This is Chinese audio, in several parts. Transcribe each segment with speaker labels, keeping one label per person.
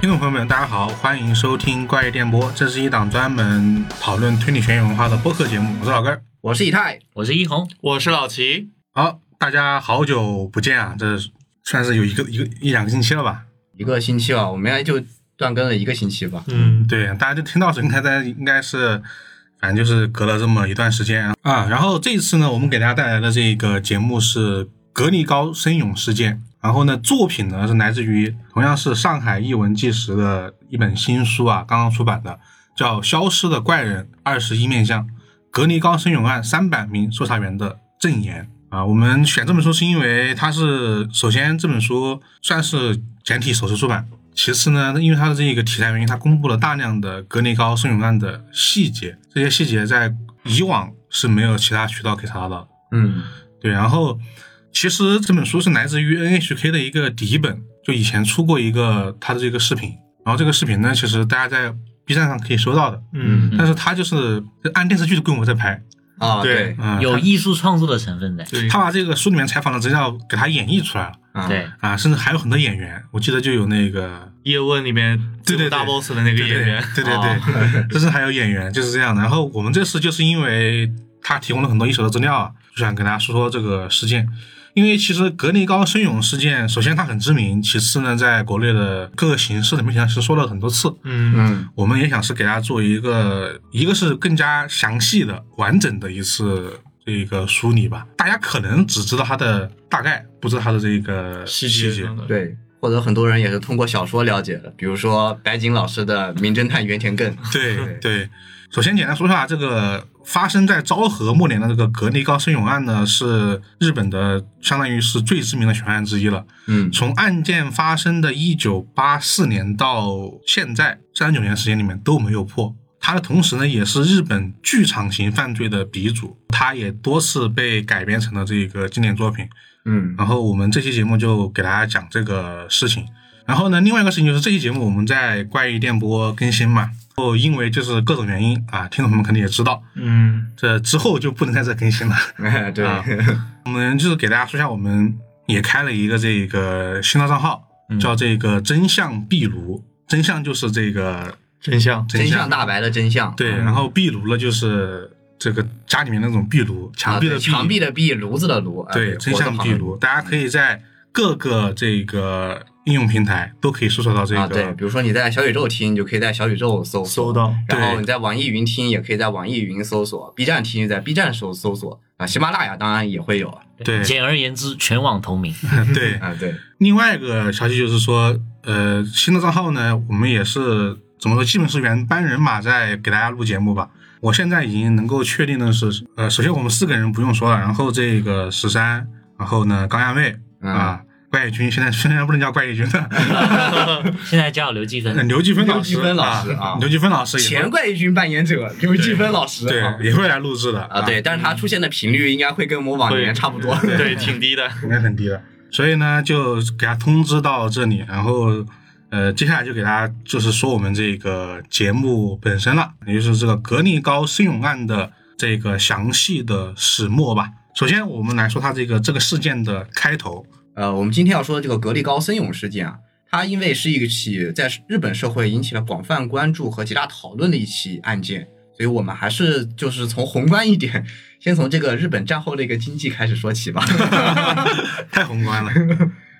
Speaker 1: 听众朋友们，大家好，欢迎收听怪异电波，这是一档专门讨论推理悬疑文化的播客节目。我是老根儿。
Speaker 2: 我是以太，
Speaker 3: 我是一红，
Speaker 4: 我是老齐，
Speaker 1: 好，大家好久不见啊，这算是有一个一个一两个星期了吧？
Speaker 2: 一个星期吧，我们应该就断更了一个星期吧。
Speaker 4: 嗯，
Speaker 1: 对，大家就听到是应该在应该是，反正就是隔了这么一段时间啊。啊然后这一次呢，我们给大家带来的这个节目是《格力高生勇事件》，然后呢，作品呢是来自于同样是上海译文纪实的一本新书啊，刚刚出版的，叫《消失的怪人二十一面相：格力高生勇案三百名搜查员的证言》。啊，我们选这本书是因为它是首先这本书算是简体首次出版，其次呢，因为它的这个题材原因，它公布了大量的格尼高圣咏案的细节，这些细节在以往是没有其他渠道可以查到的。
Speaker 2: 嗯，
Speaker 1: 对，然后其实这本书是来自于 NHK 的一个底本，就以前出过一个它的这个视频，然后这个视频呢，其实大家在 B 站上可以搜到的，
Speaker 4: 嗯，
Speaker 1: 但是它就是按电视剧的规模在拍，
Speaker 2: 啊，
Speaker 4: 对
Speaker 2: 对，
Speaker 1: 嗯，
Speaker 3: 有艺术创作的成分在。
Speaker 4: 对，
Speaker 1: 他把这个书里面采访的资料给他演绎出来了。
Speaker 2: 啊，
Speaker 3: 对，
Speaker 1: 啊，甚至还有很多演员，我记得就有那个
Speaker 4: 叶问里面
Speaker 1: 对对对
Speaker 4: 大 boss 的那个
Speaker 1: 对
Speaker 4: 演员，哦
Speaker 1: 对对对， 甚至还有演员就是这样的。然后我们这次就是因为他提供了很多一手的资料啊，就想给大家说说这个事件。因为其实格力高生勇事件，首先它很知名，其次呢，在国内的各个形式的媒体上是说了很多次。
Speaker 4: 嗯
Speaker 2: 嗯，
Speaker 1: 我们也想是给大家做一个，一个是更加详细的、完整的一次这个梳理吧。大家可能只知道它的大概，不知道它的这个
Speaker 4: 细嗯
Speaker 1: 节。
Speaker 4: 上的，
Speaker 2: 对，或者很多人也是通过小说了解的，比如说白井老师的《名侦探袁田更》。
Speaker 1: 对对，首先简单说一下这个发生在昭和末年的这个格力高生勇案呢，是日本的相当于是最知名的悬案之一了。
Speaker 2: 嗯
Speaker 1: 从案件发生的1984年到现在三十九年时间里面都没有破。它的同时呢，也是日本剧场型犯罪的鼻祖，它也多次被改编成了这个经典作品。
Speaker 2: 嗯
Speaker 1: 然后我们这期节目就给大家讲这个事情。然后呢，另外一个事情就是这期节目我们在怪异电波更新嘛，然后因为就是各种原因啊，听众朋友们肯定也知道，
Speaker 4: 嗯
Speaker 1: 这之后就不能再再更新了。
Speaker 2: 哎对，
Speaker 1: 啊我们就是给大家说一下，我们也开了一个这个新浪账号，叫这个真相壁炉。真相就是这个
Speaker 4: 真相，
Speaker 2: 真相大白的真相。啊
Speaker 1: 对，然后壁炉呢就是这个家里面那种壁炉，
Speaker 2: 啊
Speaker 1: 墙壁
Speaker 2: 对
Speaker 1: 的
Speaker 2: 墙壁的壁，炉子的炉。哎
Speaker 1: 对，真相壁。炉，大家可以在各个这个应用平台都可以搜索到这个。
Speaker 2: 活的旁边啊，对，比如说你在小宇宙听，你就可以在小宇宙搜
Speaker 4: 搜到，
Speaker 2: 然后
Speaker 1: 对
Speaker 2: 你在网易云听，也可以在网易云搜索；B 站听，在 B 站搜搜索啊，喜马拉雅当然也会有啊。
Speaker 1: 对
Speaker 3: 简而言之，全网同 名。
Speaker 1: 对，
Speaker 2: 啊，对，
Speaker 1: 另外一个消息就是说，呃，新的账号呢，我们也是怎么说，基本是原班人马在给大家录节目吧。我现在已经能够确定的是，呃，首先我们四个人不用说了，然后这个十三，然后呢高亚妹
Speaker 2: 嗯
Speaker 1: 啊，怪异君现在现在不能叫怪异君 了，
Speaker 3: 现在叫刘继
Speaker 1: 呃
Speaker 3: 芬，
Speaker 1: 刘继芬老师，
Speaker 2: 刘继芬老师
Speaker 1: 啊
Speaker 2: 啊，
Speaker 1: 刘继芬老师也
Speaker 2: 前
Speaker 1: 会
Speaker 2: 怪异君扮演者刘继芬老师啊
Speaker 1: 对也会来录制的
Speaker 2: 啊，对，但是他出现的频率应该会跟我们往年差不多。
Speaker 4: 对，挺低的，
Speaker 1: 应该很低的。所以呢，就给他通知到这里，然后呃，接下来就给大家就是说我们这个节目本身了，也就是这个格力高生勇案的这个详细的始末吧。首先，我们来说它这个这个事件的开头。
Speaker 2: 呃，我们今天要说的这个格力高森勇事件啊，它因为是一起在日本社会引起了广泛关注和极大讨论的一起案件，所以我们还是就是从宏观一点， 先从这个日本战后的一个经济开始说起吧。
Speaker 1: 太宏观 了，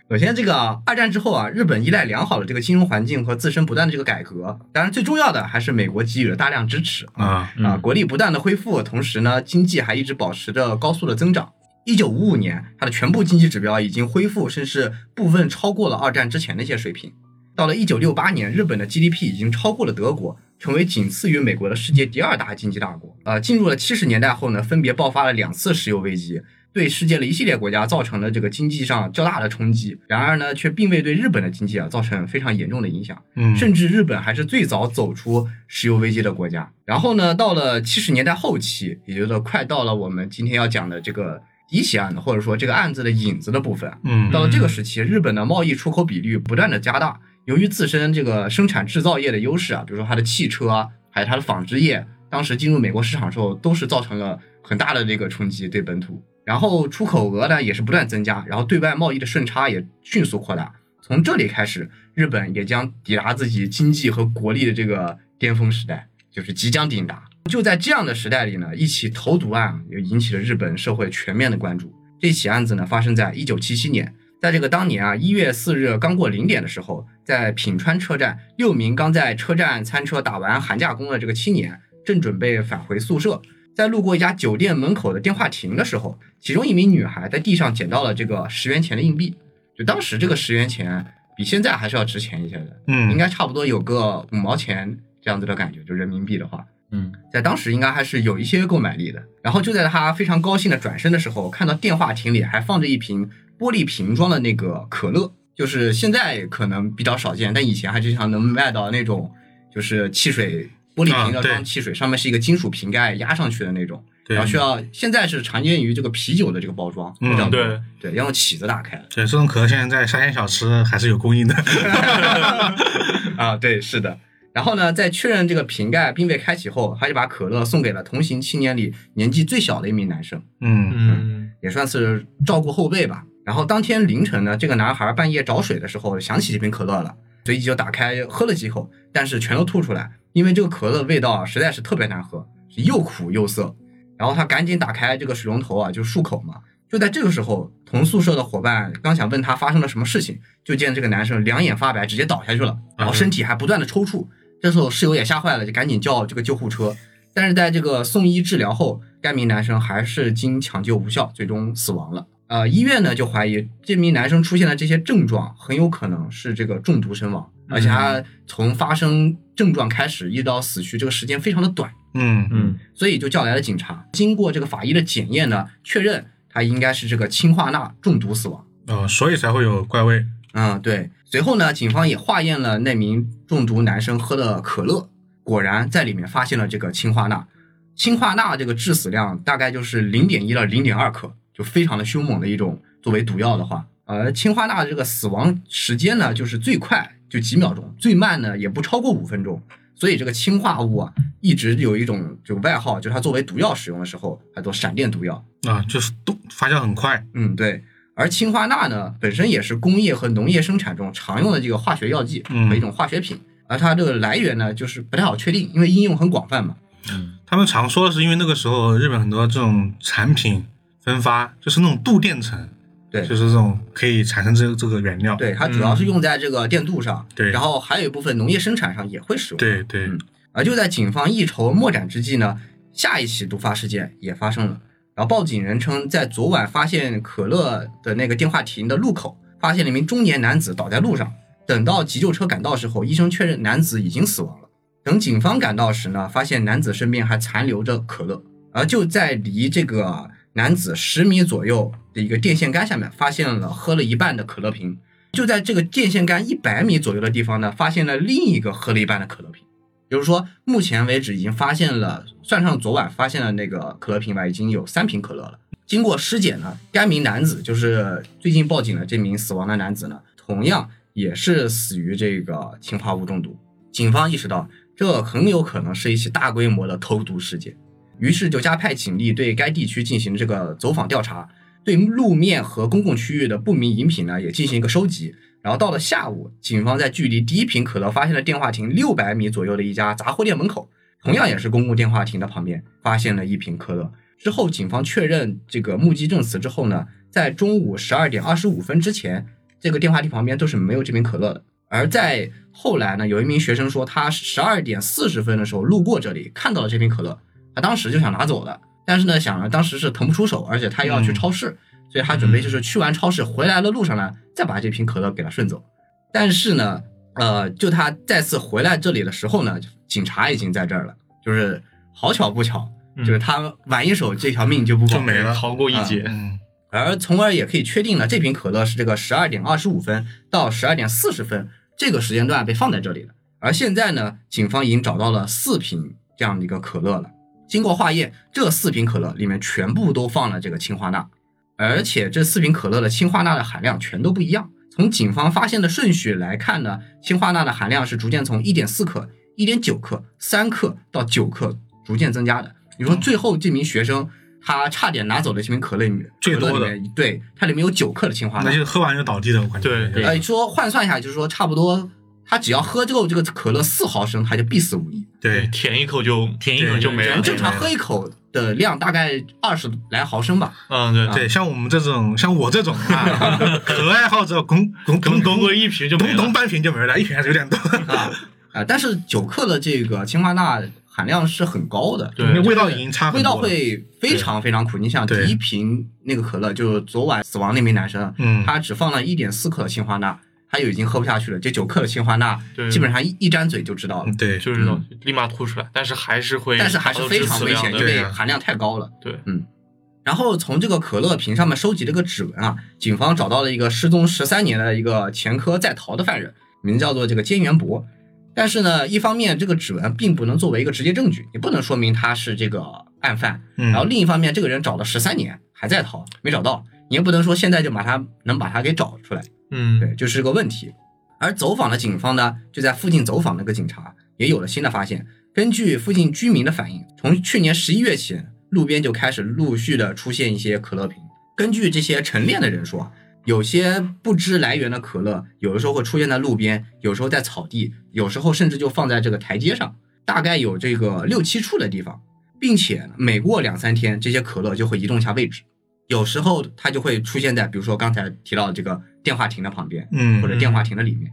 Speaker 2: 首先，这个二战之后啊，日本依赖良好的这个金融环境和自身不断的这个改革，当然最重要的还是美国给予了大量支持
Speaker 1: 啊，
Speaker 2: 啊，国力不断的恢复，同时呢，经济还一直保持着高速的增长。一九五五年，它的全部经济指标已经恢复，甚至部分超过了二战之前的一些水平。到了一九六八年，日本的 GDP 已经超过了德国，成为仅次于美国的世界第二大经济大国。呃，进入了七十年代后呢，分别爆发了两次石油危机，对世界的一系列国家造成了这个经济上较大的冲击。然而呢，却并未对日本的经济啊造成非常严重的影响。
Speaker 1: 嗯，
Speaker 2: 甚至日本还是最早走出石油危机的国家。然后呢，到了七十年代后期，也就是快到了我们今天要讲的这个一起案的，或者说这个案子的引子的部分。啊
Speaker 1: 嗯
Speaker 2: 到了这个时期，日本的贸易出口比率不断的加大，由于自身这个生产制造业的优势啊，比如说它的汽车啊，还有它的纺织业，当时进入美国市场之后，都是造成了很大的这个冲击对本土。然后出口额呢也是不断增加，然后对外贸易的顺差也迅速扩大，从这里开始，日本也将抵达自己经济和国力的这个巅峰时代，就是即将抵达。就在这样的时代里呢，一起投毒案啊也引起了日本社会全面的关注。这起案子呢，发生在一九七七年，在这个当年啊一月四日刚过零点的时候，在品川车站，六名刚在车站餐车打完寒假工的这个青年，正准备返回宿舍，在路过一家酒店门口的电话亭的时候，其中一名女孩在地上捡到了这个十元钱的硬币。就当时这个十元钱比现在还是要值钱一些的，
Speaker 1: 嗯，
Speaker 2: 应该差不多有个五毛钱这样子的感觉，就人民币的话。
Speaker 3: 嗯，
Speaker 2: 在当时应该还是有一些购买力的。然后就在他非常高兴的转身的时候，看到电话亭里还放着一瓶玻璃瓶装的那个可乐，就是现在可能比较少见，但以前还经常能卖到那种就是汽水玻璃瓶
Speaker 1: 啊
Speaker 2: 要
Speaker 1: 对
Speaker 2: 装汽水，上面是一个金属瓶盖压上去的那种，
Speaker 1: 对
Speaker 2: 然后，需要现在是常见于这个啤酒的这个包装，
Speaker 1: 嗯
Speaker 2: 非常多
Speaker 4: 对
Speaker 2: 对，要用起子打开的。
Speaker 1: 对，这种可乐现在在沙县小吃还是有供应的。
Speaker 2: 啊，对，是的。然后呢，在确认这个瓶盖并未开启后，他就把可乐送给了同行青年里年纪最小的一名男生，
Speaker 1: 嗯
Speaker 4: 嗯，
Speaker 2: 也算是照顾后辈吧。然后当天凌晨呢，这个男孩半夜找水的时候想起这瓶可乐了，随即就打开喝了几口，但是全都吐出来，因为这个可乐味道啊实在是特别难喝，是又苦又涩。然后他赶紧打开这个水龙头啊，就漱口嘛。就在这个时候，同宿舍的伙伴刚想问他发生了什么事情，就见这个男生两眼发白，直接倒下去了，然后身体还不断的抽搐。这时候室友也吓坏了，就赶紧叫这个救护车。但是在这个送医治疗后，该名男生还是经抢救无效，最终死亡了。呃，医院呢就怀疑这名男生出现的这些症状，很有可能是这个中毒身亡，而且他从发生症状开始一直到死去，这个时间非常的短，
Speaker 1: 嗯
Speaker 3: 嗯，
Speaker 2: 所以就叫来了警察。经过这个法医的检验呢，确认他应该是这个氰化钠中毒死亡。
Speaker 1: 哦，所以才会有怪味。
Speaker 2: 嗯，对。随后呢，警方也化验了那名中毒男生喝的可乐，果然在里面发现了这个氰化钠。氰化钠这个致死量大概就是零点一到零点二克，就非常的凶猛的一种作为毒药的话，而氰化钠这个死亡时间呢，就是最快就几秒钟，最慢呢也不超过五分钟。所以这个氰化物啊，一直有一种就外号，就是它作为毒药使用的时候，叫做闪电毒药。
Speaker 4: 嗯
Speaker 1: 啊，就是动发酵很快，
Speaker 2: 嗯，对。而氰化钠呢，本身也是工业和农业生产中常用的这个化学药剂
Speaker 1: 嗯
Speaker 2: 和一种化学品，而它这个来源呢，就是不太好确定，因为应用很广泛嘛。
Speaker 3: 嗯
Speaker 1: 他们常说的是因为那个时候日本很多这种产品分发就是那种镀电层，
Speaker 2: 对
Speaker 1: 就是这种可以产生这这个原料，
Speaker 2: 对，它主要是用在这个电镀
Speaker 1: 嗯
Speaker 2: 上，
Speaker 1: 对
Speaker 2: 然后还有一部分农业生产上也会使用。，
Speaker 1: 对对
Speaker 2: 嗯而就在警方一筹莫展之际呢，下一起毒发事件也发生了。然后报警人称，在昨晚发现可乐的那个电话亭的路口，发现了一名中年男子倒在路上。等到急救车赶到时候，医生确认男子已经死亡了。等警方赶到时呢，发现男子身边还残留着可乐。而就在离这个男子十米左右的一个电线杆下面，发现了喝了一半的可乐瓶。就在这个电线杆一百米左右的地方呢，发现了另一个喝了一半的可乐瓶。也就是说，目前为止已经发现了，算上昨晚发现的那个可乐瓶吧，已经有三瓶可乐了。经过尸检呢，该名男子就是最近报警的这名死亡的男子呢，同样也是死于这个氰化物中毒。警方意识到这很有可能是一起大规模的投毒事件，于是就加派警力对该地区进行这个走访调查，对路面和公共区域的不明饮品呢也进行一个收集。然后到了下午，警方在距离第一瓶可乐发现的电话亭六百米左右的一家杂货店门口，同样也是公共电话亭的旁边，发现了一瓶可乐。之后，警方确认这个目击证词之后呢，在中午十二点二十五分之前，这个电话亭旁边都是没有这瓶可乐的。而在后来呢，有一名学生说，他十二点四十分的时候路过这里，看到了这瓶可乐，他当时就想拿走了，但是呢，想着当时是腾不出手，而且他要去
Speaker 1: 嗯
Speaker 2: 超市，所以他准备就是去完超市回来的路上呢，再把这瓶可乐给他顺走。但是呢，呃，就他再次回来这里的时候呢，警察已经在这儿了，就是好巧不巧，
Speaker 4: 嗯
Speaker 2: 就是他晚一手，这条命就不保
Speaker 1: 就没了
Speaker 4: 逃过一劫。
Speaker 1: 嗯
Speaker 2: 而从而也可以确定了这瓶可乐是这个十二点二十五分到十二点四十分这个时间段被放在这里的。而现在呢，警方已经找到了四瓶这样的一个可乐了。经过化验，这四瓶可乐里面全部都放了这个氰化钠，而且这四瓶可乐的氰化钠的含量全都不一样。从警方发现的顺序来看呢，氰化钠的含量是逐渐从一点四克、一点九克、三克到九克逐渐增加的。你说最后这名学生它差点拿走了星冰可乐里面
Speaker 1: 最多的
Speaker 2: 可乐里面对，它里面有九克的氰化钠
Speaker 1: 那。就是喝完就倒地的，我感觉。
Speaker 4: 对
Speaker 3: 对
Speaker 2: 呃，说换算一下，就是说差不多，他只要喝够这个可乐四毫升，他就必死无疑。
Speaker 1: 对
Speaker 4: 舔一口就
Speaker 3: 舔一口
Speaker 4: 对就
Speaker 3: 就
Speaker 4: 没
Speaker 3: 没
Speaker 4: 了
Speaker 3: 了。
Speaker 2: 正常喝一口的量大概二十来毫升 吧。
Speaker 4: 嗯，对，
Speaker 1: 对，啊像我们这种，像我这种啊，可爱好者，拱拱
Speaker 4: 咚
Speaker 1: 拱
Speaker 4: 咚
Speaker 1: 拱
Speaker 4: 个一瓶就没
Speaker 1: 咚
Speaker 4: 了
Speaker 1: 咚。半瓶就没了，一瓶还是有点多，
Speaker 2: 啊啊，但是九克的这个氰化钠含量是很高的，
Speaker 4: 对
Speaker 1: 那味道已经差很
Speaker 2: 味
Speaker 1: 多
Speaker 2: 道
Speaker 1: 了。
Speaker 2: 会非常非常苦。你想，第
Speaker 1: 对
Speaker 2: 一瓶那个可乐，就是昨晚死亡那名男生，
Speaker 1: 嗯
Speaker 2: 他只放了一点四克的氰化钠，他就已经喝不下去了。这九克的氰化钠
Speaker 4: 对，
Speaker 2: 基本上一一沾嘴就知道了
Speaker 1: 嗯，，对，
Speaker 4: 就是那种立马吐出来，但是还是会，
Speaker 2: 但是还是非常危险，因
Speaker 4: 对
Speaker 1: 对
Speaker 2: 为
Speaker 1: 啊
Speaker 2: 含量太高了。
Speaker 4: 对，
Speaker 2: 嗯。然后从这个可乐瓶上面收集这个指纹啊，警方找到了一个失踪十三年的一个前科在逃的犯人，名字叫做这个菅元博。但是呢，一方面这个指纹并不能作为一个直接证据，也不能说明他是这个案犯。
Speaker 1: 嗯
Speaker 2: 然后另一方面，这个人找了十三年还在逃，没找到，你也不能说现在就把他能把他给找出来。对，
Speaker 4: 嗯，
Speaker 2: 这、是个问题。而走访的警方呢，就在附近走访那个警察也有了新的发现。根据附近居民的反映，从去年十一月起，路边就开始陆续的出现一些可乐瓶。根据这些晨练的人说啊，有些不知来源的可乐，有的时候会出现在路边，有时候在草地，有时候甚至就放在这个台阶上，大概有这个六七处的地方，并且每过两三天，这些可乐就会移动一下位置。有时候它就会出现在，比如说刚才提到的这个电话亭的旁边，
Speaker 1: 嗯
Speaker 2: 或者电话亭的里面。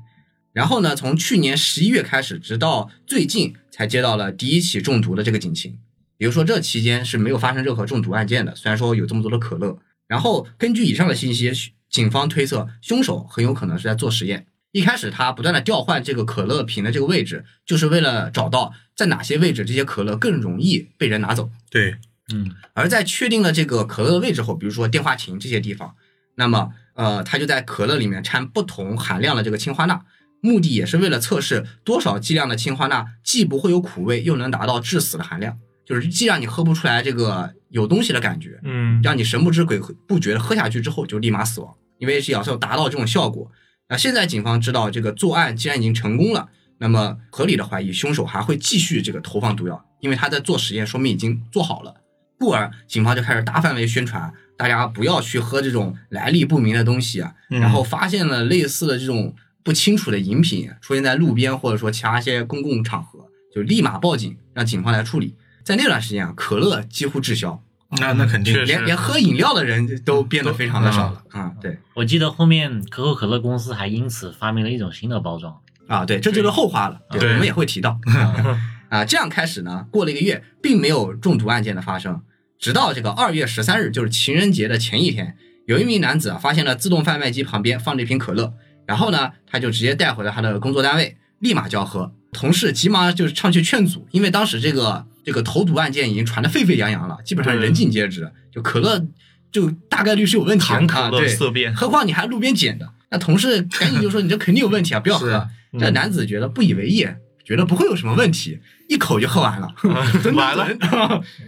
Speaker 2: 然后呢，从去年十一月开始，直到最近才接到了第一起中毒的这个警情。也就是说，这期间是没有发生任何中毒案件的，虽然说有这么多的可乐。然后根据以上的信息，警方推测凶手很有可能是在做实验。一开始他不断的调换这个可乐瓶的这个位置，就是为了找到在哪些位置这些可乐更容易被人拿走。
Speaker 1: 对，
Speaker 3: 嗯，
Speaker 2: 而在确定了这个可乐的位置后，比如说电话亭这些地方，那么呃，他就在可乐里面掺不同含量的这个氰化钠，目的也是为了测试多少剂量的氰化钠既不会有苦味，又能达到致死的含量，就是既让你喝不出来这个有东西的感觉，
Speaker 4: 嗯，
Speaker 2: 让你神不知鬼不觉的喝下去之后就立马死亡，因为是要要达到这种效果。那现在警方知道这个作案既然已经成功了，那么合理的怀疑凶手还会继续这个投放毒药，因为他在做实验，说明已经做好了。故而，警方就开始大范围宣传，大家不要去喝这种来历不明的东西啊。
Speaker 1: 嗯
Speaker 2: 然后发现了类似的这种不清楚的饮品出现在路边或者说其他一些公共场合，就立马报警，让警方来处理。在那段时间啊，可乐几乎滞销，
Speaker 1: 那那肯定
Speaker 4: 确实
Speaker 2: 连连喝饮料的人都
Speaker 4: 嗯
Speaker 2: 变得非常的少了啊、对
Speaker 3: 我记得后面可口可乐公司还因此发明了一种新的包 装，
Speaker 2: 啊，对，这就是后话了，
Speaker 4: 对嗯
Speaker 2: 我们也会提到啊啊。这样开始呢，过了一个月，并没有中毒案件的发生，直到这个二月十三日，就是情人节的前一天，有一名男子啊发现了自动贩卖机旁边放着一瓶可乐，然后呢，他就直接带回了他的工作单位，立马就要喝。同事急忙就是上去劝阻，因为当时这个这个投毒案件已经传得沸沸扬扬了，基本上
Speaker 4: 对
Speaker 2: 人尽皆知，就可乐就大概率是有问题的
Speaker 4: 糖可
Speaker 2: 啊
Speaker 4: 乐
Speaker 2: 对
Speaker 4: 色变，
Speaker 2: 何况你还路边捡的。那同事赶紧就说：“你这肯定有问题啊，不要
Speaker 1: 是
Speaker 2: 喝
Speaker 1: 啊。”
Speaker 4: 嗯
Speaker 2: 这男子觉得不以为意，觉得不会有什么问题，一口就喝完了，
Speaker 4: 嗯完了，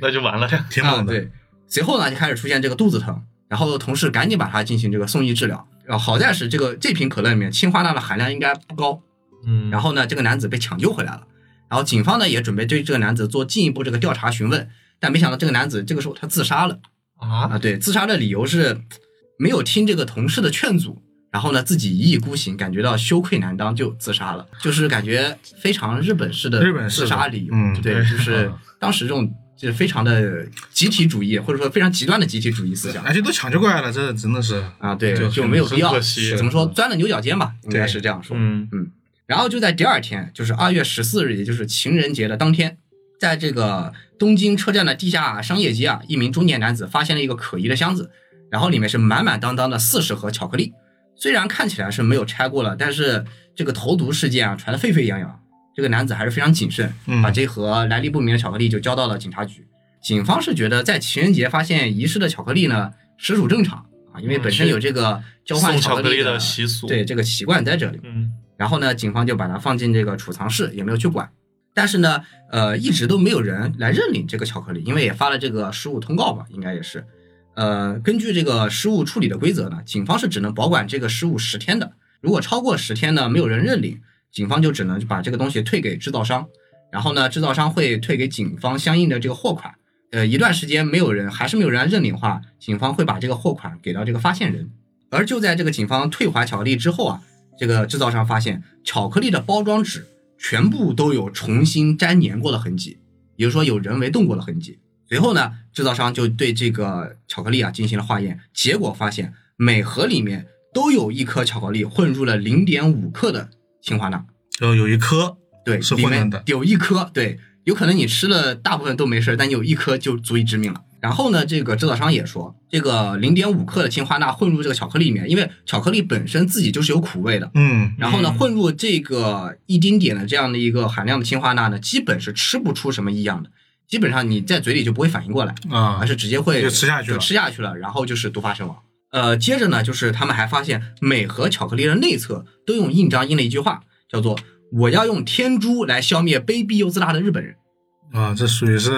Speaker 4: 那就完了呀。
Speaker 1: 挺
Speaker 2: 啊，
Speaker 1: 猛的。
Speaker 2: 对，随后呢就开始出现这个肚子疼，然后同事赶紧把他进行这个送医治疗。然后好在是这个这瓶可乐里面氰化钠的含量应该不高，
Speaker 4: 嗯，
Speaker 2: 然后呢，这个男子被抢救回来了，然后警方呢也准备对这个男子做进一步这个调查询问，但没想到这个男子这个时候他自杀了
Speaker 4: 啊
Speaker 2: 啊，，对，自杀的理由是没有听这个同事的劝阻，然后呢自己一意孤行，感觉到羞愧难当就自杀了，就是感觉非常日本式的
Speaker 1: 日本式的
Speaker 2: 自杀理由，
Speaker 1: 嗯
Speaker 2: 对，
Speaker 4: 对
Speaker 2: 就是当时这种就是非常的集体主义或者说非常极端的集体主义思想
Speaker 1: 而且都抢救过来了，这真的是
Speaker 2: 啊，对，
Speaker 1: 就
Speaker 2: 就没有必要，
Speaker 4: 很可惜
Speaker 2: 怎么说钻了牛角尖吧，应该
Speaker 1: 嗯对
Speaker 2: 是这样说，
Speaker 4: 嗯，
Speaker 2: 然后就在第二天，就是二月十四日，也就是情人节的当天，在这个东京车站的地下商业街啊，一名中年男子发现了一个可疑的箱子，然后里面是满满当当的四十盒巧克力。虽然看起来是没有拆过了，但是这个投毒事件啊传得沸沸扬扬，这个男子还是非常谨慎，
Speaker 1: 嗯
Speaker 2: 把这盒来历不明的巧克力就交到了警察局。警方是觉得在情人节发现遗失的巧克力呢，实属正常啊，因为本身有这个交换
Speaker 4: 嗯送巧
Speaker 2: 巧
Speaker 4: 克力
Speaker 2: 的
Speaker 4: 的习俗，
Speaker 2: 对，这个习惯在这里。
Speaker 4: 嗯，
Speaker 2: 然后呢，警方就把它放进这个储藏室，也没有去管。但是呢，呃，一直都没有人来认领这个巧克力，因为也发了这个失物通告吧，应该也是。呃，根据这个失物处理的规则呢，警方是只能保管这个失物十天的，如果超过十天呢，没有人认领，警方就只能把这个东西退给制造商，然后呢，制造商会退给警方相应的这个货款。呃一段时间没有人，还是没有人来认领的话，警方会把这个货款给到这个发现人。而就在这个警方退还巧克力之后啊，这个制造商发现巧克力的包装纸全部都有重新粘粘过的痕迹，也就是说有人为动过的痕迹。随后呢，制造商就对这个巧克力啊进行了化验，结果发现每盒里面都有一颗巧克力混入了零点五克的氰化钠。
Speaker 1: 就有一颗，
Speaker 2: 对，
Speaker 1: 是
Speaker 2: 里
Speaker 1: 混
Speaker 2: 面
Speaker 1: 乱的
Speaker 2: 有一颗，对，有可能你吃了大部分都没事，但有一颗就足以致命了。然后呢，这个制造商也说，这个零点五克的氰化钠混入这个巧克力里面，因为巧克力本身自己就是有苦味的，
Speaker 1: 嗯，
Speaker 2: 然后呢，
Speaker 4: 嗯
Speaker 2: 混入这个一丁点的这样的一个含量的氰化钠呢，基本是吃不出什么异样的，基本上你在嘴里就不会反应过来。
Speaker 1: 啊
Speaker 2: 而，是直接会
Speaker 1: 就吃下去了
Speaker 2: 就吃下去了，然后就是毒发身亡。呃，接着呢，就是他们还发现每盒巧克力的内侧都用印章印了一句话，叫做“我要用天珠来消灭卑鄙又自大的日本人
Speaker 1: 啊，这属于是”。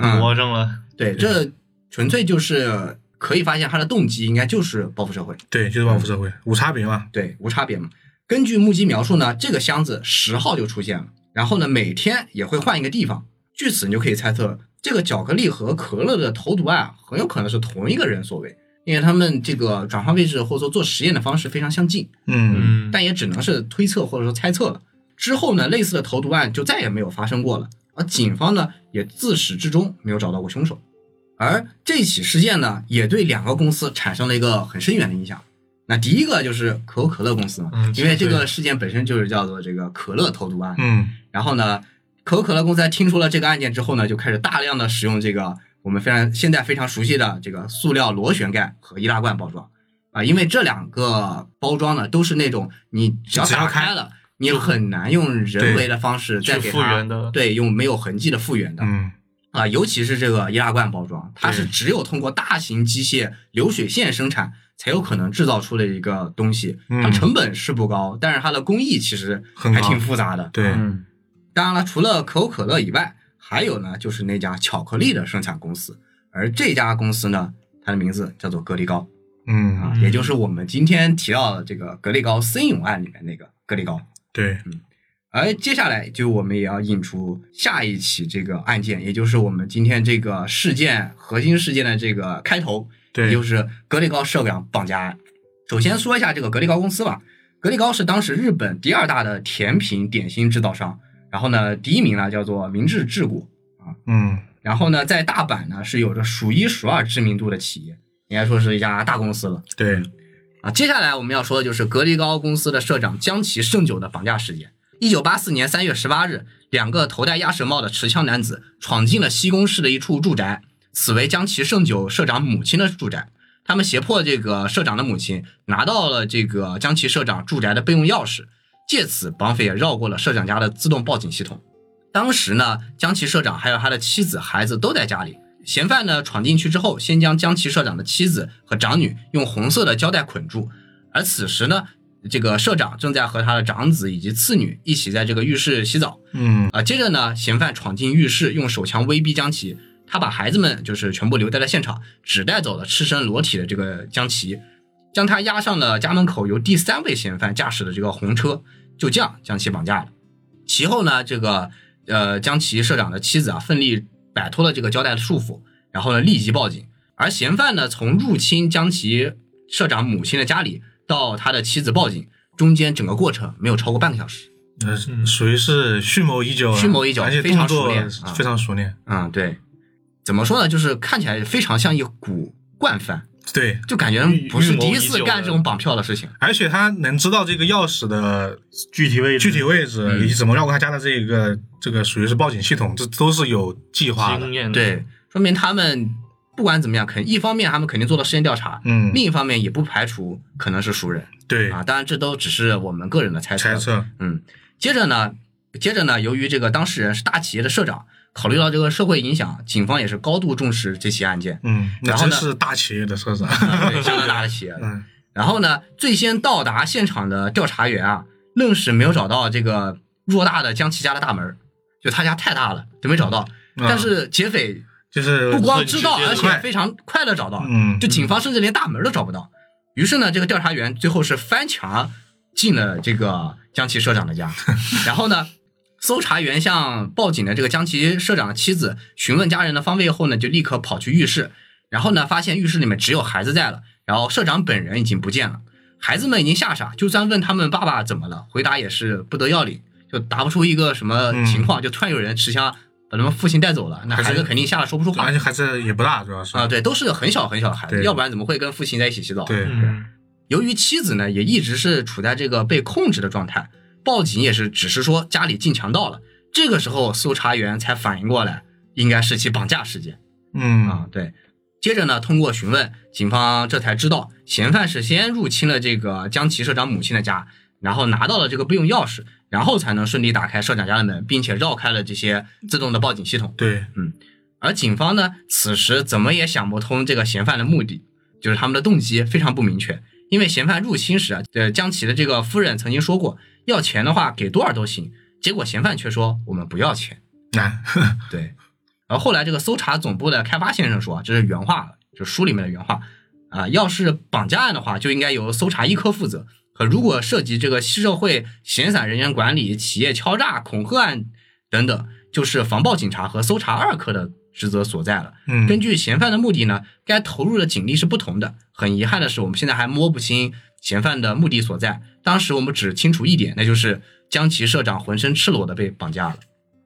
Speaker 2: 嗯，
Speaker 4: 魔怔了，
Speaker 2: 对，这纯粹就是可以发现他的动机应该就是报复社会，
Speaker 1: 对，就是报复社会，无差别嘛。
Speaker 2: 对，无差别嘛。根据目击描述呢，这个箱子十号就出现了，然后呢，每天也会换一个地方。据此，你就可以猜测，这个巧克力和可乐的投毒案很有可能是同一个人所为，因为他们这个转换位置或者说做实验的方式非常相近，
Speaker 1: 嗯，
Speaker 4: 嗯，
Speaker 2: 但也只能是推测或者说猜测了。之后呢，类似的投毒案就再也没有发生过了，而警方呢也自始至终没有找到过凶手。而这起事件呢，也对两个公司产生了一个很深远的影响。那第一个就是可口可乐公司嘛，
Speaker 4: 嗯
Speaker 2: 因为这
Speaker 4: 对
Speaker 2: 个事件本身就是叫做这个可乐投毒案。
Speaker 1: 嗯，
Speaker 2: 然后呢，可口可乐公司在听说了这个案件之后呢，就开始大量的使用这个我们非常现在非常熟悉的这个塑料螺旋盖和易拉罐包装啊，因为这两个包装呢都是那种你只要
Speaker 1: 只要
Speaker 2: 打
Speaker 1: 开
Speaker 2: 开了，你很难用人为的方式再
Speaker 4: 去
Speaker 2: 给
Speaker 4: 复
Speaker 2: 它
Speaker 4: 原的，
Speaker 2: 对用没有痕迹的复原的
Speaker 1: 嗯，
Speaker 2: 啊，尤其是这个易拉罐包装，它是
Speaker 4: 对
Speaker 2: 只有通过大型机械流水线生产才有可能制造出的一个东西，它
Speaker 1: 嗯
Speaker 2: 成本是不高，但是它的工艺其实
Speaker 1: 很
Speaker 2: 还
Speaker 1: 高
Speaker 2: 挺复杂的，
Speaker 1: 对，
Speaker 3: 嗯，
Speaker 2: 当然了，除了可口可乐以外，还有呢就是那家巧克力的生产公司，而这家公司呢，它的名字叫做格力高
Speaker 1: 嗯，
Speaker 2: 啊，
Speaker 4: 嗯
Speaker 2: 也就是我们今天提到的这个格力高森永案里面那个格力高。
Speaker 1: 对，
Speaker 2: 而接下来就我们也要引出下一起这个案件，也就是我们今天这个事件核心事件的这个开头，也
Speaker 1: 对
Speaker 2: 就，是格力高社长绑架案。首先说一下这个格力高公司吧，格力高是当时日本第二大的甜品点心制造商，然后呢，第一名呢叫做明治治谷，
Speaker 1: 嗯，
Speaker 2: 然后呢，在大阪呢是有着数一数二知名度的企业，应该说是一家大公司了
Speaker 1: 对，
Speaker 2: 啊。接下来我们要说的就是格力高公司的社长江崎胜久的绑架事件。一九八四年三月十八日，两个头戴鸭舌帽的持枪男子闯进了西宫市的一处住宅，此为江崎胜久社长母亲的住宅。他们胁迫这个社长的母亲拿到了这个江崎社长住宅的备用钥匙，借此绑匪也绕过了社长家的自动报警系统。当时呢，江崎社长还有他的妻子、孩子都在家里。嫌犯呢闯进去之后，先将江崎社长的妻子和长女用红色的胶带捆住，而此时呢，这个社长正在和他的长子以及次女一起在这个浴室洗澡。
Speaker 1: 嗯，
Speaker 2: 啊，接着呢，嫌犯闯进浴室，用手枪威逼江崎，他把孩子们就是全部留在了现场，只带走了赤身裸体的这个江崎，将他押上了家门口由第三位嫌犯驾驶的这个红车，就这样将其绑架了。其后呢，这个呃江崎社长的妻子啊，奋力摆脱了这个胶带的束缚，然后呢立即报警。而嫌犯呢，从入侵江崎社长母亲的家里到他的妻子报警，中间整个过程没有超过半个小时。
Speaker 1: 呃
Speaker 4: 嗯
Speaker 1: 属于是蓄谋已久了，
Speaker 2: 蓄谋已久
Speaker 1: 而且
Speaker 2: 非常
Speaker 1: 动作
Speaker 2: 熟练啊
Speaker 1: 非常熟练，
Speaker 2: 嗯，对，怎么说呢？就是看起来非常像一股惯犯，
Speaker 1: 对，
Speaker 2: 就感觉他们不是
Speaker 4: 预预谋
Speaker 2: 第一
Speaker 4: 已
Speaker 2: 次
Speaker 4: 久
Speaker 2: 干
Speaker 4: 的
Speaker 2: 这种绑票的事情。
Speaker 1: 而且他能知道这个钥匙的
Speaker 4: 具体位置
Speaker 1: 具体位置
Speaker 2: 嗯
Speaker 1: 以及怎么绕过他家的这个这个属于是报警系统，这都是有计划的
Speaker 4: 经，验的，
Speaker 2: 对，说明他们不管怎么样，肯一方面他们肯定做了事件调查，
Speaker 1: 嗯，
Speaker 2: 另一方面也不排除可能是熟人
Speaker 1: 对，
Speaker 2: 啊。当然，这都只是我们个人的猜测。
Speaker 1: 猜测，，
Speaker 2: 嗯，接着呢，接着呢，由于这个当事人是大企业的社长，考虑到这个社会影响，警方也是高度重视这起案件
Speaker 1: 嗯，那
Speaker 2: 然后
Speaker 1: 真
Speaker 2: 呢
Speaker 1: 是大企业的车长，
Speaker 2: 啊对相当大的企业了。
Speaker 1: 嗯，
Speaker 2: 然后呢，最先到达现场的调查员啊，愣是没有找到这个偌大的江崎家的大门儿，就他家太大了，就没找到。但是劫匪
Speaker 1: 就是
Speaker 2: 不光知道，
Speaker 4: 很
Speaker 2: 而
Speaker 4: 直
Speaker 1: 接的
Speaker 2: 且非常快的找到，
Speaker 1: 嗯
Speaker 2: 就警方甚至连大门都找不到。于是呢，这个调 查员最后是翻墙进了这个江崎社长的家，然后呢，搜查员向报警的这个江崎社长的妻子询问家人的方位后呢，就立刻跑去浴室，然后呢，发现浴室里面只有孩子在了，然后社长本人已经不见了，孩子们已经吓傻，就算问他们爸爸怎么了，回答也是不得要领，就答不出一个什么情况，就突然有人持枪把他们父亲带走了，那
Speaker 1: 还嗯是
Speaker 2: 孩子肯定吓得说不出话
Speaker 1: 而且孩子也不大，主要是
Speaker 2: 啊，对，都是很小很小的孩子，
Speaker 1: 对
Speaker 2: 要不然怎么会跟父亲在一起洗澡？啊
Speaker 1: 对
Speaker 4: 嗯，
Speaker 2: 由于妻子呢也一直是处在这个被控制的状态，报警也是只是说家里进强盗了。这个时候，搜查员才反应过来，应该是起绑架事件
Speaker 1: 嗯
Speaker 2: 啊。对，接着呢，通过询问，警方这才知道嫌犯是先入侵了这个江崎社长母亲的家，然后拿到了这个备用钥匙，然后才能顺利打开社长家的门，并且绕开了这些自动的报警系统。
Speaker 1: 对，
Speaker 2: 而警方呢，此时怎么也想不通这个嫌犯的目的，就是他们的动机非常不明确。因为嫌犯入侵时啊，呃，江崎的这个夫人曾经说过，要钱的话给多少都行。结果嫌犯却说我们不要钱。
Speaker 1: 难，
Speaker 2: 对，而后来这个搜查总部的开发先生说啊，这是原话，就是书里面的原话啊、要是绑架案的话，就应该由搜查一科负责。可如果涉及这个社会闲散人员管理、企业敲诈、恐吓案等等，就是防暴警察和搜查二科的职责所在了。
Speaker 1: 嗯，
Speaker 2: 根据嫌犯的目的呢，该投入的警力是不同的。很遗憾的是，我们现在还摸不清嫌犯的目的所在。当时我们只清楚一点，那就是江崎社长浑身赤裸的被绑架了。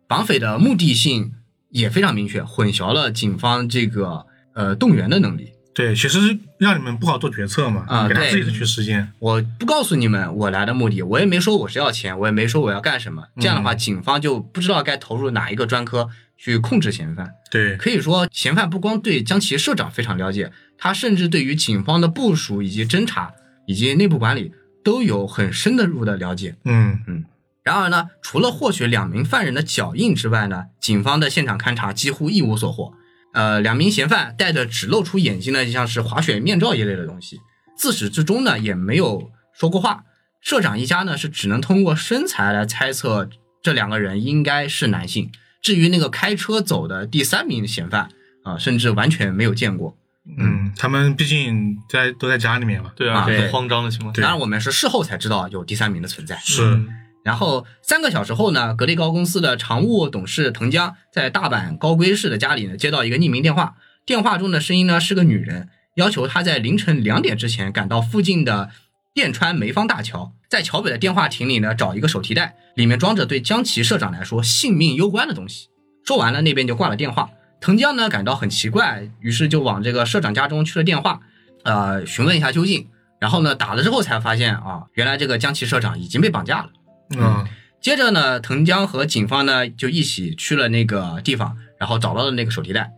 Speaker 2: 绑匪的目的性也非常明确，混淆了警方这个呃动员的能力。
Speaker 1: 对，其实让你们不好做决策嘛，
Speaker 2: 啊
Speaker 1: 给他
Speaker 2: 对
Speaker 1: 自己去时间，
Speaker 2: 我不告诉你们我来的目的，我也没说我是要钱，我也没说我要干什么。这样的话，警方就不知道该投入哪一个专科去控制嫌犯。
Speaker 1: 对，
Speaker 2: 可以说，嫌犯不光对江崎社长非常了解，他甚至对于警方的部署以及侦查以及内部管理都有很深的入的了解。
Speaker 1: 嗯
Speaker 2: 然而呢，除了获取两名犯人的脚印之外呢，警方的现场勘查几乎一无所获。呃，两名嫌犯戴着只露出眼睛的，像是滑雪面罩一类的东西，自始至终呢也没有说过话。社长一家呢是只能通过身材来猜测这两个人应该是男性。至于那个开车走的第三名嫌犯啊、甚至完全没有见过。
Speaker 1: 嗯，他们毕竟在都在家里面嘛，
Speaker 4: 对啊，
Speaker 2: 啊对
Speaker 4: 很慌张的情况。嗯
Speaker 1: 对
Speaker 2: 当然，我们是事后才知道有第三名的存在。
Speaker 1: 是，
Speaker 2: 然后三个小时后呢，格力高公司的常务董事藤江在大阪高龟市的家里呢，接到一个匿名电话，电话中的声音呢是个女人，要求他在凌晨两点之前赶到附近的电川梅芳大桥，在桥北的电话亭里呢找一个手提袋，里面装着对江崎社长来说性命攸关的东西。说完了，那边就挂了电话。藤江呢感到很奇怪，于是就往这个社长家中去了电话，呃，询问一下究竟。然后呢，打了之后才发现啊，原来这个江崎社长已经被绑架了。
Speaker 1: 嗯
Speaker 2: 接着呢，藤江和警方呢就一起去了那个地方，然后找到了那个手提袋，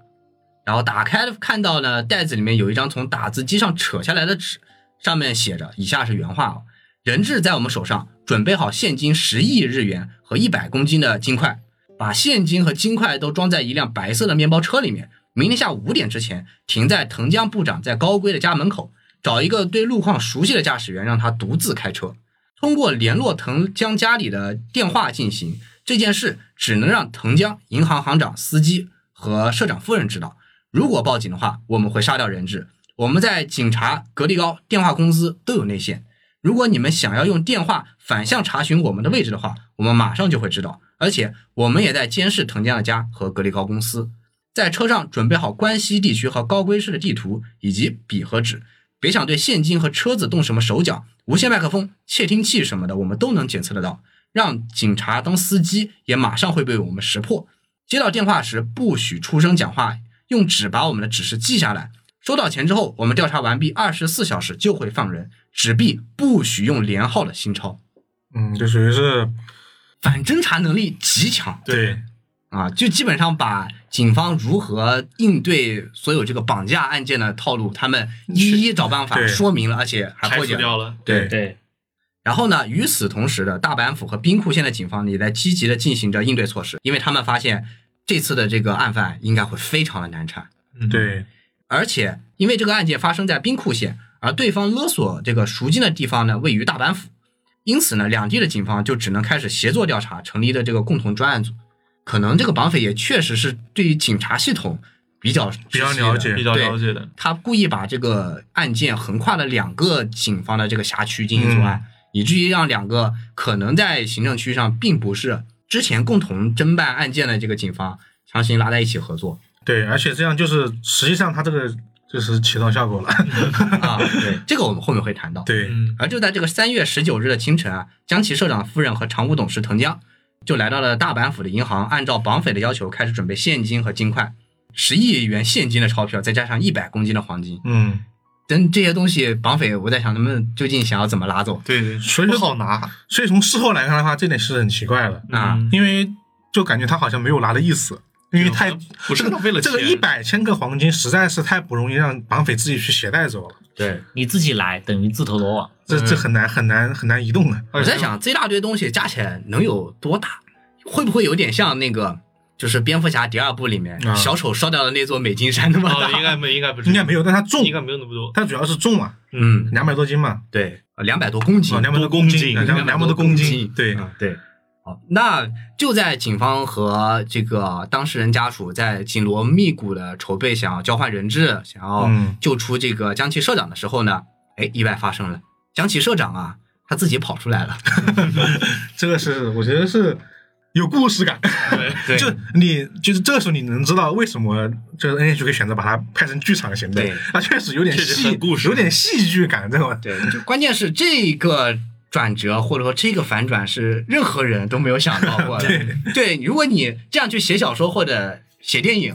Speaker 2: 然后打开看到呢，袋子里面有一张从打字机上扯下来的纸，上面写着以下是原话啊、人质在我们手上，准备好现金十亿日元和一百公斤的金块，把现金和金块都装在一辆白色的面包车里面，明天下午五点之前停在藤江部长在高龟的家门口，找一个对路况熟悉的驾驶员，让他独自开车。通过联络藤江家里的电话进行这件事，只能让藤江、银行行长、司机和社长夫人知道。如果报警的话，我们会杀掉人质。我们在警察、格力高、电话公司都有内线。如果你们想要用电话反向查询我们的位置的话，我们马上就会知道。而且我们也在监视藤江的家和格力高公司。在车上准备好关西地区和高龟市的地图以及笔和 纸，别想对现金和车子动什么手脚。无线麦克风、窃听器什么的，我们都能检测得到。让警察当司机也马上会被我们识破。接到电话时不许出声讲话，用纸把我们的指示记下来。收到钱之后，我们调查完毕，二十四小时就会放人。纸币不许用连号的新钞，
Speaker 1: 嗯，就属于是
Speaker 2: 反侦查能力极强。
Speaker 1: 对，
Speaker 2: 啊，就基本上把警方如何应对所有这个绑架案件的套路，他们一一找办法
Speaker 1: 对
Speaker 2: 说明了，而且还
Speaker 4: 排
Speaker 2: 破
Speaker 4: 除
Speaker 2: 解了。
Speaker 4: 掉了，
Speaker 1: 对
Speaker 3: 对，
Speaker 2: 然后呢，与此同时的大阪府和兵库县的警方也在积极的进行着应对措施，因为他们发现这次的这个案犯应该会非常的难缠，
Speaker 4: 嗯，
Speaker 1: 对，
Speaker 2: 而且因为这个案件发生在兵库县，而对方勒索这个赎金的地方呢位于大阪府，因此呢，两地的警方就只能开始协作调查，成立了这个共同专案组。可能这个绑匪也确实是对于警察系统比较
Speaker 1: 比较
Speaker 2: 熟悉的
Speaker 1: 了解
Speaker 4: 比较
Speaker 2: 对
Speaker 4: 了解的，
Speaker 2: 他故意把这个案件横跨了两个警方的这个辖区进行作案，以至于让两个可能在行政区上并不是之前共同侦办案件的这个警方强行拉在一起合作
Speaker 1: 对，而且这样就是实际上它这个就是起到效果了。
Speaker 2: 啊。对，这个我们后面会谈到。
Speaker 1: 对，
Speaker 4: 嗯，
Speaker 2: 而就在这个三月十九日的清晨啊，江崎社长夫人和常务董事藤江就来到了大阪府的银行，按照绑匪的要求开始准备现金和金块，十亿元现金的钞票，再加上一百公斤的黄金。
Speaker 1: 嗯，
Speaker 2: 等这些东西，绑匪我在想他们究竟想要怎么拉走？
Speaker 4: 对对，
Speaker 1: 所以
Speaker 4: 不
Speaker 1: 就
Speaker 4: 好拿。
Speaker 1: 所以从事后来看的话，这点是很奇怪的，
Speaker 2: 啊
Speaker 4: 嗯
Speaker 1: 因为就感觉他好像没有拿的意思，因为太
Speaker 4: 好像不是为了
Speaker 1: 这个
Speaker 4: 钱
Speaker 1: 一百千克黄金实在是太不容易让绑匪自己去携带走了，
Speaker 2: 对，
Speaker 3: 你自己来等于自投罗 网。
Speaker 1: 这
Speaker 4: 嗯
Speaker 1: 这很难很难很难移动的。
Speaker 2: 我在想这大堆东西加起来能有多大？会不会有点像那个就是蝙蝠侠第二部里面、
Speaker 1: 啊
Speaker 2: 小丑烧掉的那座美金山那么
Speaker 4: 哦，
Speaker 2: 大？
Speaker 4: 应该没，应该不是，
Speaker 1: 应该没有，但它重，
Speaker 4: 应该没有那么 多。
Speaker 1: 它主要是重啊，
Speaker 2: 嗯，
Speaker 1: 两百多斤嘛，
Speaker 2: 对，两百多公斤，
Speaker 1: 哦，两百
Speaker 4: 多
Speaker 1: 公
Speaker 4: 公
Speaker 1: 斤，
Speaker 4: 斤
Speaker 1: 两百
Speaker 2: 200
Speaker 1: 多
Speaker 2: 多
Speaker 1: 公
Speaker 2: 公
Speaker 1: 斤
Speaker 2: 斤，
Speaker 1: 对，
Speaker 2: 啊，对。好，那就在警方和这个当事人家属在紧锣密鼓的筹备，想要交换人质，想要
Speaker 1: 嗯
Speaker 2: 救出这个江崎社长的时候呢，哎，意外发生了。江崎社长啊，他自己跑出来了。
Speaker 1: 这个是我觉得是有故事感，
Speaker 2: 对
Speaker 1: 就你就是这个时候你能知道为什么就是 NHK 选择把它拍成剧场型的
Speaker 2: 对，
Speaker 1: 它确实有点
Speaker 4: 确实
Speaker 1: 戏
Speaker 4: 很故，事
Speaker 1: 有点戏剧感，这种
Speaker 2: 对，就关键是这个转折或者说这个反转是任何人都没有想到过的。对如果你这样去写小说或者写电影，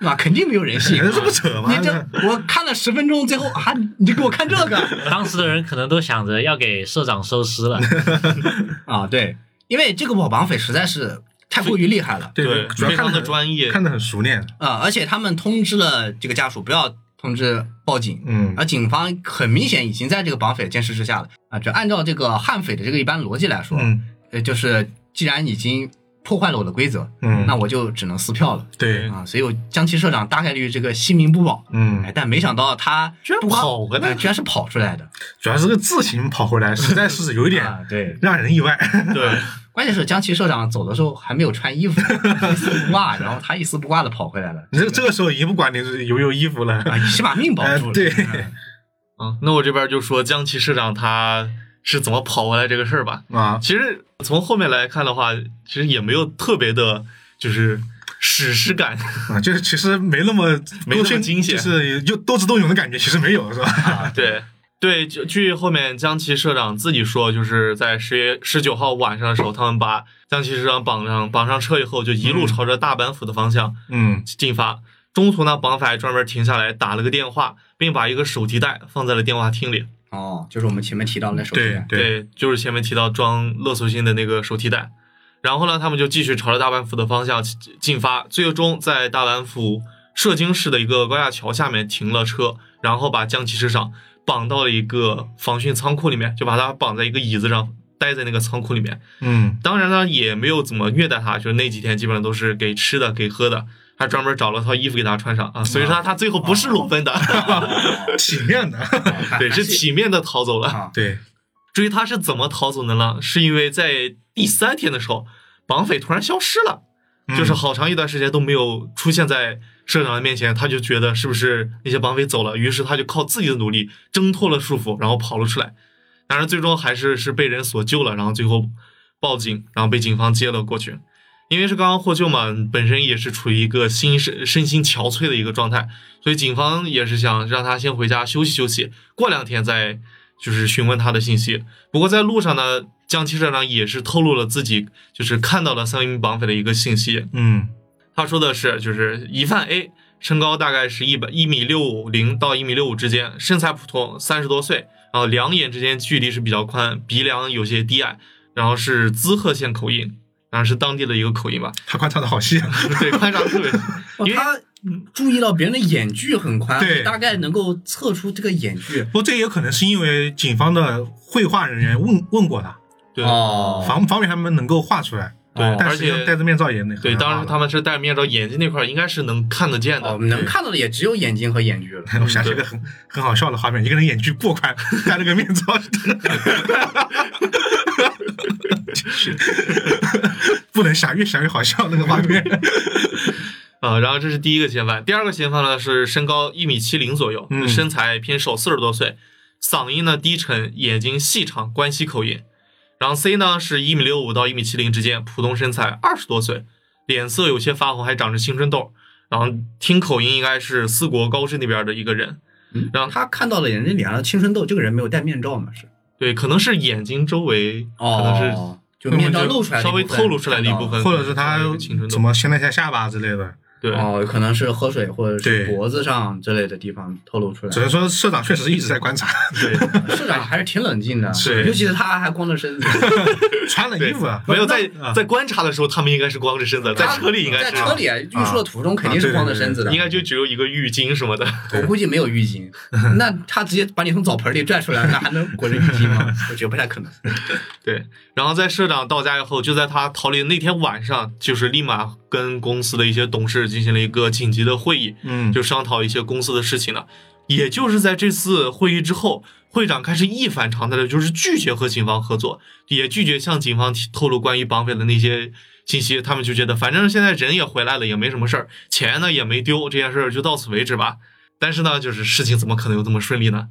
Speaker 2: 那肯定没有人信。
Speaker 1: 这不扯吗
Speaker 2: 你？这我看了十分钟，最后啊，你就给我看这 个
Speaker 3: 当时的人可能都想着要给社长收尸 了，
Speaker 2: 啊？对，因为这个网绑匪实在是太过于厉害了
Speaker 1: 对，主要
Speaker 4: 非
Speaker 1: 看
Speaker 4: 常
Speaker 1: 得
Speaker 4: 的
Speaker 1: 很
Speaker 4: 专业。
Speaker 1: 看得很熟练，
Speaker 2: 啊、而且他们通知了这个家属不要通知报警，
Speaker 1: 嗯
Speaker 2: 而警方很明显已经在这个绑匪的监视之下了啊。就按照这个悍匪的这个一般逻辑来说，
Speaker 1: 嗯
Speaker 2: 呃，就是既然已经破坏了我的规则，
Speaker 1: 嗯
Speaker 2: 那我就只能撕票了
Speaker 4: 嗯
Speaker 1: 对，
Speaker 2: 啊。所以我江崎社长大概率这个性命不保，哎，
Speaker 1: 嗯，
Speaker 2: 但没想到他
Speaker 4: 居然
Speaker 2: 不光
Speaker 4: 跑回来
Speaker 2: 哎居然是跑出来的，
Speaker 1: 主要是个自行跑回来，实在是有一点
Speaker 2: 啊，对。
Speaker 1: 让人意外。
Speaker 4: 对，
Speaker 2: 关键是江崎社长走的时候还没有穿衣 服，一丝不挂，然后他一丝不挂的跑回来了，
Speaker 1: 你这这个时候已经不管你有没有衣服了，
Speaker 2: 啊，是把命保住了。
Speaker 1: 呃对
Speaker 2: 嗯
Speaker 4: 嗯，那我这边就说江崎社长他是怎么跑回来这个事儿吧。
Speaker 1: 啊，
Speaker 4: 其实从后面来看的话，其实也没有特别的，就是史诗感。
Speaker 1: 啊，就是其实没那么
Speaker 4: 没那么惊险
Speaker 1: 就是又斗智斗勇的感觉，其实没有，是吧？
Speaker 2: 啊，
Speaker 4: 对对，就据后面江崎社长自己说，就是在十月十九号晚上的时候，他们把江崎社长绑上绑上车以后，就一路朝着大阪府的方向
Speaker 1: 嗯
Speaker 4: 进发。中途呢，绑匪还专门停下来打了个电话，并把一个手提袋放在了电话厅里。
Speaker 2: 哦，就是我们前面提到的那首
Speaker 1: 对
Speaker 2: 歌，
Speaker 4: 对，就是前面提到装勒索信的那个手提袋。然后呢，他们就继续朝着大阪府的方向进进发，最终在大阪府摄津市的一个高架桥下面停了车，然后把江崎市长绑到了一个防汛仓库里面，就把他绑在一个椅子上，待在那个仓库里面。
Speaker 1: 嗯
Speaker 4: 当然呢，也没有怎么虐待他，就是那几天基本上都是给吃的、给喝的，还专门找了套衣服给他穿上啊。啊所以说他他最后不是裸奔的，
Speaker 1: 体嗯面的，
Speaker 4: 对，是体面的逃走了。
Speaker 2: 啊，
Speaker 1: 对，
Speaker 4: 至于他是怎么逃走的呢？是因为在第三天的时候，绑匪突然消失了，
Speaker 1: 嗯
Speaker 4: 就是好长一段时间都没有出现在社长的面前，他就觉得是不是那些绑匪走了，于是他就靠自己的努力挣脱了束缚，然后跑了出来。当然，最终还是是被人所救了，然后最后报警，然后被警方接了过去。因为是刚刚获救嘛，本身也是处于一个心身身心憔悴的一个状态，所以警方也是想让他先回家休息休息，过两天再就是询问他的信息。不过在路上呢，江崎社长也是透露了自己就是看到了三名绑匪的一个信息。
Speaker 1: 嗯
Speaker 4: 他说的是，就是疑犯 A 身高大概是一百一米六零到一米六五之间，身材普通，三十多岁，然后两眼之间距离是比较宽，鼻梁有些低矮，然后是滋贺县口音，然后是当地的一个口音吧，
Speaker 1: 他观察的好细啊，
Speaker 4: 对，宽长特别，
Speaker 2: 哦
Speaker 4: 因为
Speaker 2: 他注意到别人的眼距很宽，
Speaker 1: 对
Speaker 2: 大概能够测出这个眼距
Speaker 1: 不。过这也有可能是因为警方的绘画人员问问过他，
Speaker 4: 对。
Speaker 2: 哦
Speaker 1: 防防备他们能够画出来，
Speaker 4: 对
Speaker 1: 哦但
Speaker 4: 而
Speaker 1: 是
Speaker 4: 且
Speaker 1: 要戴着面罩也那
Speaker 4: 对，当时他
Speaker 1: 们，
Speaker 4: 们是戴着面罩，眼睛那块儿应该是能看得见的。
Speaker 2: 哦，能看到的也只有眼睛和眼距了。
Speaker 1: 我想
Speaker 4: 嗯
Speaker 1: 起一个很很好笑的画面，一个人眼距过宽，戴了个面罩， 不能想，越想越好笑那个画 面，
Speaker 4: 啊，然后这是第一个嫌犯，第二个嫌犯呢是身高一米七零左右，
Speaker 1: 嗯
Speaker 4: 身材偏瘦，四十多岁，嗓音呢低沉，眼睛细长，关西口音。然后 C 呢是一米六五到一米七零之间，普通身材，二十多岁，脸色有些发红，还长着青春痘。然后听口音应该是四国高知那边的一个人，嗯然后
Speaker 2: 他看到了人家脸上的青春痘，这个人没有戴面罩嘛？是
Speaker 4: 对，可能是眼睛周围，可能是
Speaker 2: 哦，就面罩露出来的
Speaker 4: 稍
Speaker 2: 一部
Speaker 4: 微
Speaker 2: 分，
Speaker 4: 透露出来的一部分，
Speaker 1: 或者是他
Speaker 4: 青春
Speaker 1: 怎
Speaker 4: 痘，
Speaker 1: 么掀了一下下巴之类的。
Speaker 4: 对，
Speaker 2: 哦，可能是喝水或者是
Speaker 1: 对
Speaker 2: 脖子上之类的地方透露出来
Speaker 1: 只。能说社长确实一直在观察，
Speaker 4: 对，
Speaker 2: 社长还是挺冷静的，
Speaker 4: 是
Speaker 2: 尤其是他还光着身子，
Speaker 1: 穿了衣服啊，
Speaker 4: 没有在
Speaker 1: 啊
Speaker 4: 在观察的时候，他们应该是光着身子， 在车里应该
Speaker 2: 在
Speaker 4: 是啊
Speaker 2: 车里啊运输的途中肯定是光着身子的
Speaker 4: 应，该就只有一个浴巾什么的，
Speaker 2: 我估计没有浴巾。 那他直接把你从澡盆里拽出来，那还能裹着浴巾 吗？我觉得不太可能。
Speaker 4: 对。然后在社长到家以后，就在他逃离的那天晚上，就是立马跟公司的一些董事进行了一个紧急的会议，
Speaker 1: 嗯，
Speaker 4: 就商讨一些公司的事情了。也就是在这次会议之后，会长开始一反常态的，就是拒绝和警方合作，也拒绝向警方提透露关于绑匪的那些信息。他们就觉得，反正现在人也回来了，也没什么事儿，钱呢也没丢，这件事儿就到此为止吧。但是呢，就是事情怎么可能有这么顺利呢？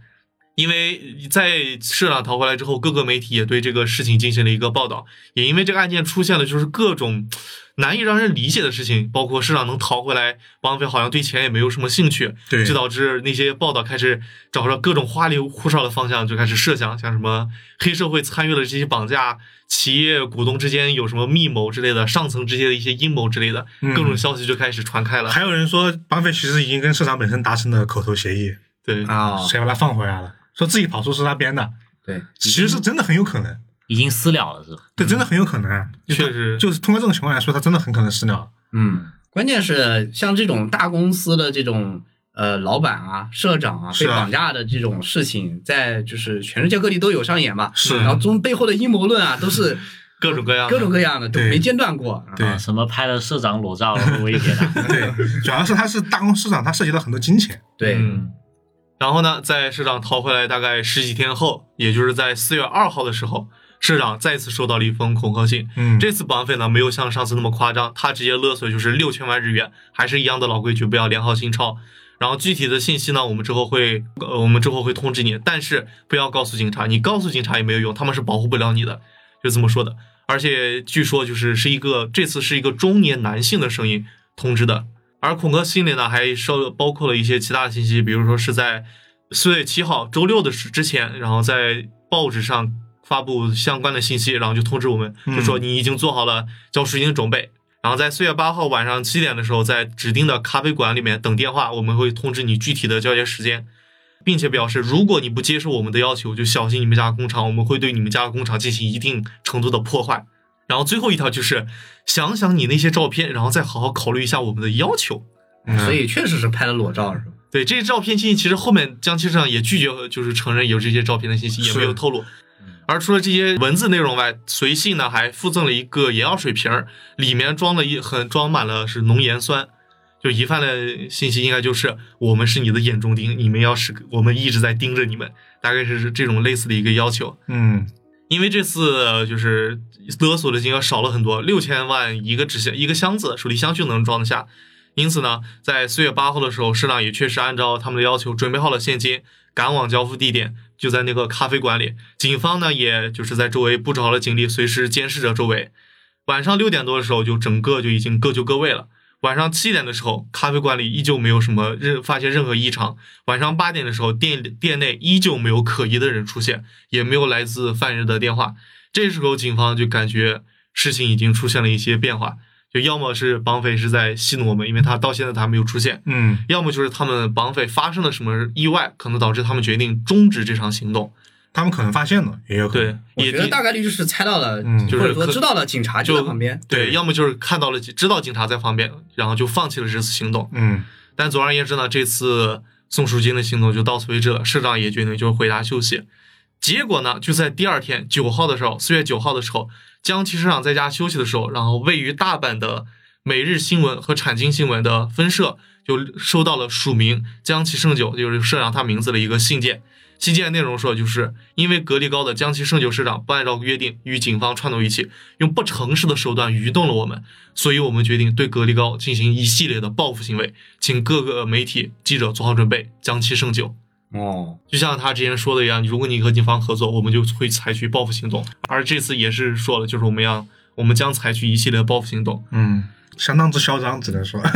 Speaker 4: 因为在社长逃回来之后，各个媒体也对这个事情进行了一个报道，也因为这个案件出现了就是各种难以让人理解的事情，包括市长能逃回来，绑匪好像对钱也没有什么兴趣，
Speaker 1: 对
Speaker 4: 就导致那些报道开始找着各种花里胡哨的方向，就开始设想，像什么黑社会参与了这些绑架，企业股东之间有什么密谋之类的，上层之间的一些阴谋之类的，
Speaker 1: 嗯
Speaker 4: 各种消息就开始传开了。
Speaker 1: 还有人说，绑匪其实已经跟社长本身达成了口头协议，
Speaker 4: 对，
Speaker 2: 啊
Speaker 1: 谁把他放回来了，说自己跑出是他编的，
Speaker 2: 对，
Speaker 1: 其实是真的很有可能，
Speaker 3: 已经私了了是吧？
Speaker 1: 对，真的很有可能啊，
Speaker 4: 嗯确实，
Speaker 1: 就是通过这种情况来说，他真的很可能失鸟了。
Speaker 2: 嗯，关键是像这种大公司的这种呃老板啊、社长啊
Speaker 1: 是
Speaker 2: 被
Speaker 1: 啊
Speaker 2: 绑架的这种事情，在就是全世界各地都有上演嘛。
Speaker 1: 是
Speaker 2: 然后中背后的阴谋论啊，都 是
Speaker 4: 各种各样的
Speaker 2: 各种各样的，都
Speaker 1: 对
Speaker 2: 没间断过。
Speaker 1: 对
Speaker 3: 啊，什么拍了社长裸照然后威胁 他，
Speaker 1: 对，主要是他是大公司长，他涉及到很多金钱，
Speaker 2: 对，
Speaker 4: 嗯。然后呢，在社长逃回来大概十几天后，也就是在四月二号的时候，社长再次收到了一封恐吓信。
Speaker 1: 嗯，
Speaker 4: 这次绑匪呢，没有像上次那么夸张，他直接勒索就是六千万日元，还是一样的老规矩，不要连号新钞。然后具体的信息呢，我们之后会，呃，我们之后会通知你，但是不要告诉警察，你告诉警察也没有用，他们是保护不了你的，就这么说的。而且据说就是是一个这次是一个中年男性的声音通知的，而恐吓信里呢还稍包括了一些其他的信息，比如说是在四月七号周六的时之前，然后在报纸上发布相关的信息，然后就通知我们，
Speaker 1: 嗯
Speaker 4: 就说你已经做好了交赎金的准备。然后在四月八号晚上七点的时候，在指定的咖啡馆里面等电话，我们会通知你具体的交接时间，并且表示如果你不接受我们的要求，就小心你们家工厂，我们会对你们家工厂进行一定程度的破坏。然后最后一条就是想想你那些照片，然后再好好考虑一下我们的要求。
Speaker 1: 嗯
Speaker 2: 所以确实是拍了裸照，是吧？
Speaker 4: 对，这些照片信息其实后面江青上也拒绝，就是承认有这些照片的信息，也
Speaker 1: 是
Speaker 4: 没有透露。而除了这些文字内容外，随信呢还附赠了一个眼药水瓶儿，里面装了一很装满了是浓盐酸。就疑犯的信息应该就是我们是你的眼中钉，你们要是我们一直在盯着你们，大概是这种类似的一个要求。
Speaker 1: 嗯，
Speaker 4: 因为这次呃就是勒索的金额少了很多，六千万一个纸箱一个箱子手提箱就能装得下，因此呢，在四月八号的时候，市长也确实按照他们的要求准备好了现金，赶往交付地点，就在那个咖啡馆里。警方呢，也就是在周围布置好了警力，随时监视着周围。晚上六点多的时候，就整个就已经各就各位了。晚上七点的时候，咖啡馆里依旧没有什么任发现任何异常。晚上八点的时候，店店内依旧没有可疑的人出现，也没有来自犯人的电话。这时候，警方就感觉事情已经出现了一些变化，就要么是绑匪是在戏弄我们，因为他到现在他还没有出现；
Speaker 1: 嗯，
Speaker 4: 要么就是他们绑匪发生了什么意外，可能导致他们决定终止这场行动。
Speaker 1: 他们可能发现了，也有可能
Speaker 4: 对，，
Speaker 2: 我
Speaker 4: 也
Speaker 2: 觉得
Speaker 4: 的
Speaker 2: 大概率就是猜到了，
Speaker 1: 嗯
Speaker 4: 就是
Speaker 2: 或者说
Speaker 4: 可
Speaker 2: 知道了，警察就在旁边。哦
Speaker 4: 对，
Speaker 1: 对
Speaker 4: 要么就是看到了知道警察在旁边，然后就放弃了这次行动。
Speaker 1: 嗯，
Speaker 4: 但总而言之呢，这次宋淑金的行动就到此为止了。社长也决定就是回家休息。结果呢，就在第二天九号的时候，四月九号的时候，江崎市长在家休息的时候，然后位于大阪的每日新闻和产经新闻的分社就收到了署名江崎胜久，就是社长他名字的一个信件。信件内容说，就是因为格力高的江崎胜久市长不按照约定与警方串通一气，用不诚实的手段愚弄了我们，所以我们决定对格力高进行一系列的报复行为，请各个媒体记者做好准备，江崎胜久。
Speaker 1: 嗯
Speaker 2: 哦，
Speaker 4: 就像他之前说的一样，如果你和警方合作，我们就会采取报复行动。而这次也是说了，就是我们要，我们将采取一系列报复行动。
Speaker 1: 嗯，相当之嚣张，只能说
Speaker 2: 啊，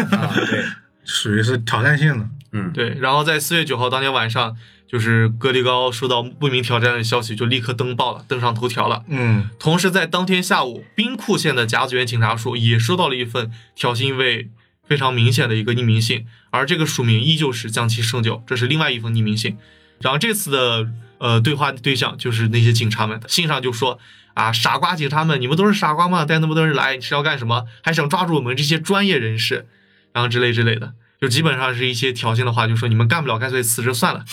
Speaker 2: 对，
Speaker 1: 属于是挑战性的。
Speaker 2: 嗯，
Speaker 4: 对，然后在四月九号当天晚上，就是格里高收到不明挑战的消息，就立刻登报了，登上头条了。
Speaker 1: 嗯
Speaker 4: 同时，在当天下午，兵库县的甲子园警察署也收到了一份挑衅意味非常明显的一个匿名信，而这个署名依旧是江崎胜久，这是另外一封匿名信。然后这次的呃对话对象就是那些警察们，信上就说啊，傻瓜警察们，你们都是傻瓜吗？带那么多人来是要干什么？还想抓住我们这些专业人士，然后之类之类的，就基本上是一些挑衅的话，就说你们干不了，干脆辞职算了。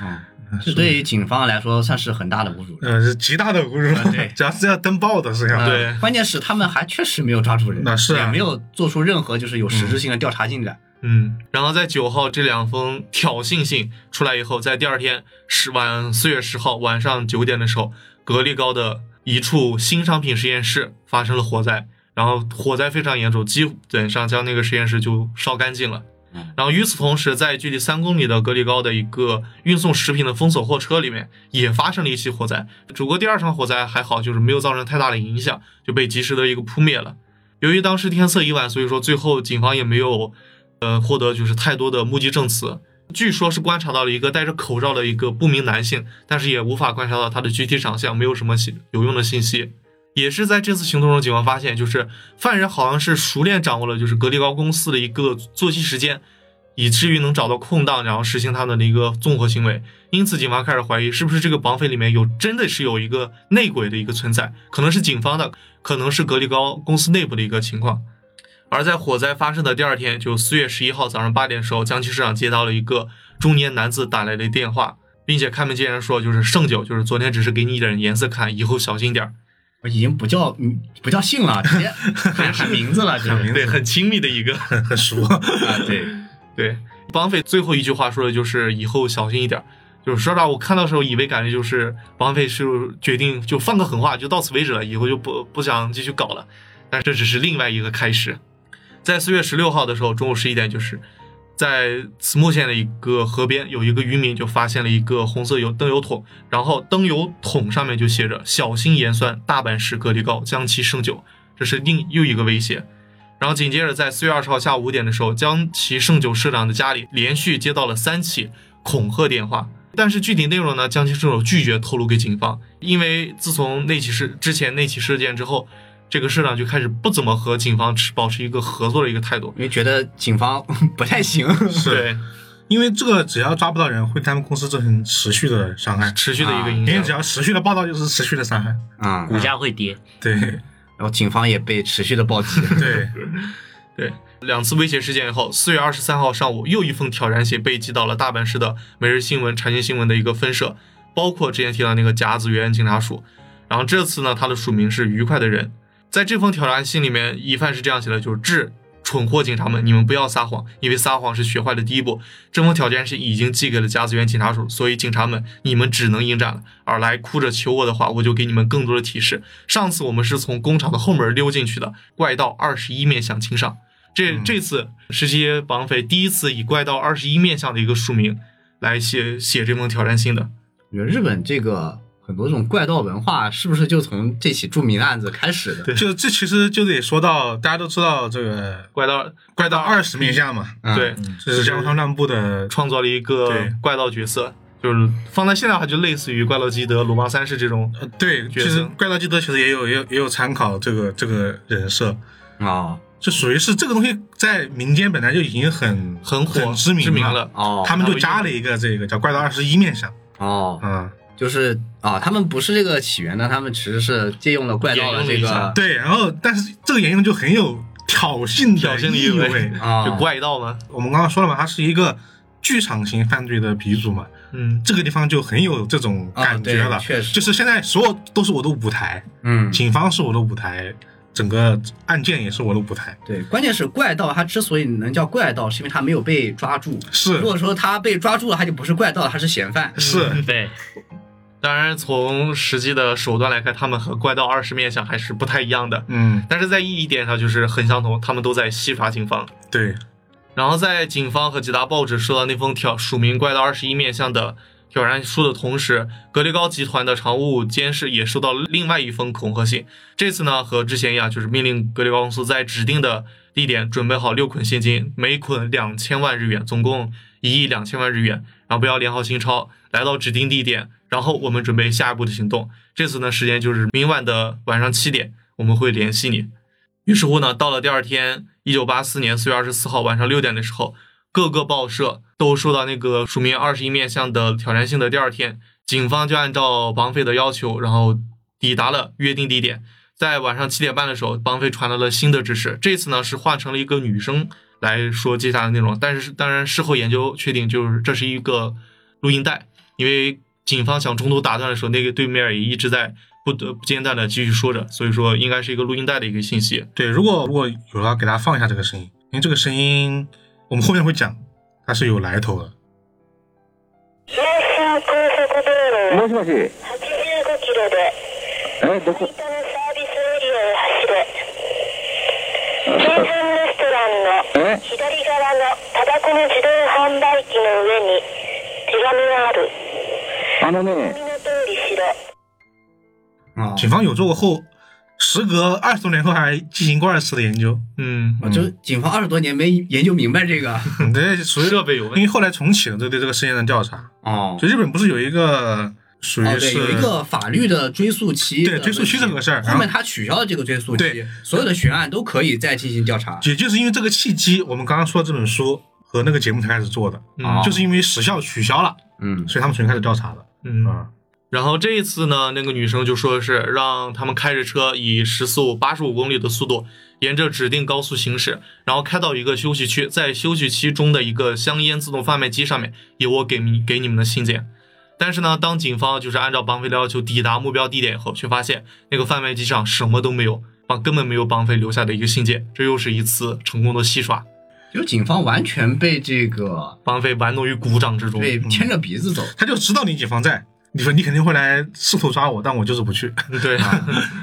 Speaker 2: 啊，这对于警方来说算是很大的侮辱了。
Speaker 1: 呃，是极大的侮
Speaker 4: 啊
Speaker 1: 辱，
Speaker 2: 对
Speaker 1: 主要是要登报的是要。
Speaker 2: 呃
Speaker 4: 对
Speaker 2: 关键是他们还确实没有抓住人，
Speaker 1: 那是啊
Speaker 2: 也没有做出任何就是有实质性的调查进展。
Speaker 4: 嗯，然后在九号这两封挑衅信出来以后，在第二天十晚四月十号晚上九点的时候，格力高的一处新商品实验室发生了火灾，然后火灾非常严重，基本上将那个实验室就烧干净了
Speaker 2: 嗯。
Speaker 4: 然后与此同时，在距离三公里的格力高的一个运送食品的封锁货车里面，也发生了一起火灾。只不过第二场火灾还好，就是没有造成太大的影响，就被及时的一个扑灭了。由于当时天色已晚，所以说最后警方也没有呃获得就是太多的目击证词。据说是观察到了一个戴着口罩的一个不明男性，但是也无法观察到他的具体长相，没有什么信有用的信息。也是在这次行动中，警方发现，就是犯人好像是熟练掌握了就是格力高公司的一个作息时间，以至于能找到空档，然后实行他们的一个综合行为。因此，警方开始怀疑，是不是这个绑匪里面有真的是有一个内鬼的一个存在，可能是警方的，可能是格力高公司内部的一个情况。而在火灾发生的第二天，就四月十一号早上八点的时候，江崎市长接到了一个中年男子打来的电话，并且开门见山说，就是盛酒，就是昨天只是给你一点颜色看，以后小心点儿。
Speaker 2: 我已经不叫嗯不叫姓了，直接直接喊名字了，直接
Speaker 1: 喊名字
Speaker 4: 对，很亲密的一个，
Speaker 1: 很很熟。
Speaker 2: 啊，对，
Speaker 4: 对。绑匪最后一句话说的就是以后小心一点儿。就是说到我看到的时候，以为感觉就是绑匪是决定就放个狠话，就到此为止了，以后就不不想继续搞了。但这只是另外一个开始。在四月十六号的时候，中午十一点，就是在慈木县的一个河边，有一个渔民就发现了一个红色油灯油桶，然后灯油桶上面就写着“小心盐酸，大阪市格力高，将其盛酒”，这是另又一个威胁。然后紧接着，在四月二十号下午五点的时候，江崎胜久社长的家里连续接到了三起恐吓电话，但是具体内容呢，江崎胜久拒绝透露给警方，因为自从那起事之前那起事件之后，这个社长就开始不怎么和警方持保持一个合作的一个态度。
Speaker 2: 因为觉得警方不太行，
Speaker 1: 是
Speaker 4: 对，
Speaker 1: 因为这个只要抓不到人，会对他们公司造成持续的伤害。
Speaker 4: 啊持续的一个影
Speaker 1: 因为
Speaker 4: 响。
Speaker 1: 只要持续的报道，就是持续的伤害。
Speaker 2: 啊，
Speaker 3: 股价会跌。
Speaker 1: 对
Speaker 2: 然后警方也被持续的暴击，
Speaker 1: 对，
Speaker 4: 对，两次威胁事件以后，四月二十三号上午，又一封挑战信被寄到了大阪市的《每日新闻》产经新闻的一个分社，包括之前提到那个甲子园警察署。然后这次呢，他的署名是“愉快的人”。在这封挑战信里面，疑犯是这样写的：就是致蠢货警察们，你们不要撒谎，因为撒谎是学坏的第一步。这封挑战信已经寄给了甲子园警察署，所以警察们，你们只能应战了。而来哭着求我的话，我就给你们更多的提示。上次我们是从工厂的后门溜进去的，怪盗二十一面相亲上。这
Speaker 1: 嗯
Speaker 4: 这次是这些绑匪第一次以怪盗二十一面相的一个署名来写写这封挑战信的。
Speaker 2: 我觉得日本这个很多这种怪盗文化，是不是就从这起著名的案子开始的？
Speaker 4: 对
Speaker 1: 就这其实就得说到，大家都知道这个
Speaker 4: 怪盗怪盗
Speaker 1: 二
Speaker 4: 二
Speaker 1: 十面相嘛，
Speaker 2: 嗯
Speaker 4: 对，
Speaker 1: 这是江户川乱步的
Speaker 4: 创造了一个
Speaker 1: 对
Speaker 4: 怪盗角色，就是放在现在的话就类似于怪盗基德、鲁邦三世这种。
Speaker 1: 呃，对，其
Speaker 4: 角色
Speaker 1: 实怪盗基德其实也有也有也有参考这个这个人设，
Speaker 2: 哦
Speaker 1: 就属于是这个东西在民间本来就已经很
Speaker 4: 很火
Speaker 1: 知名
Speaker 4: 名
Speaker 1: 了，
Speaker 4: 了，
Speaker 2: 哦
Speaker 1: 他们
Speaker 4: 他
Speaker 1: 就
Speaker 4: 们嗯
Speaker 1: 加了一个这个叫怪盗二十一面相
Speaker 2: 哦，
Speaker 1: 啊、
Speaker 2: 就是啊，他们不是这个起源的，他们只是借用了怪盗的这
Speaker 4: 沿用
Speaker 2: 个
Speaker 4: 了一
Speaker 1: 对，然后但是这个沿用就很有挑衅的
Speaker 4: 挑衅的
Speaker 1: 意
Speaker 4: 意味
Speaker 1: 味。
Speaker 2: 啊，
Speaker 4: 就怪盗嘛，
Speaker 1: 我们刚刚说了嘛，它是一个剧场型犯罪的鼻祖嘛，
Speaker 4: 嗯，
Speaker 1: 这个地方就很有这种感觉了，
Speaker 2: 啊对确实
Speaker 1: 就是现在所有都是我的舞台，
Speaker 2: 嗯，
Speaker 1: 警方是我的舞台，整个案件也是我的舞台，
Speaker 2: 对，关键是怪盗他之所以能叫怪盗，是因为他没有被抓住。
Speaker 1: 是
Speaker 2: 如果说他被抓住了，他就不是怪盗了，他是嫌犯。
Speaker 1: 是。
Speaker 3: 对，
Speaker 4: 当然从实际的手段来看，他们和怪盗二十面相还是不太一样的，
Speaker 1: 嗯，
Speaker 4: 但是在意义点上就是很相同，他们都在戏耍警方。
Speaker 1: 对，
Speaker 4: 然后在警方和几大报纸收到那封挑署名怪盗二十一面相的挑战书的同时，格雷高集团的常务监事也收到了另外一封恐吓信。这次呢，和之前一样，就是命令格雷高公司在指定的地点准备好六捆现金，每捆两千万日元，总共一亿两千万日元，然后不要连号新钞，来到指定地点，然后我们准备下一步的行动。这次呢，时间就是明晚的晚上七点，我们会联系你。于是乎呢，到了第二天，一九八四年四月二十四号晚上六点的时候，各个报社都收到那个署名二十一面相的挑战信的第二天，警方就按照绑匪的要求，然后抵达了约定地点。在晚上七点半的时候，绑匪传来了新的指示，这次呢是换成了一个女生来说接下来的内容，但是当然事后研究确定，就是这是一个录音带，因为警方想中途打断的时候，那个对面也一直在不得不间断的继续说着，所以说应该是一个录音带的一个信息。
Speaker 1: 对，如果如果有了，给大家放一下这个声音，因为这个声音我们后面会讲，它是有来头的。
Speaker 5: 東湘高速道路
Speaker 6: もしもし。え、
Speaker 5: 85キロで
Speaker 6: ど
Speaker 5: 北のサー
Speaker 6: こ
Speaker 5: ビスエリアを走れ生鮮レストランの
Speaker 6: え
Speaker 5: 左側のタバコの自動販売機の上に手紙がある
Speaker 6: あのね、
Speaker 5: 君の通りしろ
Speaker 2: 啊
Speaker 1: 警方有做过后，时隔二十多年后还进行过二次的研究，
Speaker 4: 嗯，
Speaker 2: 我啊就警方二十多年没研究明白这个哦
Speaker 1: 嗯这属于
Speaker 4: 设备有
Speaker 1: 因
Speaker 4: 问
Speaker 1: 为
Speaker 4: 题。
Speaker 1: 后来重启了对对这个事件的调查。
Speaker 2: 哦。
Speaker 1: 就日本不是有一个属
Speaker 2: 哦，
Speaker 1: 于
Speaker 2: 对，
Speaker 1: 是、
Speaker 2: 有一个法律的追诉期的
Speaker 1: 对
Speaker 2: 问题，
Speaker 1: 追诉期这么个事儿然后
Speaker 2: 后面他取消了这个追诉期
Speaker 1: 对，
Speaker 2: 所有的悬案都可以再进行调查。
Speaker 1: 也就是因为这个契机，我们刚刚说这本书和那个节目才开始做的，
Speaker 4: 嗯
Speaker 1: 就是因为时效取消了，
Speaker 2: 哦嗯，
Speaker 1: 所以他们重新开始调查的。
Speaker 4: 嗯，
Speaker 1: 啊、
Speaker 4: 然后这一次呢，那个女生就说是让他们开着车以时速八十五公里的速度，沿着指定高速行驶，然后开到一个休息区，在休息区中的一个香烟自动贩卖机上面有我给你给你们的信件。但是呢，当警方就是按照绑匪的要求抵达目标地点以后，却发现那个贩卖机上什么都没有，啊，根本没有绑匪留下的一个信件，这又是一次成功的戏耍，
Speaker 2: 就警方完全被这个
Speaker 4: 绑匪玩弄于鼓掌
Speaker 1: 嗯
Speaker 4: 之中。
Speaker 2: 被牵着鼻子走，
Speaker 1: 他就知道你警方在，你说你肯定会来试图抓我，但我就是不去，
Speaker 4: 嗯对，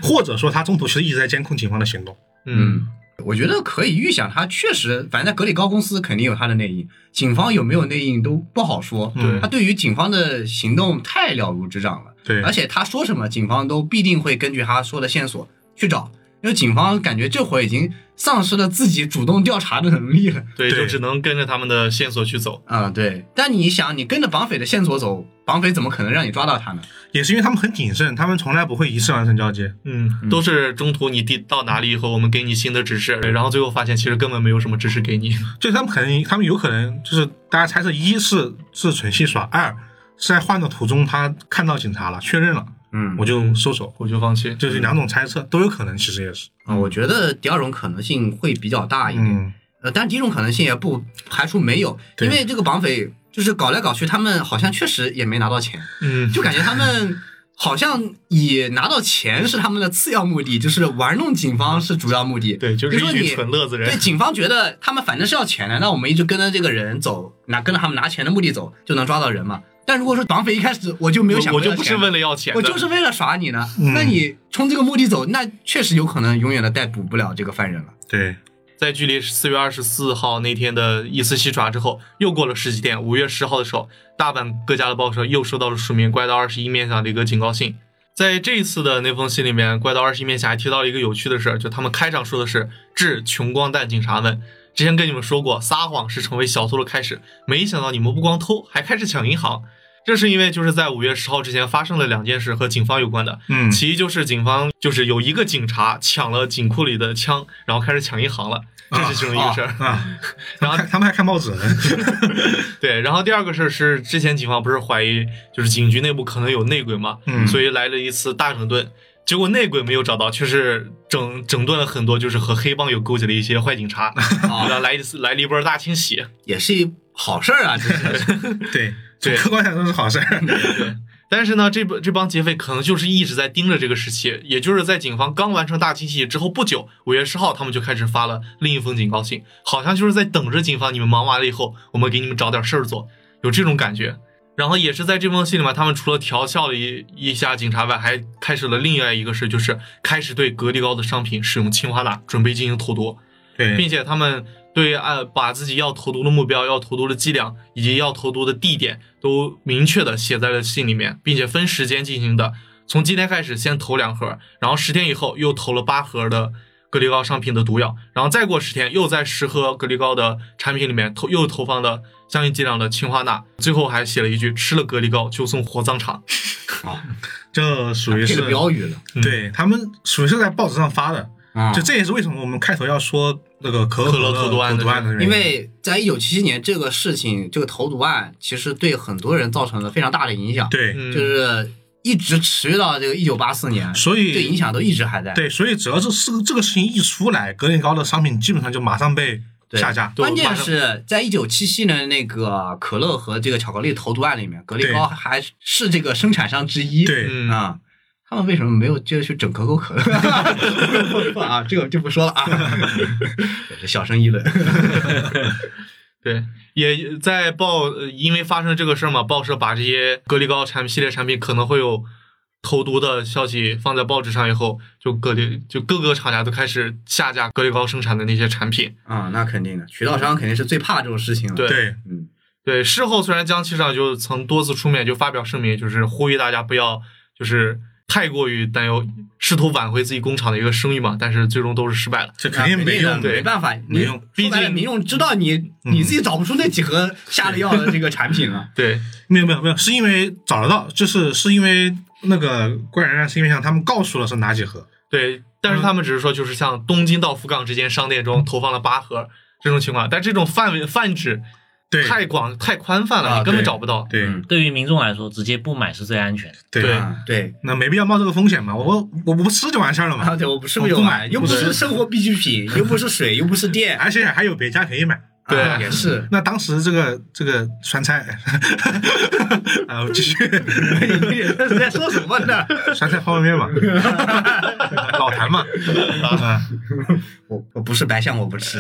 Speaker 1: 或者说他中途其实一直在监控警方的行动。
Speaker 4: 嗯。
Speaker 2: 我觉得可以预想，他确实，反正在格里高公司肯定有他的内应，警方有没有内应都不好说。
Speaker 1: 嗯
Speaker 2: 他对于警方的行动太了如指掌了，
Speaker 1: 对
Speaker 2: 而且他说什么，警方都必定会根据他说的线索去找，因为警方感觉这会儿已经丧失了自己主动调查的能力了。
Speaker 4: 对，
Speaker 1: 对
Speaker 4: 就只能跟着他们的线索去走。
Speaker 2: 啊、对。但你想，你跟着绑匪的线索走，绑匪怎么可能让你抓到他呢？
Speaker 1: 也是因为他们很谨慎，他们从来不会一次完成交接。
Speaker 4: 嗯，都是中途你地到哪里以后，我们给你新的指示，然后最后发现其实根本没有什么指示给你。
Speaker 1: 就是他们肯定，他们有可能就是大家猜测，一是是纯戏耍，二是在换的途中他看到警察了，确认了，
Speaker 2: 嗯
Speaker 1: 我就收手，
Speaker 4: 我就放弃。嗯
Speaker 1: 就是两种猜测都有可能，其实也是，
Speaker 2: 啊、我觉得第二种可能性会比较大一点。
Speaker 1: 嗯，
Speaker 2: 呃，但第一种可能性也不排除没有，
Speaker 1: 对
Speaker 2: 因为这个绑匪就是搞来搞去，他们好像确实也没拿到钱，
Speaker 4: 嗯，
Speaker 2: 就感觉他们好像以拿到钱是他们的次要目的，就是玩弄警方是主要目的。
Speaker 4: 对，就是
Speaker 2: 比如
Speaker 4: 一
Speaker 2: 说
Speaker 4: 群
Speaker 2: 你
Speaker 4: 蠢乐子
Speaker 2: 对，
Speaker 4: 人。
Speaker 2: 警方觉得他们反正是要钱的，那我们一直跟着这个人走，拿跟着他们拿钱的目的走，就能抓到人嘛。但如果说绑匪一开始我就没有想
Speaker 4: 我
Speaker 2: 过
Speaker 4: 就
Speaker 2: 要
Speaker 4: 不是
Speaker 2: 钱
Speaker 4: 为了要钱的，
Speaker 2: 我就是为了耍你呢，
Speaker 1: 嗯
Speaker 2: 那你冲这个目的走，那确实有可能永远的逮捕不了这个犯人了。
Speaker 1: 对，
Speaker 4: 在距离四月二十四号那天的一次戏耍之后，又过了十几天，五月十号的时候，大阪各家的报社又收到了署名怪盗二十一面相的一个警告信。在这一次的那封信里面，怪盗二十一面相还提到了一个有趣的事儿，就他们开场说的是“致穷光蛋警察们”。之前跟你们说过，撒谎是成为小偷的开始，没想到你们不光偷，还开始抢银行。这是因为就是在五月十号之前发生了两件事和警方有关的，
Speaker 1: 嗯，
Speaker 4: 其一就是警方就是有一个警察抢了警库里的枪，然后开始抢银行了， 这是其中一个事儿。
Speaker 1: 啊，
Speaker 4: 然
Speaker 1: 他
Speaker 4: 后
Speaker 1: 们看他们还看报纸呢，
Speaker 4: 对，然后第二个事儿是之前警方不是怀疑就是警局内部可能有内鬼嘛，
Speaker 1: 嗯
Speaker 4: 所以来了一次大整顿，结果内鬼没有找到，却是整整顿了很多就是和黑帮有勾结的一些坏警察，
Speaker 2: 啊
Speaker 4: 给他 来一次来了一波大清洗。
Speaker 2: 也是一好事儿啊，这是
Speaker 1: 对，从
Speaker 4: 对
Speaker 1: 客观上都是好事儿，
Speaker 4: 但是呢，这帮这帮劫匪可能就是一直在盯着这个时期，也就是在警方刚完成大清洗之后不久，五月十号他们就开始发了另一封警告信，好像就是在等着警方你们忙完了以后，我们给你们找点事儿做，有这种感觉。然后也是在这封信里面，他们除了调笑了一一下警察外，还开始了另外一个事，就是开始对格力高的商品使用氰化钠，准备进行投毒。并
Speaker 1: 对，
Speaker 4: 且他们对啊，把自己要投毒的目标、要投毒的剂量以及要投毒的地点都明确的写在了信里面，并且分时间进行的。从今天开始先投两盒，然后十天以后又投了八盒的隔离膏上品的毒药，然后再过十天又在十盒隔离膏的产品里面投又投放了相应剂量的氰化钠，最后还写了一句：吃了隔离膏就送火葬场。
Speaker 1: 这属于
Speaker 2: 这
Speaker 1: 是
Speaker 2: 个标语了
Speaker 1: 对他们属于是在报纸上发的，
Speaker 2: 啊
Speaker 1: 就这也是为什么我们开头要说那个可口
Speaker 4: 可乐
Speaker 1: 可
Speaker 4: 投毒案的
Speaker 1: 投毒案的原
Speaker 2: 因为在一九七七年这个事情，这个投毒案其实对很多人造成了非常大的影响，，
Speaker 1: 对、
Speaker 4: 嗯，
Speaker 2: 就是一直持续到这个一九八四年，
Speaker 1: 所以
Speaker 2: 这影响都一直还在。
Speaker 1: 对，所以只要这事这个事情一出来，格力高的商品基本上就马上被
Speaker 2: 对
Speaker 1: 下架。
Speaker 4: 对
Speaker 2: 关键是在一九七七年的那个可乐和这个巧克力投毒案里面，格力高还是这个生产商之一。
Speaker 1: 对
Speaker 4: 嗯
Speaker 2: 啊，他们为什么没有接着去整可口 可乐？啊，这个就不说了 啊，这小声议论。
Speaker 4: 对，也在报，呃因为发生这个事儿嘛，报社把这些隔离膏产系列产品可能会有投毒的消息放在报纸上以后，就隔离就各个厂家都开始下架隔离膏生产的那些产品。
Speaker 2: 啊，那肯定的，渠道商肯定是最怕这种事情了。
Speaker 4: 对
Speaker 1: 对
Speaker 2: 嗯，
Speaker 4: 对，事后虽然江市长就曾多次出面就发表声明，就是呼吁大家不要就是太过于担忧，试图挽回自己工厂的一个声誉嘛，但是最终都是失败了。
Speaker 1: 这肯定没用
Speaker 2: 那肯啊定的没办法，
Speaker 1: 没用
Speaker 2: 你
Speaker 4: 毕
Speaker 2: 说白了
Speaker 4: 竟
Speaker 2: 民众知道你你自己找不出那几盒下了药的这个产品了。
Speaker 4: 对，
Speaker 1: 没有没有没有，是因为找得到，就是是因为那个怪人案是因为像他们告诉了是哪几盒，
Speaker 4: 对，
Speaker 1: 嗯
Speaker 4: 但是他们只是说，就是像东京到福冈之间商店中投放了八盒这种情况，但这种范围泛指
Speaker 1: 对
Speaker 4: 太广太宽泛了，
Speaker 2: 啊
Speaker 4: 你根本
Speaker 1: 对
Speaker 4: 找不到。
Speaker 1: 对、
Speaker 2: 嗯
Speaker 3: 对于民众来说，直接不买是最安全的。
Speaker 1: 对
Speaker 4: 对
Speaker 2: 啊对，
Speaker 1: 那没必要冒这个风险嘛，我我我不吃就完事儿了
Speaker 2: 啊
Speaker 1: 嘛，
Speaker 2: 对，我不是没
Speaker 1: 我
Speaker 2: 有
Speaker 1: 不
Speaker 2: 买，
Speaker 1: 买
Speaker 2: 又不
Speaker 1: 对
Speaker 2: 是生活必需品，又不是水，又不是电，哎
Speaker 1: 而且还有别家可以买。。
Speaker 4: 对
Speaker 2: 啊也是
Speaker 1: 那当时这个这个酸菜， 啊，我继续
Speaker 2: 你你在说什么呢？
Speaker 1: 酸菜泡面嘛，老坛嘛，啊，
Speaker 2: 我我不是白象，我不吃。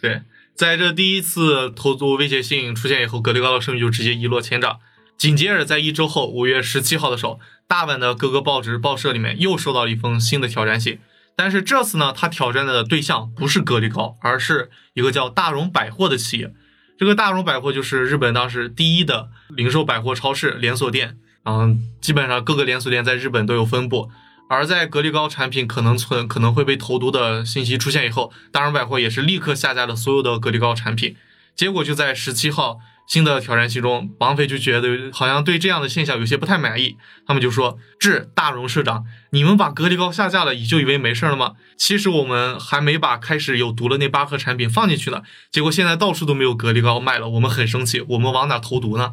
Speaker 4: 对，在这第一次投毒威胁信出现以后，格力高的声誉就直接一落千丈。紧接着，在一周后，五月十七号的时候，大阪的各个报纸、报社里面又收到了一封新的挑战信。但是这次呢，他挑战的对象不是格力高，而是一个叫大荣百货的企业。这个大荣百货就是日本当时第一的零售百货超市连锁店，嗯，基本上各个连锁店在日本都有分布。而在格力高产品可能存可能会被投毒的信息出现以后，大荣百货也是立刻下架了所有的格力高产品。结果就在十七号新的挑战信中，绑匪就觉得好像对这样的现象有些不太满意，他们就说：“致大荣社长，你们把格力高下架了，你就以为没事了吗？其实我们还没把开始有毒的那八盒产品放进去呢，结果现在到处都没有格力高卖了，我们很生气，我们往哪投毒呢？”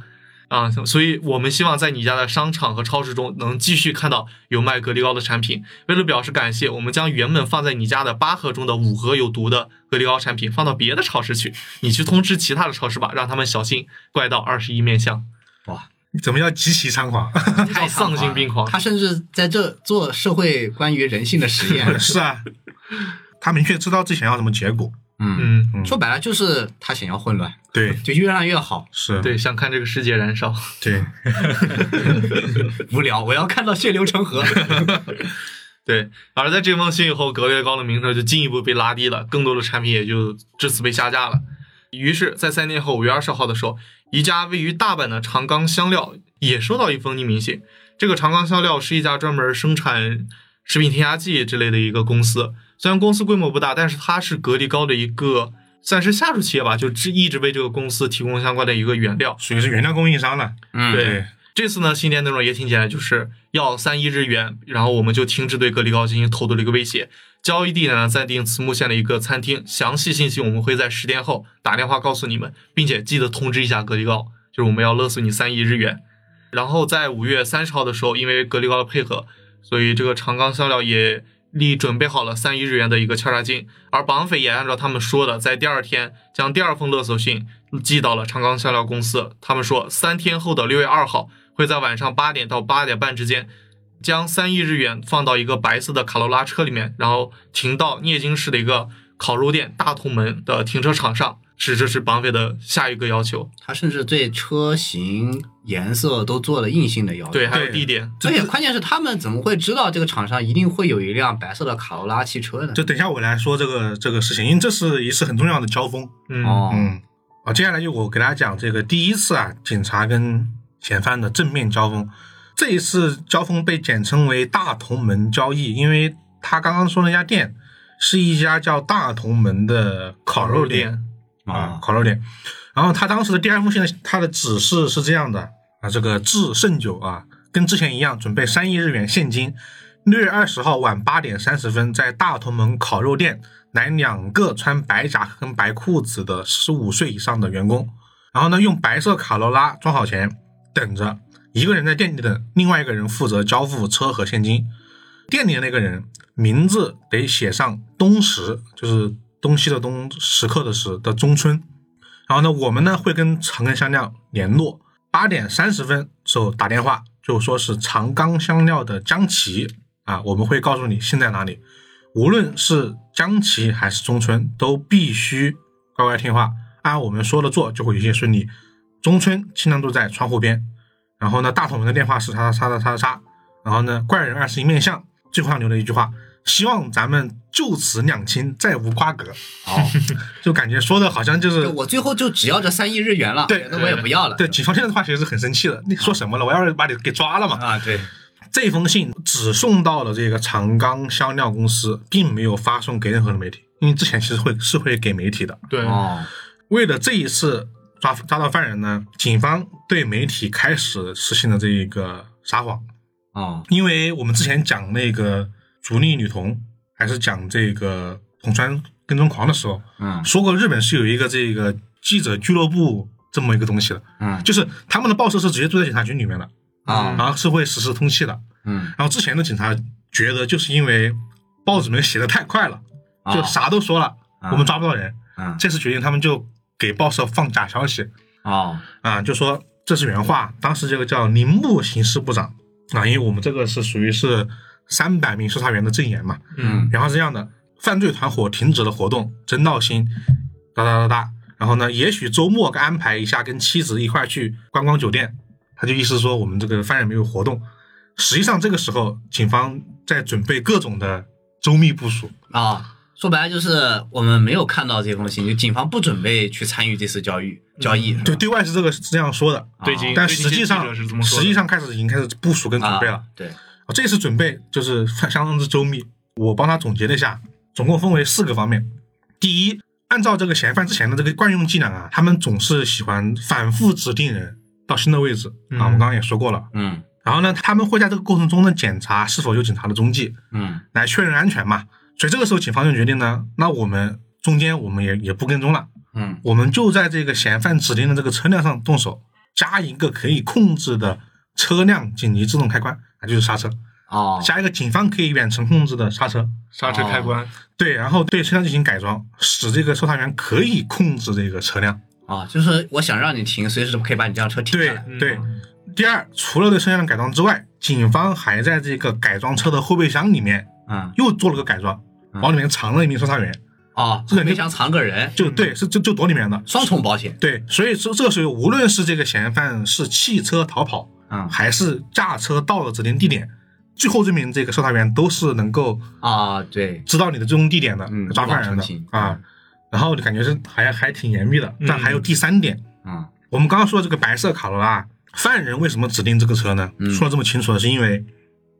Speaker 4: 啊，所以我们希望在你家的商场和超市中能继续看到有卖格力高的产品。为了表示感谢，我们将原本放在你家的八盒中的五盒有毒的格力高产品放到别的超市去，你去通知其他的超市吧，让他们小心怪盗二十一面相。
Speaker 1: 怎么叫极其猖狂？。
Speaker 4: 太丧心病狂
Speaker 2: 他甚至在这做社会关于人性的实验
Speaker 1: 是啊，他明确知道自己想要什么结果。
Speaker 2: 嗯，
Speaker 4: 嗯，
Speaker 2: 说白了就是他想要混乱，
Speaker 1: 对，
Speaker 2: 就越乱越好。
Speaker 1: 是，
Speaker 4: 对，想看这个世界燃烧。
Speaker 1: 对，
Speaker 2: 无聊，我要看到血流成 河。
Speaker 4: 对，而在这封信以后，格力高的名声就进一步被拉低了，更多的产品也就至此被下架了。于是，在三天后，五月二十号的时候，一家位于大阪的长冈香料也收到一封匿名信。这个长冈香料是一家专门生产食品添加剂之类的一个公司，虽然公司规模不大，但是它是格力高的一个算是下属企业吧，就只一直为这个公司提供相关的一个原料。
Speaker 1: 属于是原料供应商了。
Speaker 2: 嗯，
Speaker 4: 对
Speaker 1: 对，
Speaker 4: 这次呢，新店内容也挺简单，就是要三亿日元，然后我们就停止对格力高进行投毒的一个威胁。交易地点呢暂定慈木县的一个餐厅，详细信息我们会在十天后打电话告诉你们，并且记得通知一下格力高，就是我们要勒索你三亿日元。然后在五月三十号的时候，因为格力高的配合，所以这个长冈香料也立准备好了三亿日元的一个敲诈金，而绑匪也按照他们说的，在第二天将第二封勒索信寄到了长冈香料公司。他们说，三天后的六月二号，会在晚上八点到八点半之间，将三亿日元放到一个白色的卡罗拉车里面，然后停到涅京市的一个烤肉店大同门的停车场上。是这是绑匪的下一个要求，
Speaker 2: 它甚至对车型、颜色都做了硬性的要求。
Speaker 4: 对，还有
Speaker 1: 对
Speaker 4: 地点，
Speaker 2: 而且关键是他们怎么会知道这个厂商一定会有一辆白色的卡罗拉汽车呢？
Speaker 1: 就等一下我来说这个这个事情，因为这是一次很重要的交锋。
Speaker 4: 嗯，
Speaker 2: 哦，
Speaker 1: 嗯，好，接下来就我给大家讲这个第一次啊，警察跟嫌犯的正面交锋。这一次交锋被简称为大同门交易，因为他刚刚说那家店是一家叫大同门的烤肉店。啊，
Speaker 2: 啊，
Speaker 1: 烤肉店。然后他当时的第二封信呢，他的指示是这样的啊，这个制盛酒啊，跟之前一样，准备三亿日元现金。六月二十号晚八点三十分，在大同门烤肉店来两个穿白夹克跟白裤子的十五岁以上的员工，然后呢，用白色卡罗拉装好钱，等着一个人在店里等，另外一个人负责交付车和现金。店里的那个人名字得写上东石，就是东西的东，时刻的时的中村。然后呢，我们呢会跟长庚香料联络，八点三十分时候打电话，就说是长冈香料的江崎啊，我们会告诉你现在哪里。无论是江崎还是中村，都必须乖乖听话，按我们说的做，就会一切顺利。中村尽量都在窗户边，然后呢，大筒门的电话是叉叉叉叉叉叉，然后呢，怪人二十一面相，最后上留了一句话：希望咱们就此两清，再无瓜葛。
Speaker 2: 好，
Speaker 1: 就感觉说的好像就是
Speaker 2: 哦我最后就只要这三亿日元了，
Speaker 1: 对
Speaker 2: 那我也不要了。
Speaker 1: 对，警方现在的话其实是很生气的，你说什么了？我要是把你给抓了嘛。
Speaker 2: 啊，对，
Speaker 1: 这封信只送到了这个长冈香料公司，并没有发送给任何的媒体，因为之前其实会是会给媒体的。
Speaker 4: 对，
Speaker 2: 哦，
Speaker 1: 为了这一次抓抓到犯人呢，警方对媒体开始实行了这一个撒谎，
Speaker 2: 哦，
Speaker 1: 因为我们之前讲那个逐利女童，还是讲这个统川跟踪狂的时候，
Speaker 2: 嗯
Speaker 1: 说过日本是有一个这个记者俱乐部这么一个东西的，
Speaker 2: 嗯
Speaker 1: 就是他们的报社是直接住在警察局里面的，
Speaker 2: 啊，
Speaker 1: 然后是会实时通气的。
Speaker 2: 嗯，
Speaker 1: 然后之前的警察觉得就是因为报纸们写的太快了，
Speaker 2: 啊
Speaker 1: 就啥都说了，
Speaker 2: 啊
Speaker 1: 我们抓不到人。
Speaker 2: 嗯，
Speaker 1: 这次决定他们就给报社放假消息
Speaker 2: 哦，
Speaker 1: 啊，就说这是原话。当时这个叫铃木刑事部长啊，因为我们这个是属于是三百名搜查员的证言嘛，
Speaker 2: 嗯，
Speaker 1: 然后是这样的，犯罪团伙停止了活动，真闹心，哒哒哒哒。然后呢，也许周末安排一下跟妻子一块去观光酒店，他就意思说我们这个犯人没有活动。实际上这个时候，警方在准备各种的周密部署。
Speaker 2: 啊。说白了就是我们没有看到这封信，就警方不准备去参与这次交易交易。
Speaker 1: 嗯对，对外是这个是这样说的，
Speaker 4: 啊对警，
Speaker 1: 哦但
Speaker 4: 对
Speaker 1: 实际
Speaker 4: 记者
Speaker 1: 上
Speaker 4: 是这么说
Speaker 1: 实
Speaker 4: 的
Speaker 1: 际上开始已经开始部署跟准备了。
Speaker 2: 啊，对，
Speaker 1: 啊这次准备就是相相当之周密，我帮他总结了一下，总共分为四个方面。第一，按照这个嫌犯之前的这个惯用伎俩啊，他们总是喜欢反复指定人到新的位置、啊，我们刚刚也说过了。
Speaker 2: 嗯
Speaker 1: 然后呢，他们会在这个过程中呢检查是否有警察的踪迹，
Speaker 2: 嗯
Speaker 1: 来确认安全嘛。所以这个时候，警方就决定呢，那我们中间我们也也不跟踪了，
Speaker 2: 嗯
Speaker 1: 我们就在这个嫌犯指定的这个车辆上动手，加一个可以控制的车辆紧急自动开关，那就是刹车。
Speaker 2: 哦，
Speaker 1: 加一个警方可以远程控制的刹车，
Speaker 4: 刹车开关，嗯
Speaker 1: 对，然后对车辆进行改装，使这个搜查员可以控制这个车辆。
Speaker 2: 啊，就是我想让你停，随时可以把你这辆车停下
Speaker 1: 对
Speaker 2: 来。
Speaker 1: 对。第二，除了对车辆的改装之外，警方还在这个改装车的后备箱里面
Speaker 2: 嗯，
Speaker 1: 又做了个改装，往里面藏了一名搜查员，
Speaker 2: 哦，
Speaker 1: 这个
Speaker 2: 没
Speaker 1: 就
Speaker 2: 想藏个人，
Speaker 1: 就对，是就就躲里面的。
Speaker 2: 双重保险。
Speaker 1: 对，所以这这个时候，无论是这个嫌犯是弃车逃跑，
Speaker 2: 嗯
Speaker 1: 还是驾车到了指定地点，最后这名这个搜查员都是能够
Speaker 2: 啊，对，
Speaker 1: 知道你的最终地点的，
Speaker 2: 嗯
Speaker 1: 抓犯人
Speaker 2: 一网成擒
Speaker 1: 的啊。然后就感觉是还还挺严密的，但还有第三点，
Speaker 2: 嗯
Speaker 1: 我们刚刚说这个白色卡罗拉，犯人为什么指定这个车呢？
Speaker 2: 嗯
Speaker 1: 说的这么清楚，是因为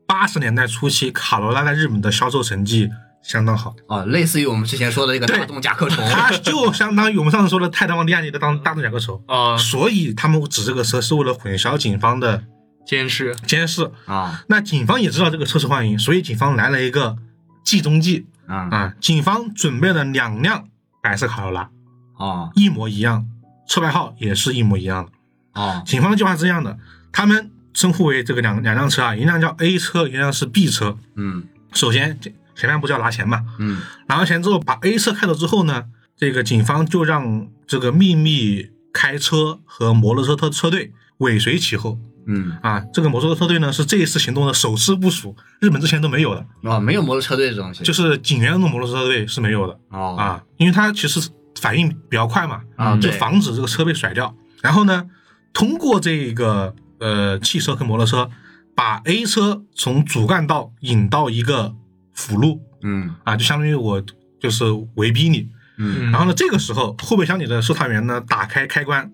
Speaker 1: 八十年代初期卡罗拉在日本的销售成绩相当好，
Speaker 2: 啊，类似于我们之前说的这个
Speaker 1: 对
Speaker 2: 大众甲壳 虫。
Speaker 1: 它就相当于我们上次说的泰坦王迪亚尼的
Speaker 2: 嗯
Speaker 1: 当大众甲壳虫，
Speaker 4: 啊，
Speaker 1: 所以他们指这个车是为了混淆警方的
Speaker 4: 监视，
Speaker 1: 监视。
Speaker 2: 啊
Speaker 1: 那警方也知道这个车是幻影，所以警方来了一个计中计
Speaker 2: 啊
Speaker 1: 啊，警方准备了两辆白色卡罗拉。
Speaker 2: 啊
Speaker 1: 一模一样，车牌号也是一模一样的。
Speaker 2: 啊
Speaker 1: 警方的计划是这样的，他们称呼为这个两两辆车啊，一辆叫 A 车，一辆是 B 车。
Speaker 2: 嗯
Speaker 1: 首先，这嫌犯不是要拿钱嘛？
Speaker 2: 嗯
Speaker 1: 拿完钱之后，把 A 车开走之后呢，这个警方就让这个秘密开车和摩托车车车队尾随其后
Speaker 2: 嗯
Speaker 1: 啊。这个摩托车车队呢是这一次行动的首次部署，日本之前都没有的，
Speaker 2: 哦啊，没有摩托车队这东西。
Speaker 1: 就是警员那种摩托车车队是没有的
Speaker 2: 哦
Speaker 1: 啊啊，因为它其实反应比较快嘛，
Speaker 2: 啊
Speaker 1: 就
Speaker 2: 对
Speaker 1: 防止这个车被甩掉。然后呢，通过这个呃汽车和摩托车，把 A 车从主干道引到一个辅路
Speaker 2: 嗯
Speaker 1: 啊，就相当于我就是围逼你。
Speaker 2: 嗯
Speaker 1: 然后呢，这个时候后备箱里的售票员呢打开开关，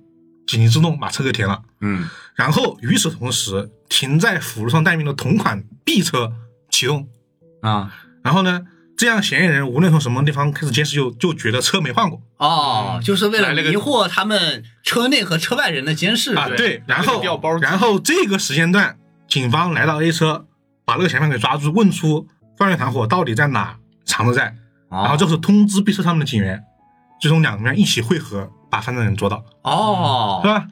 Speaker 1: 紧急制动把车给停了。
Speaker 2: 嗯
Speaker 1: 然后与此同时，停在辅路上待命的同款 B 车启动。
Speaker 2: 啊
Speaker 1: 然后呢，这样嫌疑人无论从什么地方开始监视就，就觉得车没换过
Speaker 2: 哦，就是为了
Speaker 4: 来了个
Speaker 2: 迷惑他们车内和车外人的监视
Speaker 1: 啊。
Speaker 2: 对
Speaker 1: 对，然后
Speaker 4: 掉包机
Speaker 1: 然后这个时间段，警方来到 A 车，把这个嫌犯给抓住，问出犯罪团伙到底在哪藏着在，然后
Speaker 2: 哦
Speaker 1: 就是通知 B 车他们的警员，最终两个人一起汇合，把犯罪人捉到，是
Speaker 2: 哦，
Speaker 1: 吧？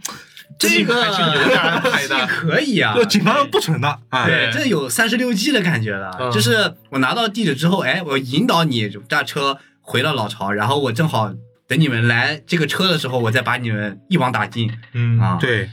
Speaker 2: 这
Speaker 4: 个还是有点安排 的
Speaker 2: 可以啊，
Speaker 1: 就警方不蠢的啊，
Speaker 4: 对
Speaker 2: 这有三十六计的感觉
Speaker 4: 嗯
Speaker 2: 了。就是我拿到地址之后，哎，我引导你驾车回了老巢，然后我正好等你们来这个车的时候，我再把你们一网打尽
Speaker 4: 嗯
Speaker 2: 啊。，
Speaker 1: 对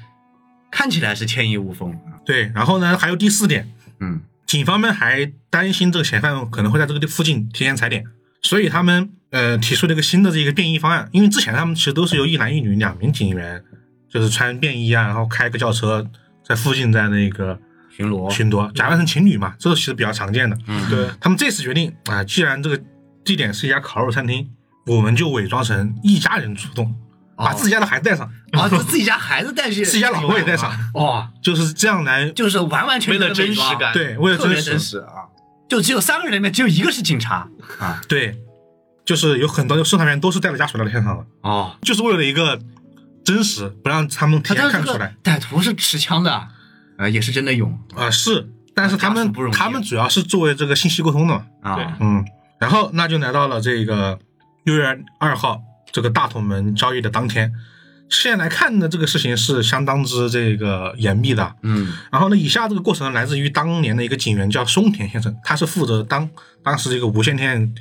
Speaker 2: 看起来是天衣无缝。啊
Speaker 1: 对。然后呢，还有第四点，
Speaker 2: 嗯
Speaker 1: 警方们还担心这个嫌犯可能会在这个附近提前踩点，所以他们呃提出了一个新的这个便衣方案。因为之前他们其实都是由一男一女两名警员，就是穿便衣啊，然后开个轿车在附近在那个
Speaker 2: 巡逻
Speaker 1: 巡逻，假扮成情侣嘛，这个其实比较常见的。
Speaker 2: 嗯
Speaker 4: 对，
Speaker 1: 他们这次决定啊，既然这个地点是一家烤肉餐厅，我们就伪装成一家人出动，
Speaker 2: 哦
Speaker 1: 把自己家的孩子带上，
Speaker 2: 啊，就自己家孩子带去，
Speaker 1: 自己家老婆也 带上，
Speaker 2: 哦，
Speaker 1: 就是这样来
Speaker 2: 就是完完全全
Speaker 4: 为
Speaker 2: 的
Speaker 4: 了真
Speaker 2: 伪装
Speaker 4: 实感，，
Speaker 1: 对，为了
Speaker 2: 特别
Speaker 1: 真实
Speaker 2: 真实啊。就只有三个人里面只有一个是警察啊。
Speaker 1: 对，就是有很多就搜查员都是带着家属来到现场的，
Speaker 2: 哦，
Speaker 1: 就是为了一个真实，不让他们
Speaker 2: 他
Speaker 1: 提前
Speaker 2: 这
Speaker 1: 看出
Speaker 2: 个
Speaker 1: 来
Speaker 2: 歹徒是持枪的，呃，也是真的勇
Speaker 1: 啊、是，但是他
Speaker 2: 家
Speaker 1: 们
Speaker 2: 属不容易
Speaker 1: 他们主要是作为这个信息沟通的嘛，
Speaker 4: 对
Speaker 2: 啊。
Speaker 1: 嗯，然后那就来到了这个六月二号这个大同门交易的当天，现在来看呢，这个事情是相当之这个严密的，
Speaker 2: 嗯
Speaker 1: 然后呢，以下这个过程来自于当年的一个警员叫松田先生，他是负责当当时这个无线电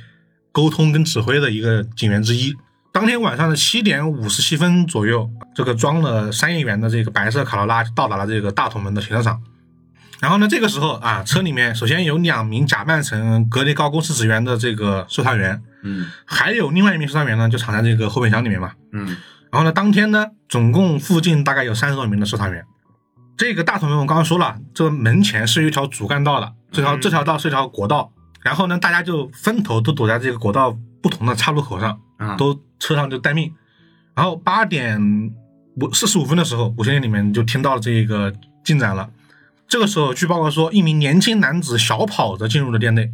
Speaker 1: 沟通跟指挥的一个警员之一。当天晚上的七点五十七分左右，这个装了三亿元的这个白色卡罗拉到达了这个大同门的停车场。然后呢，这个时候啊，车里面首先有两名假扮成格雷高公司职员的这个售票员，
Speaker 2: 嗯
Speaker 1: 还有另外一名售票员呢，就藏在这个后备箱里面嘛。
Speaker 2: 嗯
Speaker 1: 然后呢，当天呢，总共附近大概有三十多名的收查员。这个大同门我刚刚说了，这个门前是有一条主干道的，这条、
Speaker 4: 嗯
Speaker 1: 这条道是一条国道。然后呢，大家就分头都躲在这个国道不同的岔路口上，
Speaker 2: 啊
Speaker 1: 都车上就待命。然后八点五四十五分的时候，无线电里面就听到了这个进展了。这个时候，据报告说，一名年轻男子小跑着进入了店内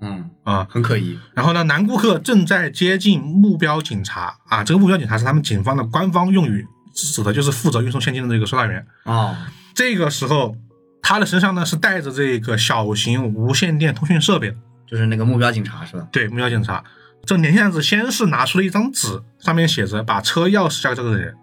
Speaker 2: 嗯
Speaker 1: 啊，
Speaker 2: 很可疑
Speaker 1: 然后呢，男顾客正在接近目标警察啊，这个目标警察是他们警方的官方用语，指的就是负责运送现金的这个收纳员。
Speaker 2: 哦
Speaker 1: 这个时候，他的身上呢是带着这个小型无线电通讯设备的，
Speaker 2: 就是那个目标警察是吧？
Speaker 1: 对目标警察。这年轻男子先是拿出了一张纸，上面写着“把车钥匙交给这个人”，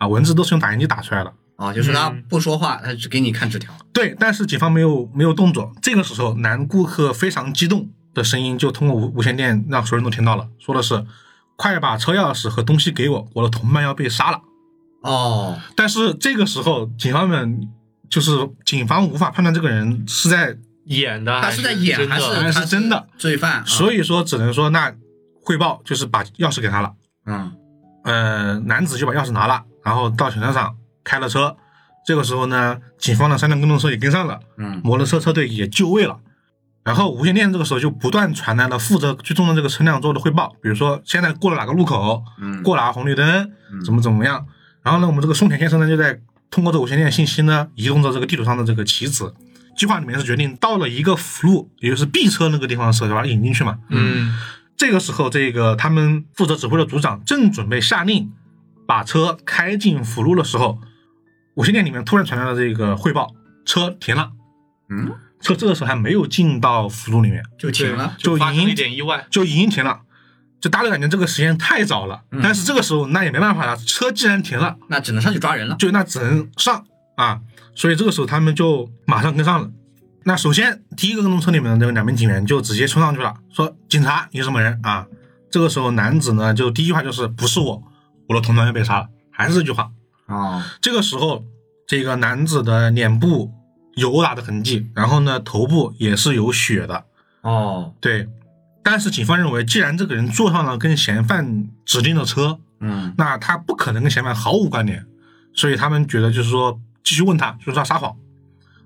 Speaker 1: 啊，文字都是用打印机打出来的。
Speaker 2: 啊，就是他
Speaker 4: 嗯
Speaker 2: 不说话，他只给你看纸条。
Speaker 1: 对，但是警方没有没有动作。这个时候，男顾客非常激动的声音就通过无无线电让所有人都听到了，说的是：“快把车钥匙和东西给我，我的同伴要被杀了。
Speaker 2: 哦，”
Speaker 1: 但是这个时候，警方们就是警方无法判断这个人是在，
Speaker 4: 演的
Speaker 2: 他
Speaker 4: 还
Speaker 2: 是
Speaker 4: 哎是
Speaker 2: 在演
Speaker 4: 真
Speaker 2: 还
Speaker 4: 的
Speaker 2: 是
Speaker 1: 还
Speaker 2: 他
Speaker 1: 哎是真的
Speaker 2: 罪犯？啊
Speaker 1: 所
Speaker 2: 以
Speaker 1: 以说只能说那汇报就是把钥匙给他了。
Speaker 2: 嗯
Speaker 1: 呃，男子就把钥匙拿了，然后到停车场开了车。这个时候呢，警方的三辆跟踪车也跟上了。
Speaker 2: 嗯
Speaker 1: 摩托车车队也就位了。然后无线电这个时候就不断传来了负责追踪的这个车辆做的汇报，比如说现在过了哪个路口，
Speaker 2: 嗯
Speaker 1: 过了红绿灯，
Speaker 2: 嗯
Speaker 1: 怎么怎么样。然后呢，我们这个松田先生呢就在通过这无线电信息呢，移动着这个地图上的这个棋子。计划里面是决定到了一个辅路，也就是 B 车那个地方的时候，就把它引进去嘛。
Speaker 4: 嗯
Speaker 1: 这个时候，这个他们负责指挥的组长正准备下令把车开进辅路的时候，无线电里面突然传来了这个汇报，车停了。
Speaker 2: 嗯
Speaker 1: 车这个时候还没有进到辅路里面，
Speaker 2: 就停了。
Speaker 1: 就
Speaker 4: 就发
Speaker 1: 已
Speaker 4: 生
Speaker 1: 经
Speaker 4: 了一点意外，
Speaker 1: 就已经停了。就大家都感觉这个时间太早了，
Speaker 2: 嗯
Speaker 1: 但是这个时候那也没办法了，车既然停了，
Speaker 2: 那只能上去抓人了。
Speaker 1: 就那只能上啊。所以这个时候他们就马上跟上了。那首先第一个跟踪车里面的那个两名警员就直接冲上去了，说：“警察，你是什么人啊？”这个时候男子呢就第一句话就是：“不是我，我的同伴要被杀了。”还是这句话。
Speaker 2: 哦，
Speaker 1: 这个时候，这个男子的脸部有殴打的痕迹，然后呢头部也是有血的，
Speaker 2: 哦，
Speaker 1: 对，但是警方认为，既然这个人坐上了跟嫌犯指定的车，
Speaker 2: 嗯
Speaker 1: 那他不可能跟嫌犯毫无关联，所以他们觉得就是说继续问他，就是他撒谎。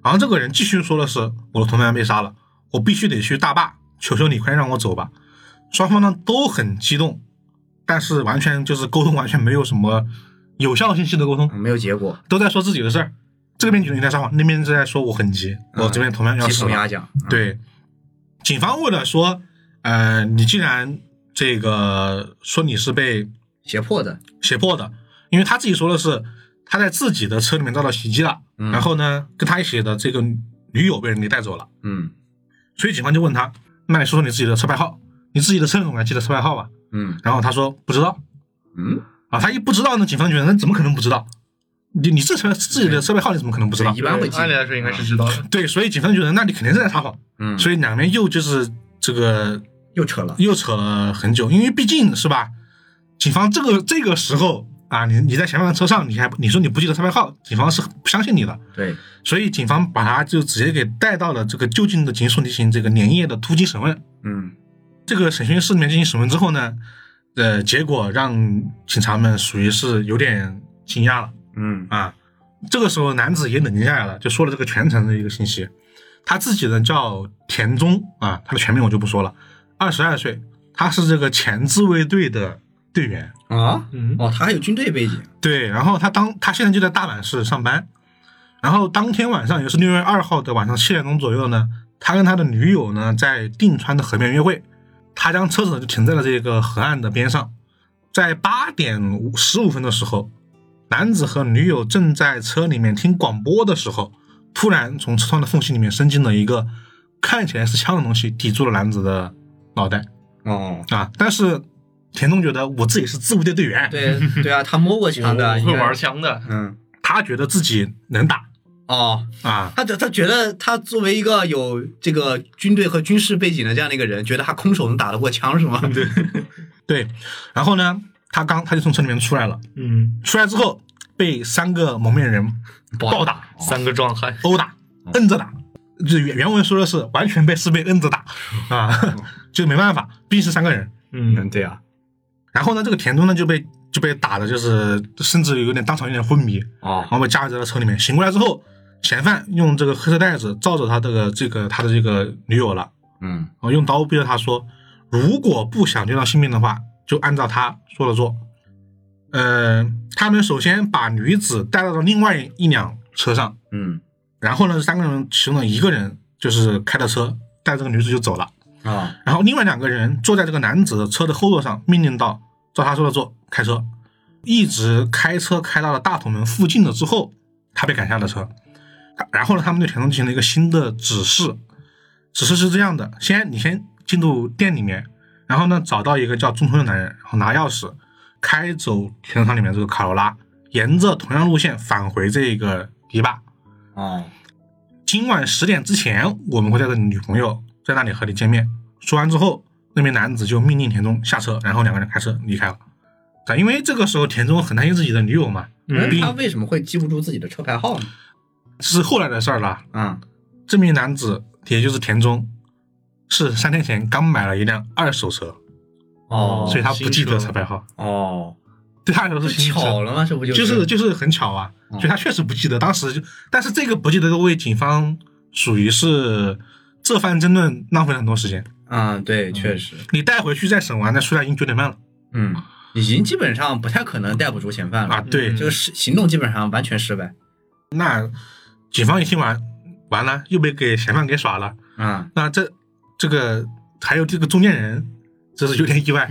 Speaker 1: 然后这个人继续说的是我的同伴被杀了，我必须得去大坝，求求你快让我走吧。双方呢都很激动，但是完全就是沟通完全没有什么有效信息的沟通，
Speaker 2: 没有结果，
Speaker 1: 都在说自己的事儿。这边觉得你在撒谎，那边是在说我很急，我这边同伴要
Speaker 2: 鸡
Speaker 1: 死
Speaker 2: 同
Speaker 1: 了。
Speaker 2: 鸭讲，嗯，
Speaker 1: 对，警方为了说，呃，你既然这个说你是被
Speaker 2: 嗯胁迫的，
Speaker 1: 胁迫的，因为他自己说的是他在自己的车里面遭到袭击了，
Speaker 2: 嗯
Speaker 1: 然后呢，跟他一起的这个女友被人给带走了，
Speaker 2: 嗯
Speaker 1: 所以警方就问他，那你说说你自己的车牌号，你自己的车总该记得车牌号吧？
Speaker 2: 嗯
Speaker 1: 然后他说不知道
Speaker 2: 嗯，
Speaker 1: 啊，他一不知道呢，警方觉得那怎么可能不知道？你你这车自己的车牌号你怎么可能不知道
Speaker 2: 一？般会记，
Speaker 4: 按理来说应该是知道的。
Speaker 1: 对，所以警方觉得那你肯定是在撒谎，
Speaker 2: 嗯，
Speaker 1: 所以两边又就是这个
Speaker 2: 又扯了，
Speaker 1: 又扯了很久，因为毕竟是吧，警方这个这个时候啊，你你在嫌犯的车上，你还你说你不记得车牌号，警方是不相信你的，
Speaker 2: 对，
Speaker 1: 所以警方把他就直接给带到了这个就近的警署进行这个连夜的突击审问。
Speaker 2: 嗯
Speaker 1: 这个审讯室里面进行审问之后呢，呃，结果让警察们属于是有点惊讶了
Speaker 2: 嗯
Speaker 1: 啊。这个时候男子也冷静下来了，就说了这个全程的一个信息。他自己呢叫田中啊，他的全名我就不说了，二十二岁，他是这个前自卫队的队员。
Speaker 2: 啊，
Speaker 4: 嗯，
Speaker 2: 哦，他还有军队背景，
Speaker 1: 对，然后他当他现在就在大阪市上班，然后当天晚上也是六月二号的晚上七点钟左右呢，他跟他的女友呢在定川的河边约会，他将车子就停在了这个河岸的边上，在八点十五分的时候，男子和女友正在车里面听广播的时候，突然从车窗的缝隙里面伸进了一个看起来是枪的东西，抵住了男子的脑袋
Speaker 2: 哦，
Speaker 1: 啊，但是田中觉得我自己是自卫队队员，
Speaker 2: 对对啊，他摸过枪的，
Speaker 4: 我
Speaker 2: 应
Speaker 4: 会
Speaker 2: 该
Speaker 4: 玩，枪的，
Speaker 2: 嗯，
Speaker 1: 他觉得自己能打。
Speaker 2: 哦，
Speaker 1: 啊，
Speaker 2: 他觉他觉得他作为一个有这个军队和军事背景的这样的一个人，觉得他空手能打得过枪是吗？对，
Speaker 1: 对，然后呢，他刚他就从车里面出来了，
Speaker 4: 嗯，
Speaker 1: 出来之后被三个蒙面人暴打、
Speaker 4: 三个 壮汉，
Speaker 1: 殴打、摁着打。就原原文说的是完全被是被摁着打啊， 就没办法，毕竟是三个人。
Speaker 4: 嗯，
Speaker 2: 对啊，
Speaker 1: 然后呢，这个田中呢就被就被打的，就是甚至有点当场有点昏迷，
Speaker 2: 哦
Speaker 1: 然，后被架在了车里面。醒过来之后，嫌犯用这个黑色袋子罩着他这个这个他的这个女友了，
Speaker 2: 嗯
Speaker 1: 然啊后用刀逼着他说，如果不想丢掉性命的话，就按照他说的做。呃，他们首先把女子带到了另外一辆车上，
Speaker 2: 嗯
Speaker 1: 然后呢，三个人其中的一个人就是开着车带这个女子就走了，
Speaker 2: 啊，
Speaker 1: 然后另外两个人坐在这个男子的车的后座上，命令道：“照他说的做，开车。”一直开车开到了大同门附近了之后，他被赶下了车。然后呢，他们对田中进行了一个新的指示，指示是这样的：先你先进入店里面，然后呢找到一个叫中村的男人，然后拿钥匙开走停车场里面这个卡罗拉，沿着同样路线返回这个迪坝。
Speaker 2: 哦，
Speaker 1: 今晚十点之前，我们会带着你女朋友在那里和你见面。说完之后，那名男子就命令田中下车，然后两个人开车离开了。啊，因为这个时候田中很担心自己的女友嘛，
Speaker 2: 嗯那
Speaker 1: 并
Speaker 2: 他为什么会记不住自己的车牌号呢？
Speaker 1: 这是后来的事儿了。
Speaker 2: 啊，
Speaker 1: 这名男子也就是田中，是三天前刚买了一辆二手车，
Speaker 2: 哦
Speaker 1: 所以他不记得
Speaker 4: 新车
Speaker 1: 车牌号。
Speaker 2: 哦，
Speaker 1: 对他来说
Speaker 2: 这
Speaker 1: 是新车，
Speaker 2: 巧了吗？这不
Speaker 1: 就是是就是很巧啊，所以他确实不记得当时就，但是这个不记得为警方属于是这番争论浪费了很多时间。
Speaker 2: 啊，对，确实，
Speaker 1: 你带回去再审完，那出来已经九点半了
Speaker 2: 嗯，已经基本上不太可能逮捕住嫌犯
Speaker 1: 啊！
Speaker 2: 了，
Speaker 1: 对，
Speaker 2: 这个是行动基本上完全失败。
Speaker 1: 那警方一听完，完了又被给嫌犯给耍了。
Speaker 2: 啊，
Speaker 1: 那这这个还有这个中间人，这是有点意外。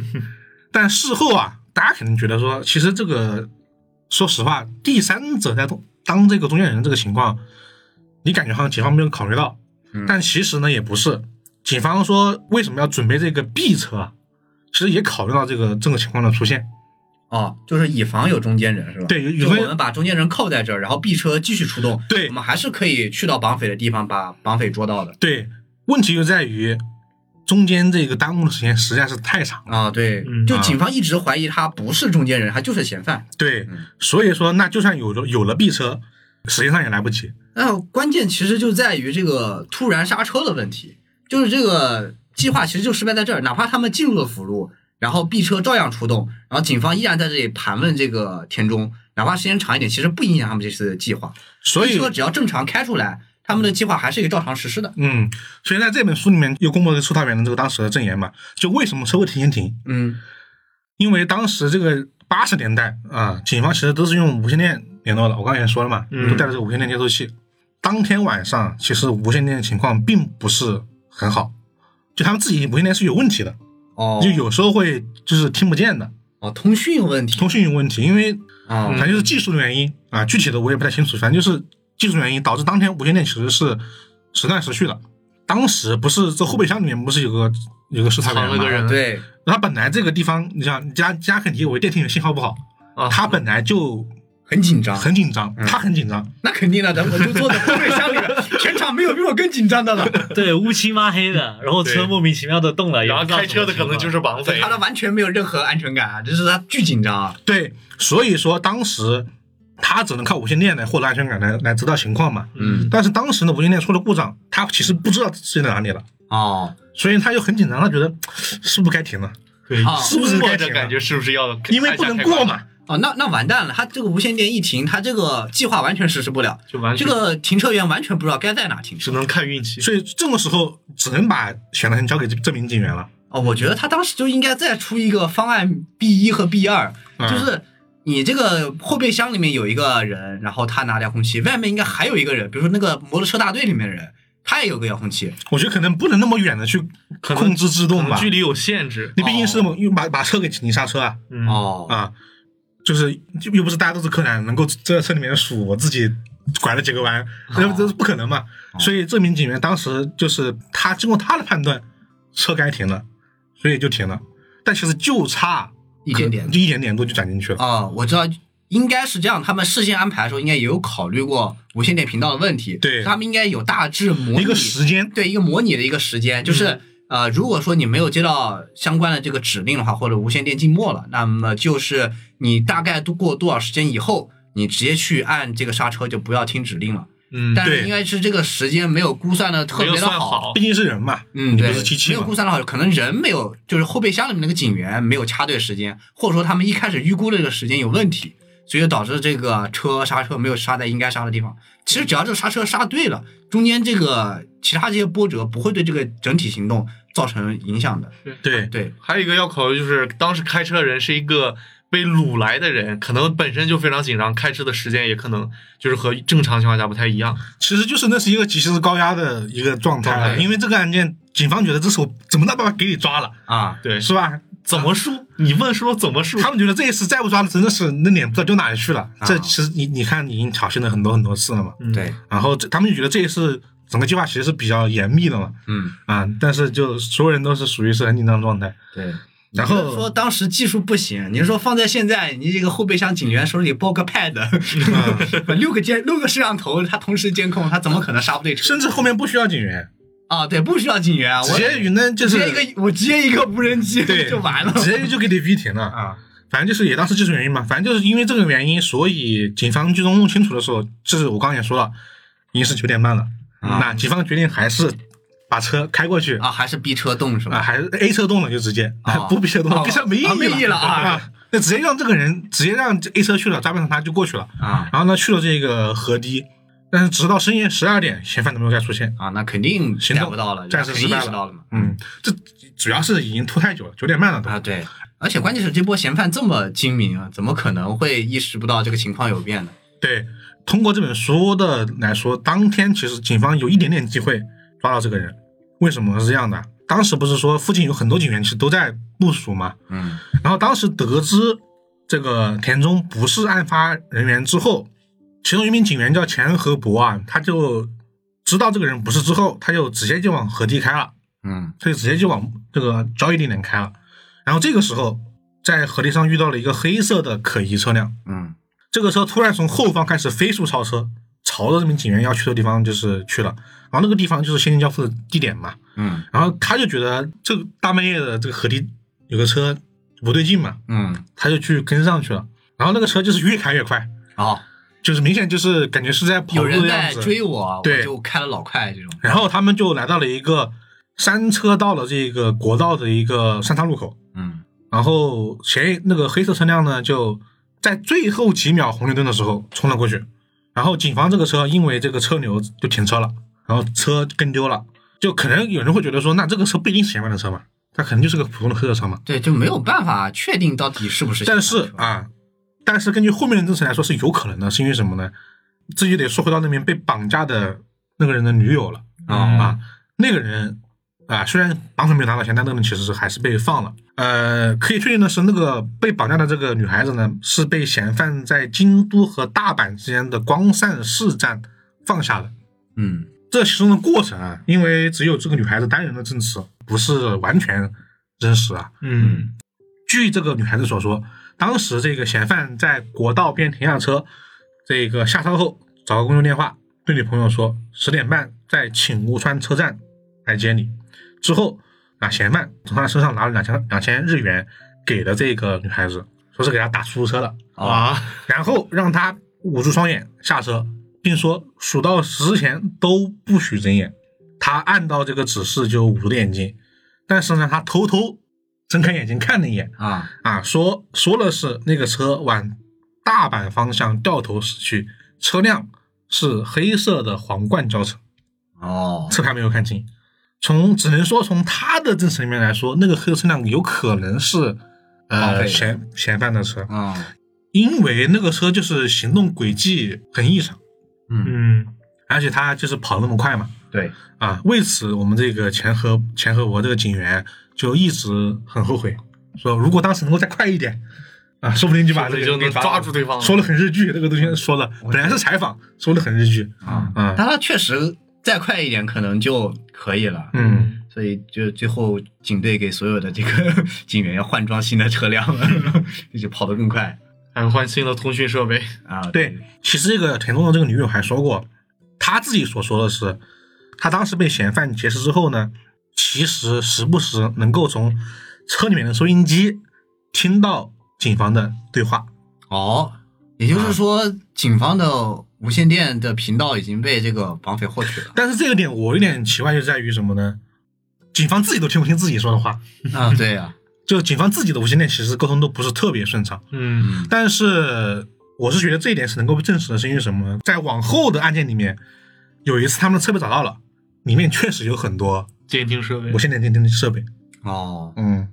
Speaker 1: 但事后啊，大家肯定觉得说，其实这个说实话，第三者在当当这个中间人这个情况，你感觉好像警方没有考虑到，
Speaker 2: 嗯
Speaker 1: 但其实呢也不是。警方说为什么要准备这个 B 车啊？其实也考虑到这个这个情况的出现。
Speaker 2: 哦，就是以防有中间人是吧？
Speaker 1: 对有有
Speaker 2: 就
Speaker 1: 中间
Speaker 2: 我们把中间人扣在这儿，然后 B 车继续出动，
Speaker 1: 对
Speaker 2: 我们还是可以去到绑匪的地方把绑匪捉到的。
Speaker 1: 对，问题就在于中间这个耽误的时间实在是太长了。
Speaker 2: 啊，对，
Speaker 4: 嗯
Speaker 2: 就警方一直怀疑他不是中间人，他就是嫌犯。
Speaker 1: 对
Speaker 2: 嗯，
Speaker 1: 所以说那就算有了有了 B 车，时间上也来不及。
Speaker 2: 那关键其实就在于这个突然刹车的问题，就是这个计划其实就失败在这儿，哪怕他们进入了辅路，然后 B 车照样出动，然后警方依然在这里盘问这个田中，哪怕时间长一点，其实不影响他们这次的计划。
Speaker 1: 所以
Speaker 2: B 车只要正常开出来，他们的计划还是可以照常实施的。
Speaker 1: 嗯，所以在这本书里面又公布了出道员的这个当时的证言嘛，就为什么车会提前停？
Speaker 2: 嗯，
Speaker 1: 因为当时这个八十年代啊，警方其实都是用无线电联络的。我刚才也说了嘛，
Speaker 4: 嗯
Speaker 1: 都带着这个无线电接收器。当天晚上，其实无线电的情况并不是很好，就他们自己无线电是有问题的，
Speaker 2: 哦，
Speaker 1: 就有时候会就是听不见的，
Speaker 2: 哦，通讯有问题
Speaker 1: 通讯有问题，因为
Speaker 2: 啊、
Speaker 1: 反正就是技术的原因啊，具体的我也不太清楚，反正就是技术原因导致当天无线电其实是时断时续的。当时不是这后备箱里面不是有个有个视察员
Speaker 4: 藏了
Speaker 1: 吗
Speaker 4: 个？人，
Speaker 2: 对，
Speaker 1: 然后本来这个地方，你像加加肯尼维电梯信号不好，
Speaker 4: 啊，
Speaker 1: 他本来就
Speaker 2: 很紧张，
Speaker 1: 很紧张，
Speaker 2: 嗯
Speaker 1: 他很紧张，
Speaker 2: 那肯定的，咱们就坐在后备箱里面，全场没有比我更紧张的了。
Speaker 3: 对，乌漆嘛黑的，然后
Speaker 4: 对
Speaker 3: 车莫名其妙的动了，也
Speaker 4: 然
Speaker 3: 不
Speaker 4: 后
Speaker 3: 知道
Speaker 4: 开车的
Speaker 3: 什么
Speaker 4: 可能就是绑匪
Speaker 2: 他，的完全没有任何安全感，啊就是他巨紧张啊。
Speaker 1: 对，所以说当时他只能靠无线电来获得安全感来来知道情况嘛。
Speaker 2: 嗯，
Speaker 1: 但是当时呢，无线电出了故障，他其实不知道自己在哪里了，
Speaker 2: 哦，
Speaker 1: 所以他就很紧张，他觉得是不是该停了，
Speaker 4: 对
Speaker 2: 啊
Speaker 1: 是不是
Speaker 4: 摸
Speaker 1: 该
Speaker 4: 着
Speaker 1: 停了
Speaker 4: 感？觉是不是要
Speaker 1: 因为不能过，嘛，
Speaker 2: 哦，那那完蛋了，他这个无线电一停，他这个计划完全实施不了，
Speaker 4: 就完
Speaker 2: 这
Speaker 4: 全
Speaker 2: 个停车员完全不知道该在哪停
Speaker 4: 只
Speaker 2: 车。
Speaker 4: 能看运气。
Speaker 1: 所以这个时候只能把选择权交给这这名警员了。
Speaker 2: 哦，我觉得他当时就应该再出一个方案 B 一和 B 二，
Speaker 1: 嗯
Speaker 2: 就是你这个后备箱里面有一个人，然后他拿遥控器，外面应该还有一个人，比如说那个摩托车大队里面的人，他也有个遥控器。
Speaker 1: 我觉得可能不能那么远的去
Speaker 4: 可能
Speaker 1: 控制制
Speaker 4: 可
Speaker 1: 动
Speaker 4: 能
Speaker 1: 吧，
Speaker 4: 距离有限制，
Speaker 1: 你毕竟是用把把车给紧急刹车啊
Speaker 4: 嗯，
Speaker 2: 哦，
Speaker 1: 啊，就是就又不是大家都是柯南，能够在车里面数我自己拐了几个
Speaker 2: 哦
Speaker 1: 弯，那这是不可能嘛。所以这名警员当时就是他经过他的判断，车该停了，所以就停了。但其实就差
Speaker 2: 一点点
Speaker 1: 可就一点点路就转进去了。
Speaker 2: 啊、我知道，应该是这样。他们事先安排的时候，应该也有考虑过无线电频道的问题。
Speaker 1: 对
Speaker 2: 他们应该有大致模拟
Speaker 1: 一个时间，
Speaker 2: 对一个模拟的一个时间，就是、
Speaker 4: 嗯
Speaker 2: 呃，如果说你没有接到相关的这个指令的话，或者无线电静默了，那么就是你大概度过多少时间以后，你直接去按这个刹车，就不要听指令了。
Speaker 4: 嗯，
Speaker 2: 但是
Speaker 1: 对
Speaker 2: 应该是这个时间没有估算的特
Speaker 4: 没
Speaker 2: 别
Speaker 4: 有
Speaker 2: 的
Speaker 4: 算
Speaker 2: 好。
Speaker 4: 好
Speaker 1: 毕，竟是人嘛，
Speaker 2: 嗯，
Speaker 1: 你
Speaker 2: 对，
Speaker 1: 不是机器
Speaker 2: 没有
Speaker 1: 嘛
Speaker 2: 估。算的好，可能人没有，就是后备箱里面那个警员没有掐对时间，或者说他们一开始预估的这个时间有问题，所以就导致这个车刹车没有刹在应该刹的地方。其实只要这个刹车刹对了，中间这个其他这些波折不会对这个整体行动造成影响的。
Speaker 1: 对，
Speaker 2: 对，
Speaker 4: 还有一个要考虑就是，当时开车的人是一个被掳来的人，可能本身就非常紧张，开车的时间也可能就是和正常情况下不太一样。
Speaker 1: 其实就是那是一个极其是高压的一个状态
Speaker 4: 状
Speaker 1: 了，
Speaker 4: 态
Speaker 1: 因为这个案件，警方觉得这是我怎么办法给你抓了，
Speaker 2: 啊，
Speaker 4: 对，
Speaker 1: 是吧？
Speaker 4: 怎么输？你问说怎么输？
Speaker 1: 他们觉得这一次再不抓，真的是那脸不知道丢哪里去了。
Speaker 2: 啊
Speaker 1: 这其实你你看，你已经挑衅了很多很多次了嘛。
Speaker 4: 嗯，
Speaker 2: 对，
Speaker 1: 然后这他们就觉得这一次整个计划其实是比较严密的嘛，
Speaker 2: 嗯，
Speaker 1: 啊，但是就所有人都是属于是很紧张的状态。
Speaker 2: 对。
Speaker 1: 然
Speaker 2: 你是说
Speaker 1: 后
Speaker 2: 当时技术不行，你是说放在现在，你这个后备箱警员手里抱个 pad，、六
Speaker 1: 啊
Speaker 2: 个监六个摄像头，他同时监控，他怎么可能刹不对车？
Speaker 1: 甚至后面不需要警员，
Speaker 2: 啊，对，不需要警员，我
Speaker 1: 直接云呢就
Speaker 2: 直
Speaker 1: 是
Speaker 2: 接一个我直接一个无人机
Speaker 1: 对
Speaker 2: 就完了，
Speaker 1: 直接就给你逼停了。
Speaker 2: 啊，
Speaker 1: 反正就是也当是技术原因嘛，反正就是因为这个原因，所以警方最终弄清楚的时候，就是我刚才也说了，已经是九点半了。
Speaker 2: 啊
Speaker 1: 那警方决定还是把车开过去
Speaker 2: 啊，还是逼车动是
Speaker 1: 啊，
Speaker 2: 吧？
Speaker 1: 还是 A 车动了就直接，
Speaker 2: 哦
Speaker 1: 不 B 车动了
Speaker 2: 哦
Speaker 1: ，B 车没意义了,、
Speaker 2: 啊没意义了啊！
Speaker 1: 那直接让这个人直接让 A 车去了，抓不上他就过去了。
Speaker 2: 啊
Speaker 1: 然后呢，去了这个河堤，但是直到深夜十二点，嫌犯都没有再出现。
Speaker 2: 啊，那肯定
Speaker 1: 行
Speaker 2: 逮
Speaker 1: 动
Speaker 2: 不到了，
Speaker 1: 暂时
Speaker 2: 肯定
Speaker 1: 失败
Speaker 2: 知
Speaker 1: 了
Speaker 2: 道了嘛。
Speaker 1: 嗯，这主要是已经拖太久了，九点半了都。
Speaker 2: 啊，对，而且关键是这波嫌犯这么精明啊，怎么可能会意识不到这个情况有变呢？
Speaker 1: 对，通过这本书的来说，当天其实警方有一点点机会抓到这个人。为什么是这样的？当时不是说附近有很多警员其实都在部署吗？
Speaker 2: 嗯，
Speaker 1: 然后当时得知这个田中不是案发人员之后，其中一名警员叫钱和博啊，他就知道这个人不是之后，他就直接就往河堤开了，
Speaker 2: 嗯，
Speaker 1: 他就直接就往这个交易地点开了。然后这个时候，在河堤上遇到了一个黑色的可疑车辆，
Speaker 2: 嗯，
Speaker 1: 这个车突然从后方开始飞速超车，朝着这名警员要去的地方就是去了。然后那个地方就是现金交付的地点嘛，
Speaker 2: 嗯，
Speaker 1: 然后他就觉得这个大半夜的这个河堤有个车不对劲嘛，
Speaker 2: 嗯，
Speaker 1: 他就去跟上去了。然后那个车就是越开越快，
Speaker 2: 哦，
Speaker 1: 就是明显就是感觉是在跑
Speaker 2: 有
Speaker 1: 路
Speaker 2: 人
Speaker 1: 的
Speaker 2: 在
Speaker 1: 样子。
Speaker 2: 追我，我
Speaker 1: 对
Speaker 2: 就开了老快这种。
Speaker 1: 然后他们就来到了一个山车到了这个国道的一个三岔路口，
Speaker 3: 嗯，
Speaker 1: 然后前那个黑色车辆呢，就在最后几秒红绿灯的时候冲了过去，然后警方这个车因为这个车流就停车了，然后车跟丢了，就可能有人会觉得说，那这个车不一定是嫌犯的车嘛，它可能就是个普通的黑色车嘛，
Speaker 2: 对，就没有办法确定到底是不是。
Speaker 1: 但是，啊，但是根据后面的证词来说是有可能的，是因为什么呢？这就得说回到那边被绑架的那个人的女友了啊、啊，那个人啊，虽然绑匪没有拿到钱，但那个人其实是还是被放了。呃，可以确定的是，那个被绑架的这个女孩子呢，是被嫌犯在京都和大阪之间的光善市站放下的。
Speaker 2: 嗯，
Speaker 1: 这其中的过程啊，因为只有这个女孩子单人的证词，不是完全真实啊，
Speaker 4: 嗯
Speaker 1: 据这个女孩子所说，当时这个嫌犯在国道边停下车，这个下车后找个公用电话，对女朋友说十点半在寝屋川车站来接你。之后，啊，嫌犯从她身上拿了两千两千日元，给了这个女孩子，说是给她打出租车的，
Speaker 2: 哦
Speaker 4: 啊，
Speaker 1: 然后让她捂住双眼下车，并说数到十之前都不许睁眼。她按照这个指示就捂着眼睛，但是呢，她偷偷睁开眼睛看了一眼。
Speaker 2: 啊，
Speaker 1: 啊，说说了是那个车往大阪方向掉头驶去，车辆是黑色的皇冠轿车，
Speaker 2: 哦，
Speaker 1: 车牌没有看清。从只能说从他的证词里面来说，那个黑色车辆有可能是
Speaker 2: 绑匪
Speaker 1: 呃
Speaker 2: 的
Speaker 1: 嫌嫌犯的车，
Speaker 2: 啊，
Speaker 1: 因为那个车就是行动轨迹很异常，
Speaker 2: 嗯，
Speaker 4: 嗯
Speaker 1: 而且他就是跑那么快嘛，
Speaker 2: 对，
Speaker 1: 啊，为此我们这个前河前河国这个警员就一直很后悔，说如果当时能够再快一点，啊，说不定就把
Speaker 4: 说不
Speaker 1: 这个
Speaker 4: 定就
Speaker 1: 人给
Speaker 4: 能抓
Speaker 1: 了
Speaker 4: 住对方了嗯
Speaker 1: 说的很日剧，这个东西说了，本来是采访，说的很日剧
Speaker 2: 啊，
Speaker 1: 啊，
Speaker 2: 但他确实再快一点可能就可以了。
Speaker 1: 嗯，
Speaker 2: 所以就最后警队给所有的这个 警员要换装新的车辆了， 就跑得更快
Speaker 4: 还换新的通讯设备，
Speaker 2: 啊。
Speaker 1: 对，其实这个田中的这个女友还说过，她自己所说的是，她当时被嫌犯劫持之后呢，其实时不时能够从车里面的收音机听到警方的对话，
Speaker 2: 哦，也就是说，警方的无线电的频道已经被这个绑匪获取 了
Speaker 1: 但是这个点我有点奇怪，就在于什么呢？警方自己都听不清自己说的话，
Speaker 2: 啊。对呀、
Speaker 1: 就警方自己的无线电其实沟通都不是特别顺畅。
Speaker 4: 嗯
Speaker 2: 嗯
Speaker 1: 但是我是觉得这一点是能够被证实的，是因为什么呢？在往后的案件里面，有一次他们的车被找到了，里面确实有很多
Speaker 4: 监听设备
Speaker 1: 无，线电监听设备。
Speaker 2: 哦，
Speaker 1: 嗯，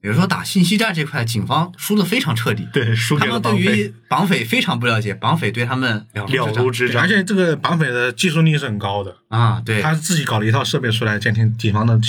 Speaker 2: 比如说打信息战这块，警方输得非常彻底。
Speaker 4: 对，输
Speaker 2: 他
Speaker 4: 给了
Speaker 2: 们
Speaker 4: 绑
Speaker 2: 对
Speaker 4: 匪，
Speaker 2: 于绑匪非常不了解，绑匪对他们了
Speaker 4: 了如
Speaker 2: 指
Speaker 4: 指
Speaker 1: 对而
Speaker 4: 掌。
Speaker 1: 且这个绑匪的技术力是很高的，
Speaker 2: 掌啊。对，
Speaker 1: 他自己搞了一套设备出来监听警方的这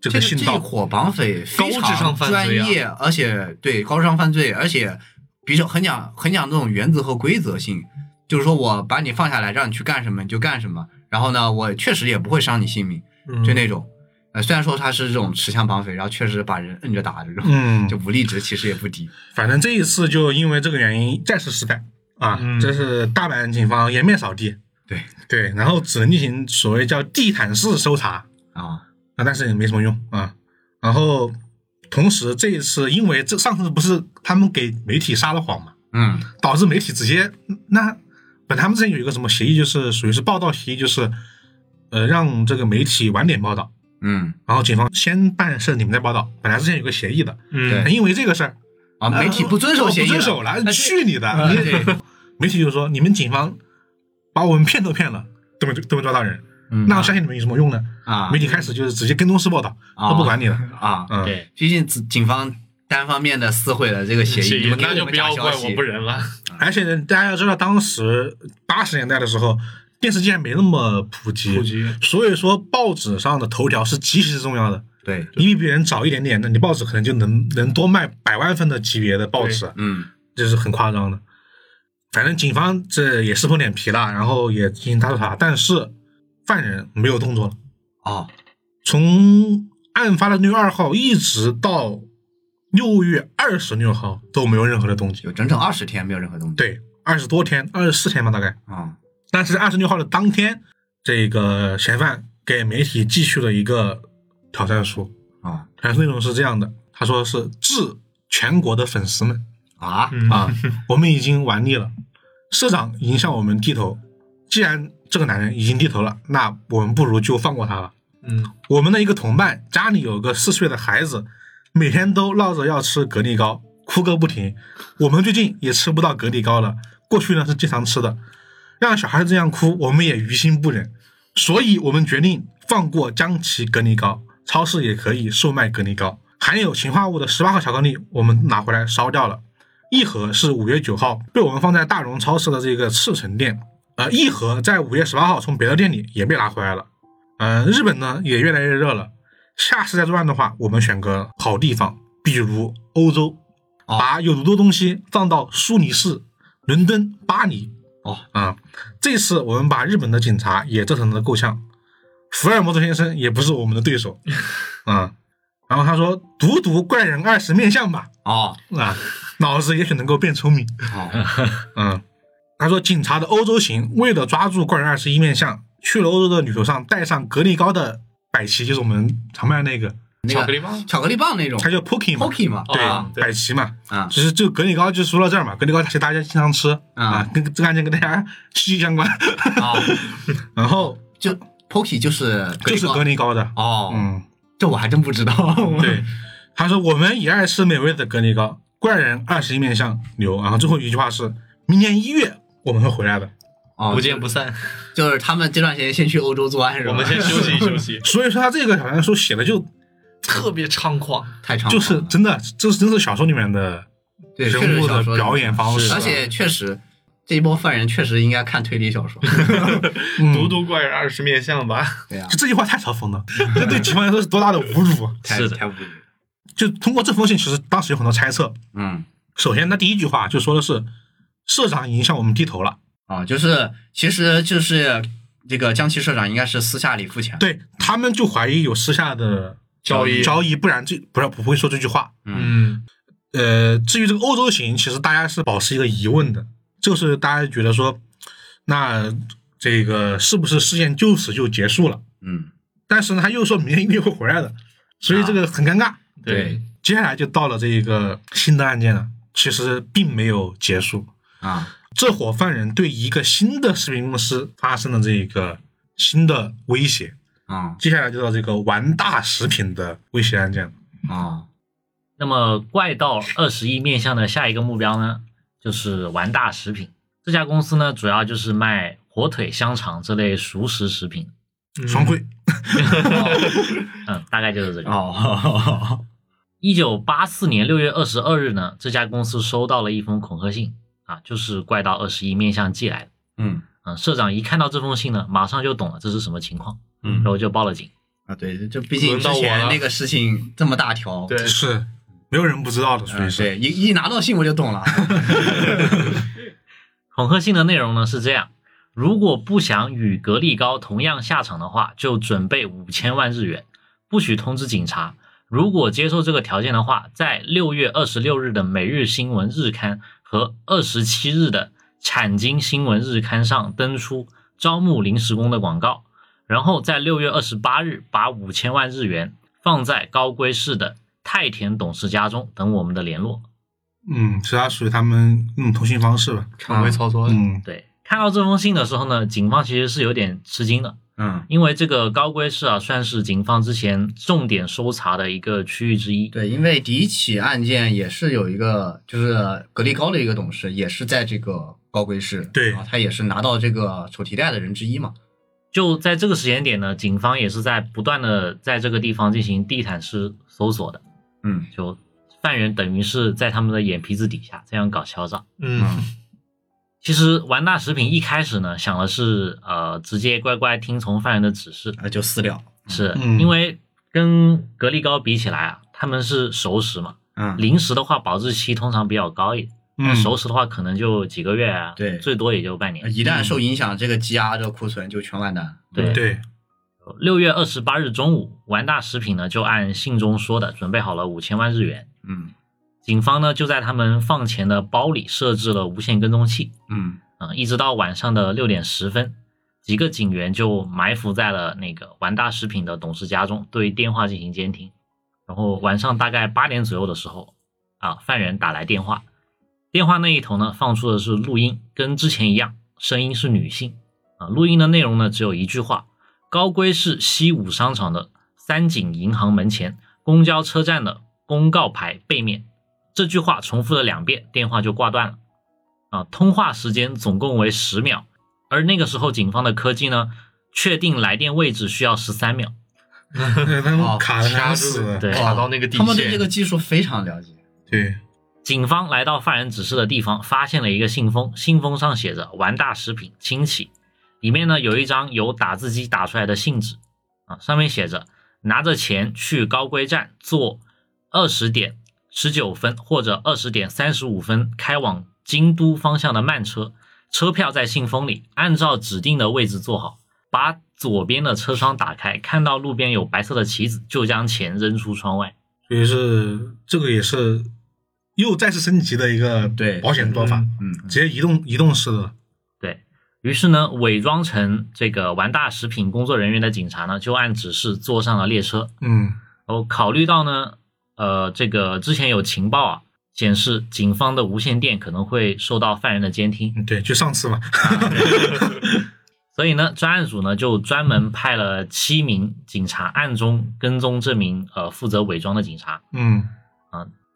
Speaker 2: 这
Speaker 1: 个
Speaker 2: 个
Speaker 1: 信
Speaker 2: 这一
Speaker 1: 道。
Speaker 2: 伙绑匪非
Speaker 4: 高智
Speaker 2: 常
Speaker 4: 商犯罪
Speaker 2: 专
Speaker 4: 啊
Speaker 2: 业，而且对高智商犯罪，而且比较很讲很讲这种原则和规则性，就是说我把你放下来，让你去干什么你就干什么，然后呢，我确实也不会伤你性命，
Speaker 4: 嗯
Speaker 2: 就那种。呃，虽然说他是这种持枪绑匪，然后确实把人摁着打这种，
Speaker 1: 嗯
Speaker 2: 就武力值其实也不低。
Speaker 1: 反正这一次就因为这个原因再次失败啊，
Speaker 4: 嗯
Speaker 1: 这是大阪警方颜面扫地。
Speaker 2: 对
Speaker 1: 对，然后只能进行所谓叫地毯式搜查
Speaker 2: 啊，
Speaker 1: 啊，但是也没什么用啊。然后同时这一次，因为这上次不是他们给媒体撒了谎嘛，
Speaker 2: 嗯，
Speaker 1: 导致媒体直接那本来他们之前有一个什么协议，就是属于是报道协议，就是呃让这个媒体晚点报道，
Speaker 2: 嗯
Speaker 1: 然后警方先办事，你们再报道。本来之前有个协议的，
Speaker 4: 嗯，
Speaker 1: 因为这个事儿
Speaker 4: 呃
Speaker 2: 啊，媒体不遵守协议，
Speaker 1: 不遵守
Speaker 2: 了
Speaker 1: 了，，去你的！
Speaker 2: 啊对对，
Speaker 1: 媒体就说你们警方把我们骗都骗了，都没都没抓到人，
Speaker 2: 嗯
Speaker 1: 那我相信你们有什么用呢？
Speaker 2: 啊
Speaker 1: 媒体开始就是直接跟踪式报道，
Speaker 2: 啊
Speaker 1: 都不管你 了。
Speaker 2: 啊，
Speaker 1: 嗯，
Speaker 3: 对，
Speaker 2: 毕竟警警方单方面的撕毁了这个协
Speaker 4: 协
Speaker 2: 议，你
Speaker 4: 议
Speaker 2: 们给
Speaker 4: 那就
Speaker 2: 们
Speaker 4: 不
Speaker 2: 假
Speaker 4: 要
Speaker 2: 消
Speaker 4: 怪
Speaker 2: 息
Speaker 4: 我不仁了。
Speaker 1: 而且呢大家要知道，当时八十年代的时候，电视机还没那么普及，
Speaker 4: 普及
Speaker 1: 所以说报纸上的头条是极其重要的。
Speaker 2: 对，
Speaker 1: 你比别人早一点点，那你报纸可能就能能多卖百万份的级别的报纸。
Speaker 2: 嗯
Speaker 1: 这是很夸张的。反正警方这也撕破脸皮了，然后也进行大搜查，但是犯人没有动作了。
Speaker 2: 哦，
Speaker 1: 从案发的六月二号一直到六月二十六号都没有任何的动静。
Speaker 2: 有整整二十天没有任何动静。
Speaker 1: 对，二十多天，二十四天吧，大概。
Speaker 2: 啊，
Speaker 1: 但是二十六号的当天，这个嫌犯给媒体寄去了一个挑战书，
Speaker 2: 啊
Speaker 1: 挑战书内容是这样的：他说是致全国的粉丝们，
Speaker 2: 啊
Speaker 4: 嗯
Speaker 1: 啊，我们已经玩腻了，社长已经向我们低头。既然这个男人已经低头了，那我们不如就放过他了。
Speaker 4: 嗯，
Speaker 1: 我们的一个同伴家里有个四岁的孩子，每天都闹着要吃格力糕，哭个不停。我们最近也吃不到格力糕了，过去呢是经常吃的。让小孩这样哭，我们也于心不忍，所以我们决定放过江崎格力糕，超市也可以售卖格力糕。含有氰化物的十八号巧克力，我们拿回来烧掉了。一盒是五月九号被我们放在大荣超市的这个赤城店，呃，一盒在五月十八号从别的店里也被拿回来了。呃，日本呢也越来越热了，下次再作案的话，我们选个好地方，比如欧洲，
Speaker 2: 哦
Speaker 1: 把有毒的东西放到苏黎世、伦敦、巴黎。
Speaker 2: 哦
Speaker 1: 啊，这次我们把日本的警察也折腾得够呛，福尔摩斯先生也不是我们的对 手啊。然后他说：“读读怪人二十面相吧。”
Speaker 2: 哦
Speaker 1: 啊，脑子也许能够变聪明。
Speaker 2: 哦，
Speaker 1: 嗯，他说警察的欧洲行为了抓住怪人二十一面相，去了欧洲的旅途上带上格力高的百奇，就是我们常卖的那个，
Speaker 2: 那
Speaker 4: 巧克
Speaker 2: 个
Speaker 4: 力棒，
Speaker 2: 巧克力棒那种
Speaker 1: 它叫 Pocky 嘛，
Speaker 2: ，Pocky 嘛，
Speaker 1: 对，
Speaker 2: 啊
Speaker 4: 对
Speaker 1: 百奇嘛。
Speaker 2: 啊
Speaker 1: 其实就格力高就说到这儿嘛，格力高其实大家经常吃啊
Speaker 2: 啊，
Speaker 1: 跟这个案件跟大家息息相关。
Speaker 2: 啊，
Speaker 1: 然后
Speaker 2: 就 Pocky 就是
Speaker 1: 就是格
Speaker 2: 力
Speaker 1: 力高的，
Speaker 2: 棒哦，
Speaker 1: 嗯，
Speaker 2: 这我还真不知道，
Speaker 1: 对，他说我们也爱吃美味的格力高，怪人二十一面相牛。然后最后一句话是，明年一月我们会回来的。，
Speaker 2: 哦，
Speaker 4: 不见不散。
Speaker 2: 就是他们这段时间先去欧洲作案是吧？
Speaker 4: 我们先休息休息
Speaker 1: 所以说他这个小说写的就
Speaker 4: 特别猖狂。
Speaker 2: 太长了，
Speaker 1: 就是真的，这是真是小说里面的
Speaker 2: 对确
Speaker 1: 人
Speaker 2: 实
Speaker 1: 物
Speaker 2: 小
Speaker 1: 的
Speaker 2: 说
Speaker 1: 表演方式，啊
Speaker 2: 而且确实这一波犯人确实应该看推理小说，
Speaker 1: 嗯
Speaker 4: 读读怪人二十面相吧，
Speaker 2: 对呀啊
Speaker 1: 就，这句话太嘲讽 了，这对警方来说是多大的侮辱啊！
Speaker 2: 太
Speaker 3: 是的
Speaker 2: 太无语了，
Speaker 1: 就通过这封信，其实当时有很多猜测。
Speaker 2: 嗯。
Speaker 1: 首先，他第一句话就说的是社长已经向我们低头了，
Speaker 2: 啊，就是其实就是这个江崎社长应该是私下里付钱，，
Speaker 1: 对他们就怀疑有私下的
Speaker 4: 交易
Speaker 1: 交易，不然这不然不会说这句话。
Speaker 2: 嗯，
Speaker 4: 嗯，
Speaker 1: 呃，至于这个欧洲行，其实大家是保持一个疑问的，就是大家觉得说，那这个是不是事件就此就结束了？
Speaker 2: 嗯，
Speaker 1: 但是呢，他又说明天一定会回来的，所以这个很尴尬。
Speaker 4: 对，
Speaker 1: 接下来就到了这一个新的案件了，其实并没有结束。
Speaker 2: 啊，
Speaker 1: 这伙犯人对一个新的食品公司发生了这一个新的威胁，
Speaker 2: 啊
Speaker 1: 接下来就到这个完大食品的威胁案件了。
Speaker 2: 啊，
Speaker 3: 那么怪盗二十一面向的下一个目标呢，就是完大食品。这家公司呢，主要就是卖火腿、香肠这类熟食食品。
Speaker 4: 嗯
Speaker 1: 双汇，
Speaker 3: 嗯，大概就是这个。
Speaker 2: 哦，
Speaker 3: 一九八四年六月二十二日呢，这家公司收到了一封恐吓信啊，就是怪盗二十一面向寄来的。
Speaker 2: 嗯
Speaker 3: 嗯，社长一看到这封信呢，马上就懂了这是什么情况，
Speaker 2: 嗯
Speaker 3: 然，后就报了警。
Speaker 2: 啊，对，这毕竟
Speaker 4: 轮
Speaker 2: 之
Speaker 4: 到我
Speaker 2: 前
Speaker 4: 了
Speaker 2: 那个事情这么大条，
Speaker 4: 对
Speaker 1: 是没有人不知道的，所以
Speaker 2: 嗯，
Speaker 1: 是
Speaker 2: 对，一一拿到信我就懂了，
Speaker 3: 恐吓信的内容呢是这样：如果不想与格力高同样下场的话，就准备五千万日元，不许通知警察。如果接受这个条件的话，在六月二十六日的《每日新闻日刊》和二十七日的《产经新闻日刊》上登出招募临时工的广告，然后在六月二十八日把五千万日元放在高龟市的太田董事家中等我们的联络。
Speaker 1: 嗯，其他属于他们那种通信方式吧。
Speaker 4: 常规操
Speaker 2: 哦
Speaker 4: 作。
Speaker 1: 嗯，
Speaker 3: 对，看到这封信的时候呢，警方其实是有点吃惊的。
Speaker 2: 嗯，
Speaker 3: 因为这个高龟市啊，算是警方之前重点搜查的一个区域之一。，
Speaker 2: 对，因为第一起案件也是有一个就是格力高的一个董事，也是在这个高龟市，
Speaker 1: 对
Speaker 2: 然后他也是拿到这个手提袋的人之一嘛，
Speaker 3: 就在这个时间点呢，警方也是在不断的在这个地方进行地毯式搜索的，
Speaker 2: 嗯
Speaker 3: 就犯人等于是在他们的眼皮子底下这样搞敲诈。
Speaker 2: 啊
Speaker 4: 嗯，
Speaker 3: 其实完大食品一开始呢，想的是呃，直接乖乖听从犯人的指示，
Speaker 2: 啊，就私了，
Speaker 3: 是、
Speaker 1: 嗯
Speaker 3: 因为跟格力高比起来啊，他们是熟食嘛，
Speaker 2: 嗯，
Speaker 3: 零食的话保质期通常比较高一点。
Speaker 1: 嗯，
Speaker 3: 熟食的话可能就几个月啊，
Speaker 2: 对
Speaker 3: 最多也就半年。
Speaker 2: 一旦受影响，这个积压的库存就全完蛋，
Speaker 3: 对
Speaker 1: 对，
Speaker 3: 六月二十八日中午，完大食品呢就按信中说的准备好了五千万日元。
Speaker 2: 嗯
Speaker 3: 警方呢就在他们放钱的包里设置了无线跟踪器，
Speaker 2: 嗯
Speaker 3: 嗯、一直到晚上的六点十分，几个警员就埋伏在了那个完大食品的董事家中，对电话进行监听。然后晚上大概八点左右的时候，啊，犯人打来电话，电话那一头呢放出的是录音，跟之前一样，声音是女性啊。录音的内容呢只有一句话：高龟市西武商场的三井银行门前公交车站的公告牌背面。这句话重复了两遍，电话就挂断了。啊，通话时间总共为十秒，而那个时候警方的科技呢，确定来电位置需要十三秒。
Speaker 1: 对他们
Speaker 2: 哦
Speaker 1: 卡的
Speaker 4: 嗯卡
Speaker 1: 他
Speaker 4: 住
Speaker 1: 死
Speaker 4: 了，
Speaker 1: 了，
Speaker 3: 对
Speaker 4: 卡到那个底
Speaker 2: 他们对这
Speaker 4: 线。
Speaker 2: 个技术非常了解。
Speaker 1: 对，
Speaker 3: 警方来到犯人指示的地方，发现了一个信封，信封上写着“完大食品亲戚”，里面呢有一张由打字机打出来的信纸，啊，上面写着拿着钱去高龟站坐二十点十九分或者二十点三十五分开往京都方向的慢车，车票在信封里，按照指定的位置坐好，把左边的车窗打开，看到路边有白色的旗子，就将钱扔出窗外。
Speaker 1: 所以是这个也是又再次升级的一个
Speaker 2: 对
Speaker 1: 保险做法，
Speaker 2: 嗯，
Speaker 1: 直接移动移动式的，
Speaker 3: 对于是呢，伪装成这个完大食品工作人员的警察呢，就按指示坐上了列车。
Speaker 1: 嗯，
Speaker 3: 哦，考虑到呢，呃，这个之前有情报啊，显示警方的无线电可能会受到犯人的监听，
Speaker 1: 嗯对，就上次吧，
Speaker 3: 所以呢，专案组呢就专门派了七名警察暗中跟踪这名呃负责伪装的警察。
Speaker 1: 嗯，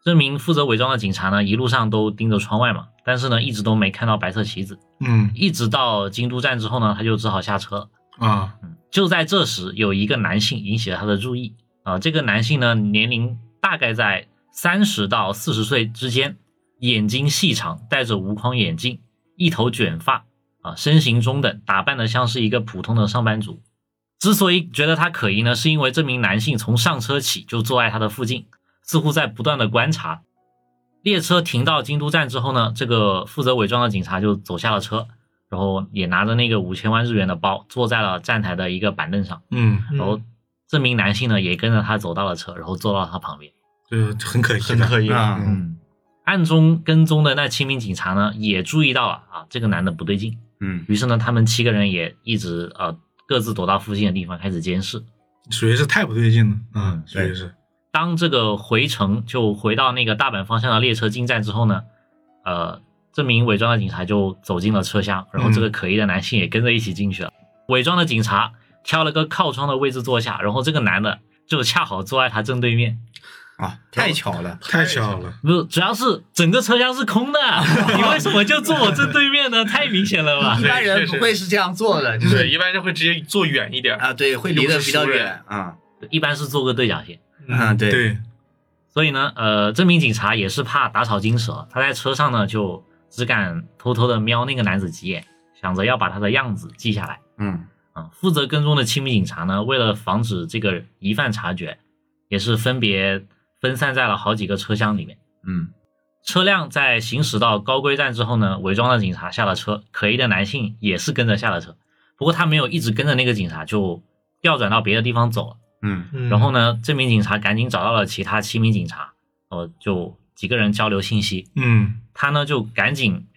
Speaker 3: 这名负责伪装的警察呢，一路上都盯着窗外嘛，但是呢，一直都没看到白色旗子。
Speaker 1: 嗯
Speaker 3: 一直到京都站之后呢，他就只好下车了。
Speaker 1: 啊，
Speaker 3: 嗯，就在这时，有一个男性引起了他的注意啊、这个男性呢，年龄大概在三十到四十岁之间，眼睛细长，戴着无框眼镜，一头卷发啊、身形中等，打扮的像是一个普通的上班族。之所以觉得他可疑呢，是因为这名男性从上车起就坐在他的附近，似乎在不断的观察。列车停到京都站之后呢，这个负责伪装的警察就走下了车，然后也拿着那个五千万日元的包，坐在了站台的一个板凳上。
Speaker 1: 嗯，
Speaker 4: 嗯
Speaker 3: 然后这名男性呢，也跟着他走到了车，然后坐到了他旁边。
Speaker 1: 就很可疑的，
Speaker 4: 很可疑
Speaker 1: 啊，嗯
Speaker 3: 嗯，暗中跟踪的那七名警察呢，也注意到了啊，这个男的不对劲。
Speaker 2: 嗯，
Speaker 3: 于是呢，他们七个人也一直呃各自躲到附近的地方开始监视。
Speaker 1: 属于是太不对劲了，嗯，属于
Speaker 2: 对
Speaker 1: 是，
Speaker 3: 当这个回程就回到那个大阪方向的列车进站之后呢，呃，这名伪装的警察就走进了车厢，然后这个可疑的男性也跟着一起进去了。伪装的警察挑了个靠窗的位置坐下，然后这个男的就恰好坐在他正对面。
Speaker 2: 啊，太巧了，
Speaker 1: 太巧了，
Speaker 3: 不，主要是整个车厢是空的， 你为什么就坐我正对面呢？太明显了吧
Speaker 2: 一？般人不会是这样做的，就
Speaker 4: 对，
Speaker 2: 是
Speaker 4: 一般人会直接坐远一点。
Speaker 2: 啊，对，会离得比较远啊，
Speaker 3: 一般是坐个对角线。
Speaker 2: 嗯，对，
Speaker 1: 对，
Speaker 3: 所以呢，呃，这名警察也是怕打草惊蛇，他在车上呢就只敢偷偷的瞄那个男子几眼，想着要把他的样子记下来。
Speaker 2: 嗯，
Speaker 3: 啊、负责跟踪的七名警察呢，为了防止这个疑犯察觉，也是分别分散在了好几个车厢里面。
Speaker 2: 嗯，
Speaker 3: 车辆在行驶到高龟站之后呢，伪装的警察下了车，可疑的男性也是跟着下了车，不过他没有一直跟着那个警察，就调转到别的地方走了。
Speaker 2: 嗯，
Speaker 4: 嗯
Speaker 3: 然后呢，这名警察赶紧找到了其他七名警察，呃，就几个人交流信息。
Speaker 1: 嗯
Speaker 3: 他呢就赶紧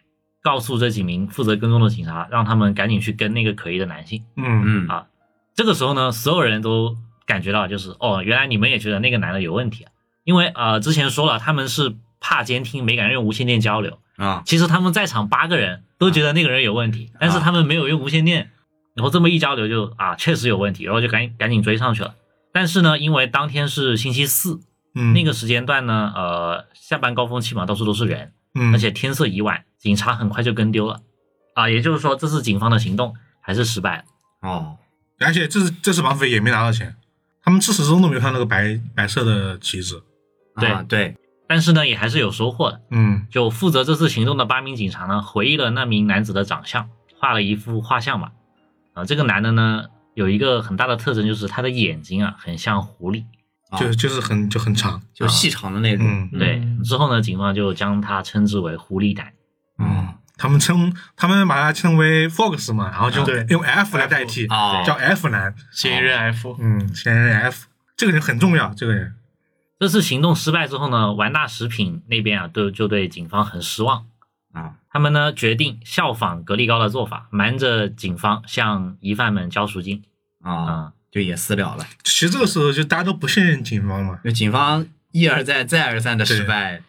Speaker 3: 告诉这几名负责跟踪的警察，让他们赶紧去跟那个可疑的男性。
Speaker 1: 嗯
Speaker 2: 嗯，
Speaker 3: 啊这个时候呢，所有人都感觉到，就是哦，原来你们也觉得那个男的有问题啊，因为呃之前说了，他们是怕监听，没敢用无线电交流。
Speaker 2: 啊，
Speaker 3: 其实他们在场八个人都觉得那个人有问题，但是他们没有用无线电，然后这么一交流就啊确实有问题，然后就赶紧赶紧追上去了。但是呢，因为当天是星期四，
Speaker 1: 嗯，
Speaker 3: 那个时间段呢，呃，下班高峰期嘛，到处都是人，
Speaker 1: 嗯，
Speaker 3: 而且天色已晚，警察很快就跟丢了，啊，也就是说这次警方的行动还是失败了。
Speaker 2: 哦，
Speaker 1: 而且这次这次绑匪也没拿到钱，他们自始至终都没有看到那个白白色的旗子，
Speaker 2: 啊对，
Speaker 3: 但是呢，也还是有收获的。
Speaker 1: 嗯
Speaker 3: 就负责这次行动的八名警察呢，回忆了那名男子的长相，画了一幅画像嘛。啊，这个男的呢，有一个很大的特征，就是他的眼睛啊，很像狐狸。
Speaker 2: 啊
Speaker 1: 就就是很就很长，
Speaker 2: 就细长的那种，
Speaker 1: 啊嗯
Speaker 3: 对，
Speaker 4: 嗯
Speaker 3: 之后呢，警方就将他称之为“狐狸男
Speaker 1: 嗯，他们称他们把它称为 Fox 嘛，然后就
Speaker 4: 对
Speaker 1: 用 F 来代替，
Speaker 2: 啊，
Speaker 1: 叫 F 男，
Speaker 4: 嫌疑人 F，
Speaker 1: 嗯，嫌疑人 F，这个人很重要，这个人，”。
Speaker 3: 这次行动失败之后呢，完大食品那边啊，都就对警方很失
Speaker 1: 嗯
Speaker 3: 望。
Speaker 2: 啊，
Speaker 3: 他们呢决定效仿格力高的做法，瞒着警方向疑犯们交赎金。
Speaker 2: 啊，
Speaker 3: 啊、
Speaker 2: 就也私了了，
Speaker 1: 其实这个时候就大家都不信任警方嘛，
Speaker 2: 就警方一而再再而三的失败，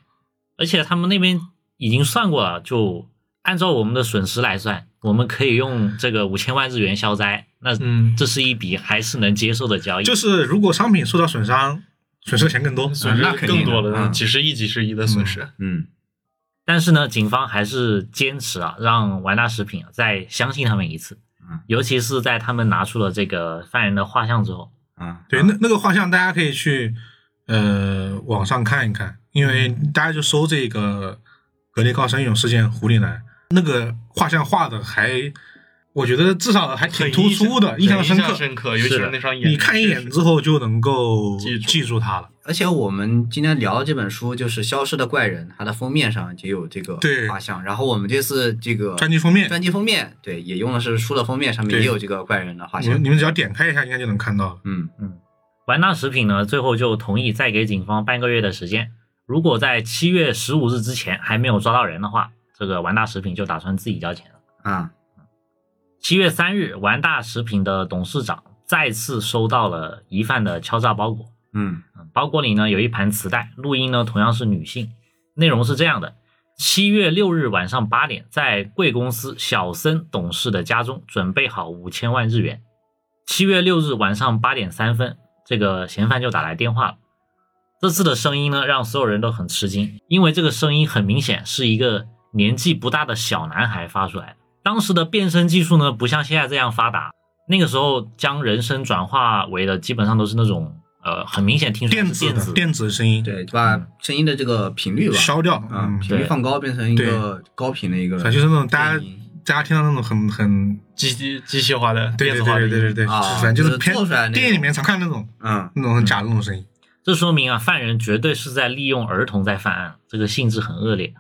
Speaker 3: 而且他们那边已经算过了，就按照我们的损失来算，我们可以用这个五千万日元消灾，那
Speaker 4: 嗯
Speaker 3: 这是一笔还是能接受的交易。
Speaker 1: 就是如果商品受到损伤，损失的钱更多。
Speaker 4: 损失
Speaker 2: 那肯定
Speaker 4: 更多
Speaker 2: 的
Speaker 4: 了，
Speaker 2: 嗯
Speaker 4: 几十亿、几十亿的损失。
Speaker 2: 嗯，
Speaker 3: 但是呢，警方还是坚持啊，让完达食品啊再相信他们一次
Speaker 2: 嗯，
Speaker 3: 尤其是在他们拿出了这个犯人的画像之后，
Speaker 2: 啊，
Speaker 1: 对，那那个画像大家可以去呃网上看一看，因为大家就搜这个格雷高山勇事件狐狸男，那个画像画的还，我觉得至少还挺
Speaker 4: 很
Speaker 1: 突出的，
Speaker 4: 印
Speaker 1: 象
Speaker 4: 很
Speaker 1: 深刻。
Speaker 4: 深刻，尤其
Speaker 3: 是
Speaker 4: 是
Speaker 3: 的
Speaker 4: 那双眼，
Speaker 1: 你看一眼之后就能够
Speaker 4: 记住
Speaker 1: 记住他了。
Speaker 2: 而且我们今天聊的这本书就是《消失的怪人》，它的封面上也有这个
Speaker 1: 对
Speaker 2: 画像。然后我们这次这个
Speaker 1: 专辑封面，
Speaker 2: 专辑封面，对，也用的是书的封面，上面
Speaker 1: 对
Speaker 2: 也有这个怪人的画
Speaker 1: 你们
Speaker 2: 像
Speaker 1: 你。们只要点开一下，应该就能看到了。
Speaker 2: 嗯，
Speaker 3: 完达食品呢最后就同意再给警方半个月的时间，如果在七月十五日之前还没有抓到人的话，这个完达食品就打算自己交钱了。
Speaker 2: 啊，
Speaker 3: 七月三日，完大食品的董事长再次收到了疑犯的敲诈包裹，
Speaker 2: 嗯，
Speaker 3: 嗯包裹里呢有一盘磁带，录音呢同样是女性，内容是这样的：七月六日晚上八点，在贵公司小森董事的家中准备好五千万日元。七月六日晚上八点三分，这个嫌犯就打来电话了。这次的声音呢，让所有人都很吃惊，因为这个声音很明显是一个年纪不大的小男孩发出来的。当时的变声技术呢，不像现在这样发达，那个时候将人声转化为的基本上都是那种呃，很明显听出来
Speaker 1: 电
Speaker 3: 是
Speaker 1: 子
Speaker 3: 电
Speaker 1: 的
Speaker 3: 子
Speaker 1: 电子声音
Speaker 2: 对，嗯把声音的这个频率吧，
Speaker 1: 消掉，
Speaker 2: 啊，
Speaker 1: 嗯，
Speaker 2: 频率
Speaker 3: 对
Speaker 2: 放高，变成一个高频的一个
Speaker 1: 反正就是那种大家
Speaker 2: 电音
Speaker 1: 大家听到那种很很
Speaker 4: 机机机械化的、
Speaker 1: 对
Speaker 4: 电
Speaker 1: 对
Speaker 4: 子化
Speaker 1: 对
Speaker 4: 的音，
Speaker 1: 对对对，
Speaker 2: 啊
Speaker 1: 反正就是偏
Speaker 2: 就是做出来那种
Speaker 1: 电影里面常看那种
Speaker 2: 嗯
Speaker 1: 那种很假的那种声音。
Speaker 3: 这说明啊，犯人绝对是在利用儿童在犯案，这个性质很恶劣。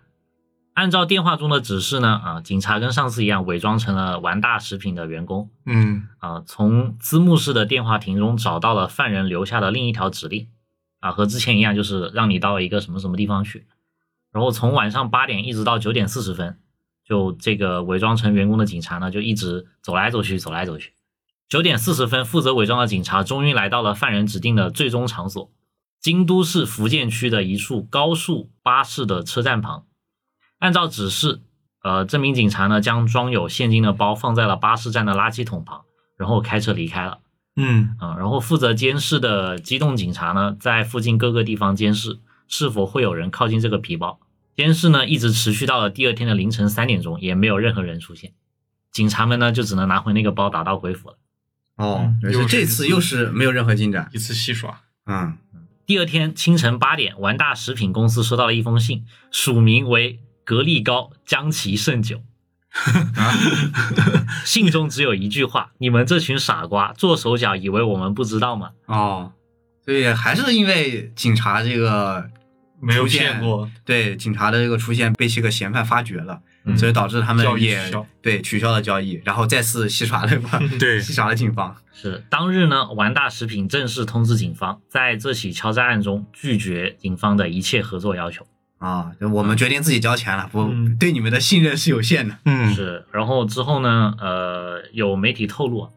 Speaker 3: 按照电话中的指示呢，啊，警察跟上次一样，伪装成了完大食品的员工，
Speaker 1: 嗯，
Speaker 3: 啊，从资木市的电话亭中找到了犯人留下的另一条指令，啊，和之前一样，就是让你到一个什么什么地方去。然后从晚上八点一直到九点四十分，就这个伪装成员工的警察呢，就一直走来走去，走来走去。九点四十分，负责伪装的警察终于来到了犯人指定的最终场所——京都市福建区的一处高速巴士的车站旁。按照指示，呃，这名警察呢将装有现金的包放在了巴士站的垃圾桶旁。然后开车离开了。
Speaker 1: 嗯，
Speaker 3: 啊，然后负责监视的机动警察呢，在附近各个地方监视是否会有人靠近这个皮包。监视呢一直持续到了第二天的凌晨三点钟，也没有任何人出现。警察们呢就只能拿回那个包，打道回府了。
Speaker 2: 哦，而且
Speaker 4: 又是
Speaker 2: 这次又是没有任何进展，
Speaker 4: 一次戏耍。
Speaker 2: 嗯
Speaker 3: 第二天清晨八点，完大食品公司收到了一封信，署名为格力高江崎胜久。
Speaker 2: 啊，
Speaker 3: 信中只有一句话：“你们这群傻瓜，做手脚以为我们不知道吗？”
Speaker 2: 哦，对，还是因为警察这个
Speaker 4: 没有
Speaker 2: 出现
Speaker 4: 骗过，
Speaker 2: 对警察的这个出现被这个嫌犯发觉了，
Speaker 3: 嗯
Speaker 2: 所以导致他们
Speaker 4: 交易
Speaker 2: 也
Speaker 4: 取消
Speaker 2: 对取消了交易，然后再次戏耍了 吧，
Speaker 1: 对
Speaker 2: 戏耍了警方。
Speaker 3: 是当日呢，完大食品正式通知警方，在这起敲诈案中拒绝警方的一切合作要求。
Speaker 2: 啊，就我们决定自己交钱了，不、
Speaker 4: 嗯
Speaker 2: 对你们的信任是有限的。
Speaker 1: 嗯，
Speaker 3: 是，然后之后呢，呃，有媒体透露，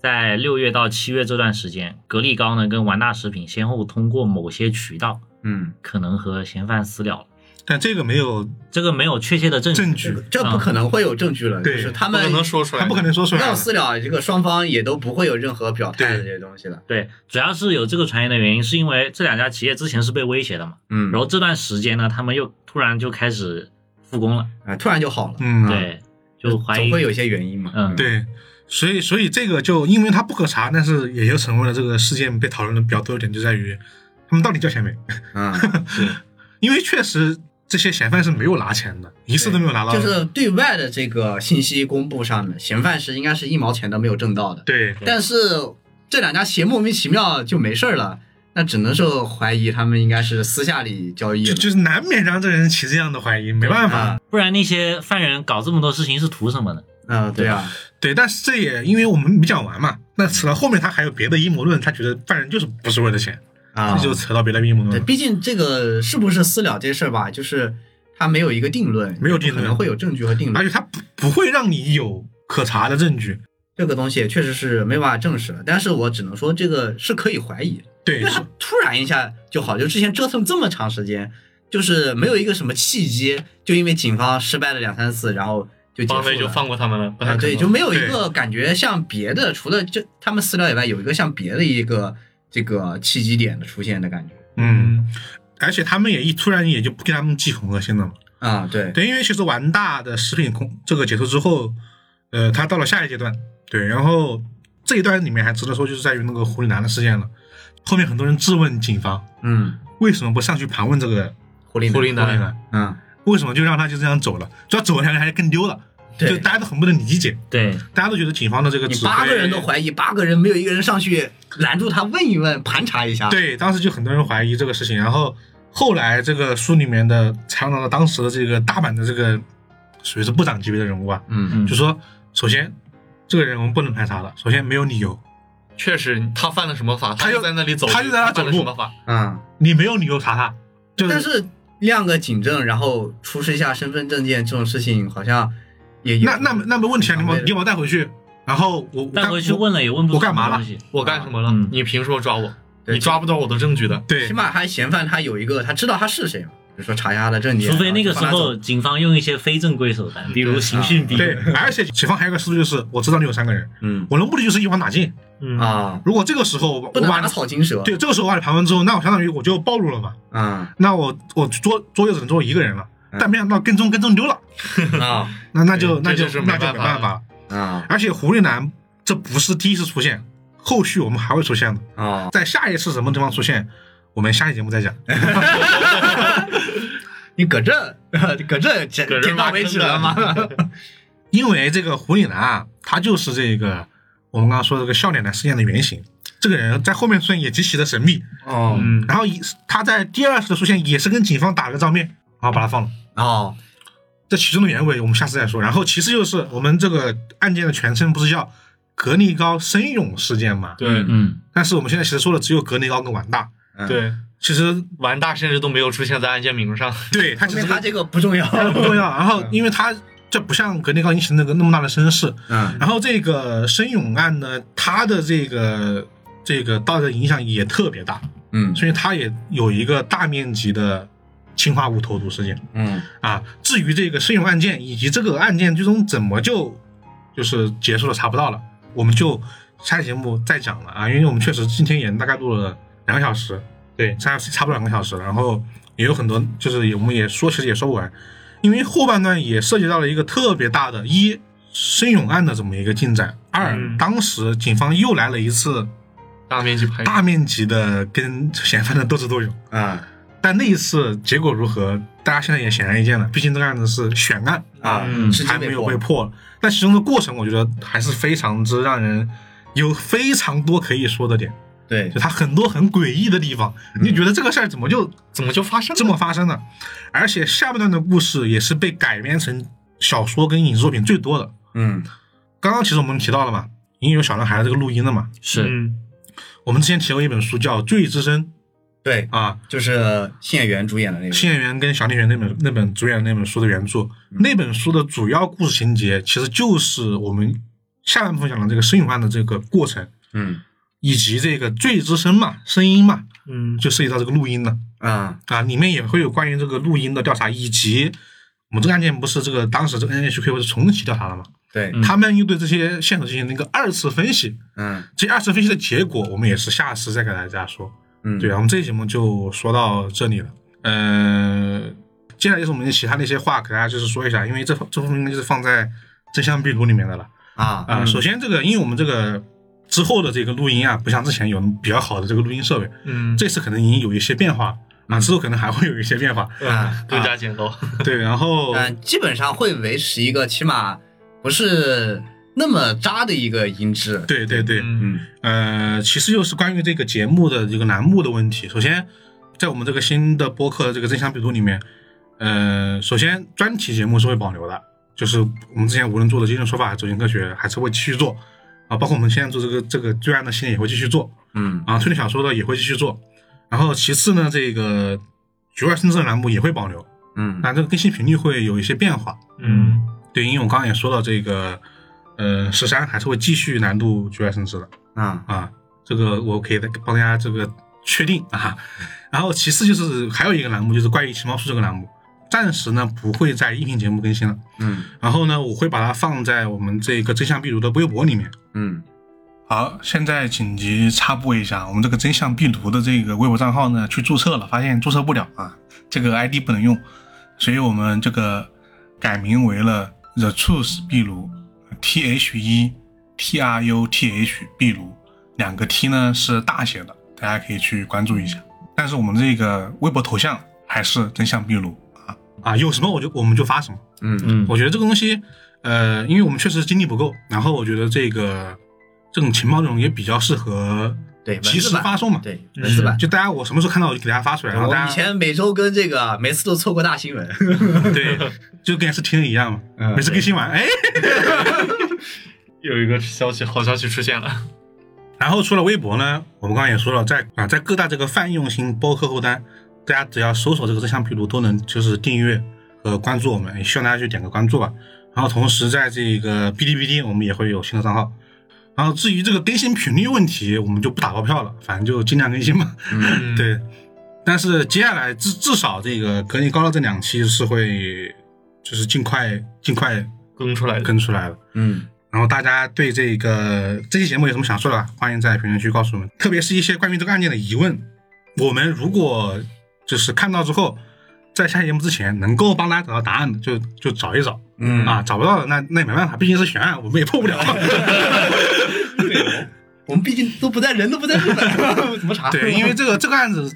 Speaker 3: 在六月到七月这段时间，格力高呢跟完大食品先后通过某些渠道，
Speaker 2: 嗯，
Speaker 3: 可能和嫌犯私了了。
Speaker 1: 但这个没有
Speaker 3: 这个没有确切的证据，
Speaker 1: 证据
Speaker 2: 这不可能会有证据了，
Speaker 1: 对
Speaker 2: 就是他
Speaker 4: 嗯不
Speaker 2: 们
Speaker 4: 可能说出来，
Speaker 1: 他不可能说出来
Speaker 2: 要
Speaker 1: 的。
Speaker 2: 私了，这个双方也都不会有任何表态的
Speaker 1: 对
Speaker 2: 这些东西了。
Speaker 3: 对，主要是有这个传言的原因，是因为这两家企业之前是被威胁的嘛，
Speaker 2: 嗯，
Speaker 3: 然后这段时间呢，他们又突然就开始复工了，
Speaker 2: 啊，突然就 好了。
Speaker 1: 嗯
Speaker 2: 啊，
Speaker 3: 对，就怀疑
Speaker 2: 总会有一些原因嘛。
Speaker 3: 嗯
Speaker 1: 对，所以所以这个就因为它不可查，但是也就成为了这个事件被讨论的比较多的点，就在于他们到底交钱没？
Speaker 2: 嗯，
Speaker 1: 因为确实这些嫌犯是没有拿钱的，一次都没有拿到。
Speaker 2: 就是对外的这个信息公布上面，嫌犯是应该是一毛钱都没有挣到的。
Speaker 1: 对，
Speaker 2: 但是这两家企业莫名其妙就没事儿了，那只能是怀疑他们应该是私下里交易
Speaker 1: 就
Speaker 2: 了。
Speaker 1: 就是难免让这人起这样的怀疑，没办法。
Speaker 2: 啊，
Speaker 3: 不然那些犯人搞这么多事情是图什么呢？
Speaker 2: 嗯，对啊，
Speaker 1: 对，但是这也因为我们没讲完嘛，那扯到后面他还有别的阴谋论，他觉得犯人就是不是为了钱，
Speaker 2: 啊
Speaker 1: 这，就扯到别的阴谋论
Speaker 2: 对，
Speaker 1: 了。
Speaker 2: 毕竟这个是不是私了这事儿吧，就是他没有一个定论，
Speaker 1: 没有定论
Speaker 2: 可能会有证据和定
Speaker 1: 而
Speaker 2: 论
Speaker 1: 且，他不不会让你有可查的证据，
Speaker 2: 这个东西确实是没办法证实了。但是我只能说，这个是可以怀疑，
Speaker 1: 对
Speaker 2: 因为，他突然一下就好，就之前折腾这么长时间，就是没有一个什么契机，就因为警方失败了两三次，然后就结
Speaker 4: 绑
Speaker 2: 束
Speaker 4: 匪
Speaker 2: 了。
Speaker 4: 就放过他们了，不太
Speaker 2: 啊，
Speaker 4: 可
Speaker 2: 对，
Speaker 4: 能
Speaker 2: 就没有一
Speaker 1: 对
Speaker 2: 个感觉像别的，除了就他们私聊以外，有一个像别的一个这个契机点的出现的感觉。
Speaker 1: 嗯，而且他们也一突然也就不给他们寄红了，现在嘛。
Speaker 2: 啊，对，
Speaker 1: 对，因为其实玩大的食品空这个结束之后，呃，它到了下一阶段，对，然后这一段里面还值得说，就是在于那个狐狸男的事件了。后面很多人质问警方
Speaker 2: 嗯，
Speaker 1: 为什么不上去盘问这个
Speaker 2: 狐狸
Speaker 4: 狐狸
Speaker 1: 狐
Speaker 4: 男
Speaker 1: 狸男，
Speaker 2: 嗯，
Speaker 1: 为什么就让他就这样走了？主要走了两个人还更丢了，
Speaker 2: 对
Speaker 1: 就大家都很不能理解，
Speaker 3: 对，
Speaker 1: 大家都觉得警方的这个
Speaker 2: 你
Speaker 1: 指
Speaker 2: 八个
Speaker 1: 挥
Speaker 2: 人都怀疑，八个人没有一个人上去拦住他问一问、盘查一下。，
Speaker 3: 啊
Speaker 1: 对，当时就很多人怀疑这个事情，然后后来这个书里面的采访到了当时的这个大阪的这个属于是部长级别的人物啊，
Speaker 2: 嗯，
Speaker 1: 就说首先这个人我们不能排查了，首先没有理由，
Speaker 4: 确实他犯了什么法，
Speaker 1: 他就
Speaker 4: 就在那里走，
Speaker 1: 他就在那
Speaker 4: 犯了
Speaker 1: 走路
Speaker 4: 什么法？
Speaker 2: 啊，
Speaker 1: 你没有理由查他，就
Speaker 2: 但
Speaker 1: 是
Speaker 2: 是亮个警证，然后出示一下身份证件这种事情，好像也有
Speaker 1: 那那那没问题啊，你把
Speaker 2: 对
Speaker 1: 你把我带回去，然后我我
Speaker 3: 带
Speaker 1: 干
Speaker 3: 回去
Speaker 1: 我
Speaker 3: 问了也问不
Speaker 1: 我
Speaker 3: 出
Speaker 1: 干
Speaker 3: 什
Speaker 1: 嘛
Speaker 3: 么
Speaker 1: 了
Speaker 3: 东西。
Speaker 4: 我干什么了
Speaker 3: 嗯？
Speaker 4: 你凭什么抓我？
Speaker 2: 对
Speaker 4: 你抓不到我的证据的。
Speaker 1: 对
Speaker 2: 起码还嫌犯他有一个，他知道他是谁嘛，比如说查一下他的证件。
Speaker 3: 除非那个时
Speaker 2: 然后
Speaker 3: 候警方用一些非正规手段，比如刑讯逼。
Speaker 1: 对，而且警方还有一个思路就是，我知道你有三个人，
Speaker 2: 嗯
Speaker 1: 我的目的就是一网打尽。
Speaker 4: 嗯
Speaker 2: 把他，啊，
Speaker 1: 如果这个时候我
Speaker 2: 不
Speaker 1: 我
Speaker 2: 能
Speaker 1: 把
Speaker 2: 打
Speaker 1: 你
Speaker 2: 草惊蛇。
Speaker 1: 对，这个时候我把你盘问之后，那我相当于我就暴露了嘛，
Speaker 2: 啊
Speaker 1: 那我我捉捉又只能捉一个人了，
Speaker 4: 嗯
Speaker 1: 但没想到跟踪跟踪丢了，
Speaker 2: 啊
Speaker 1: 那那就
Speaker 4: 对
Speaker 1: 那
Speaker 4: 哎这
Speaker 1: 就
Speaker 4: 就是没
Speaker 1: 那就
Speaker 4: 办
Speaker 1: 没
Speaker 4: 法
Speaker 1: 办
Speaker 4: 了
Speaker 1: 法了。
Speaker 2: 啊
Speaker 1: 而且狐狸男这不是第一次出现，后续我们还会出现的，
Speaker 2: 啊！
Speaker 1: 在下一次什么地方出现，我们下期节目再讲。哎
Speaker 2: 你搁这搁这点
Speaker 4: 搁这
Speaker 2: 点到
Speaker 4: 挖
Speaker 2: 为止
Speaker 4: 坑
Speaker 2: 了
Speaker 4: 的
Speaker 2: 吗？
Speaker 1: 因为这个狐狸男啊，他就是这个我们刚刚说的这个笑脸男事件的原型。这个人在后面出现也极其的神秘，
Speaker 2: 哦
Speaker 4: 嗯，
Speaker 1: 然后也是他在第二次的出现也是跟警方打了个照面，然后把他放了。
Speaker 2: 哦
Speaker 1: 这其中的原委我们下次再说。然后其次就是我们这个案件的全称不是叫格力高申勇事件嘛？
Speaker 4: 对
Speaker 3: 嗯，
Speaker 1: 但是我们现在其实说的只有格力高跟完大，
Speaker 4: 对，
Speaker 1: 其实
Speaker 4: 完大甚至都没有出现在案件名上。
Speaker 1: 对他
Speaker 2: 后
Speaker 1: 其
Speaker 2: 面
Speaker 1: 实嗯
Speaker 2: 他这个不重要。
Speaker 1: 不 重要。然后因为他这不像格力高引起那个那么大的声势，
Speaker 2: 嗯
Speaker 1: 然后这个申勇案呢，他的这个这个道德影响也特别大，
Speaker 2: 嗯
Speaker 1: 所以他也有一个大面积的氰化物投毒事件。
Speaker 2: 嗯
Speaker 1: 啊，至于这个申勇案件以及这个案件最终怎么就就是结束了，查不到了，我们就下期节目再讲了啊，因为我们确实今天也大概录了两个小时，对，差差不多两个小时，然后也有很多就是也我们也说其实也说不完，因为后半段也涉及到了一个特别大的一申勇案的这么一个进展，二、
Speaker 4: 嗯
Speaker 1: 当时警方又来了一次
Speaker 4: 大面积排
Speaker 1: 大面积的跟嫌犯的斗智斗勇。
Speaker 2: 啊
Speaker 1: 但那一次结果如何，大家现在也显而易见了。毕竟这个案子是悬案，
Speaker 2: 啊
Speaker 4: 嗯，
Speaker 2: 是
Speaker 1: 还没有被破。但其中的过程，我觉得还是非常之让人有非常多可以说的点，
Speaker 2: 对
Speaker 1: 就它很多很诡异的地方，你就觉得这个事儿怎么就
Speaker 4: 怎么就发生了
Speaker 1: 这么发生了？而且下半段的故事也是被改编成小说跟影视作品最多的。
Speaker 2: 嗯
Speaker 1: 刚刚其实我们提到了嘛，已经有小男孩的这个录音了嘛。
Speaker 3: 是
Speaker 4: 嗯，
Speaker 1: 我们之前提过一本书叫《罪之声
Speaker 2: 对》，
Speaker 1: 啊，
Speaker 2: 就是谢元主演的那个
Speaker 1: 新演员跟小店员那本那本主演那本书的原著，那本书的主要故事情节其实就是我们下半部分讲的这个申勇案的这个过程，
Speaker 2: 嗯
Speaker 1: 以及这个罪之声嘛，声音嘛，
Speaker 4: 嗯，
Speaker 1: 就涉及到这个录音了
Speaker 2: 啊
Speaker 1: 啊，里面也会有关于这个录音的调查，以及我们这个案件不是这个当时这个 NHK 不是重启调查了嘛，
Speaker 2: 对
Speaker 3: 嗯
Speaker 1: 他们又对这些线索进行了一个二次分析，
Speaker 2: 嗯
Speaker 1: 这二次分析的结果我们也是下次再给大家说。
Speaker 2: 嗯
Speaker 1: 对，我们这期节目就说到这里了。呃，接下来就是我们其他的一些话，给大家就是说一下，因为这这封应该就是放在真相壁炉里面的了
Speaker 2: 啊
Speaker 4: 嗯
Speaker 1: 啊、首先，这个因为我们这个之后的这个录音啊，不像之前有比较好的这个录音设备，
Speaker 4: 嗯，
Speaker 1: 这次可能已经有一些变化啊，之后可能还会有一些变化。
Speaker 2: 啊
Speaker 4: 呃更加简陋。
Speaker 1: 对，然后
Speaker 4: 呃
Speaker 2: 嗯，基本上会维持一个起码不是那么渣的一个音质。
Speaker 1: 对对对，
Speaker 4: 嗯，
Speaker 2: 嗯
Speaker 1: 呃，其实就是关于这个节目的这个栏目的问题。首先，在我们这个新的播客的这个真相比读里面，呃，首先专题节目是会保留的，就是我们之前无论做的《今日说法》《走进科学》，还是会继续做啊，包括我们现在做这个这个罪案的系列也会继续做
Speaker 2: 嗯
Speaker 1: 啊，推理小说的也会继续做。然后其次呢，这个局外生证栏目也会保留，
Speaker 2: 嗯
Speaker 1: 那这个更新频率会有一些变化。
Speaker 4: 嗯，
Speaker 1: 对，因为我刚刚也说到这个，呃，十三还是会继续难度局外生知的。
Speaker 2: 啊
Speaker 1: 啊，这个我可以再帮大家这个确定啊。然后其次就是还有一个栏目就是关于奇猫树这个栏目，暂时呢不会在音频节目更新了。
Speaker 2: 嗯
Speaker 1: 然后呢，我会把它放在我们这个真相壁炉的微博里面。
Speaker 2: 嗯
Speaker 1: 好，现在紧急插播一下，我们这个真相壁炉的这个微博账号呢，去注册了，发现注册不了啊，这个 ID 不能用，所以我们这个改名为了 The Truth 壁炉，T H E T R U T H 壁炉，两个 T 呢是大写的，大家可以去关注一下。但是我们这个微博头像还是真相壁炉啊啊，有什么我就我们就发什么。
Speaker 2: 嗯
Speaker 3: 嗯，
Speaker 1: 我觉得这个东西，呃，因为我们确实精力不够，然后我觉得这个这种情报内容也比较适合
Speaker 2: 对文字
Speaker 1: 及时
Speaker 2: 版
Speaker 1: 发送嘛，
Speaker 2: 对，文字版。
Speaker 1: 就大家我什么时候看到我就给大家发出来，嗯然后
Speaker 2: 我
Speaker 1: 大
Speaker 2: 以
Speaker 1: 家
Speaker 2: 前每周跟这个每次都错过大新闻，
Speaker 1: 对，就跟 S 听一样嘛，
Speaker 2: 嗯
Speaker 1: 每次更新完，哎，
Speaker 4: 有一个消息，好消息出现了，
Speaker 1: 然后除了微博呢，我们刚刚也说了，在啊在各大这个泛用型播客后端，大家只要搜索这个真相壁炉都能就是订阅和关注我们，也希望大家去点个关注吧。然后同时在这个哔哩哔哩我们也会有新的账号。然后至于这个更新频率问题，我们就不打包票了，反正就尽量更新吧。
Speaker 2: 嗯
Speaker 4: 嗯，
Speaker 1: 对，但是接下来至至少这个格林高的这两期是会就是尽快尽快
Speaker 4: 更出来的，
Speaker 1: 更出来的。
Speaker 2: 嗯，
Speaker 1: 然后大家对这个这期节目有什么想说的，欢迎在评论区告诉我们，特别是一些关于这个案件的疑问，我们如果就是看到之后，在下期节目之前能够帮大家找到答案的，就就找一找，
Speaker 2: 嗯
Speaker 1: 啊，找不到的那那也没办法，毕竟是悬案，我们也破不 了。
Speaker 2: 嗯我们毕竟都不在，人都不在日本， 怎么查？
Speaker 1: 对，因为这个这个案子，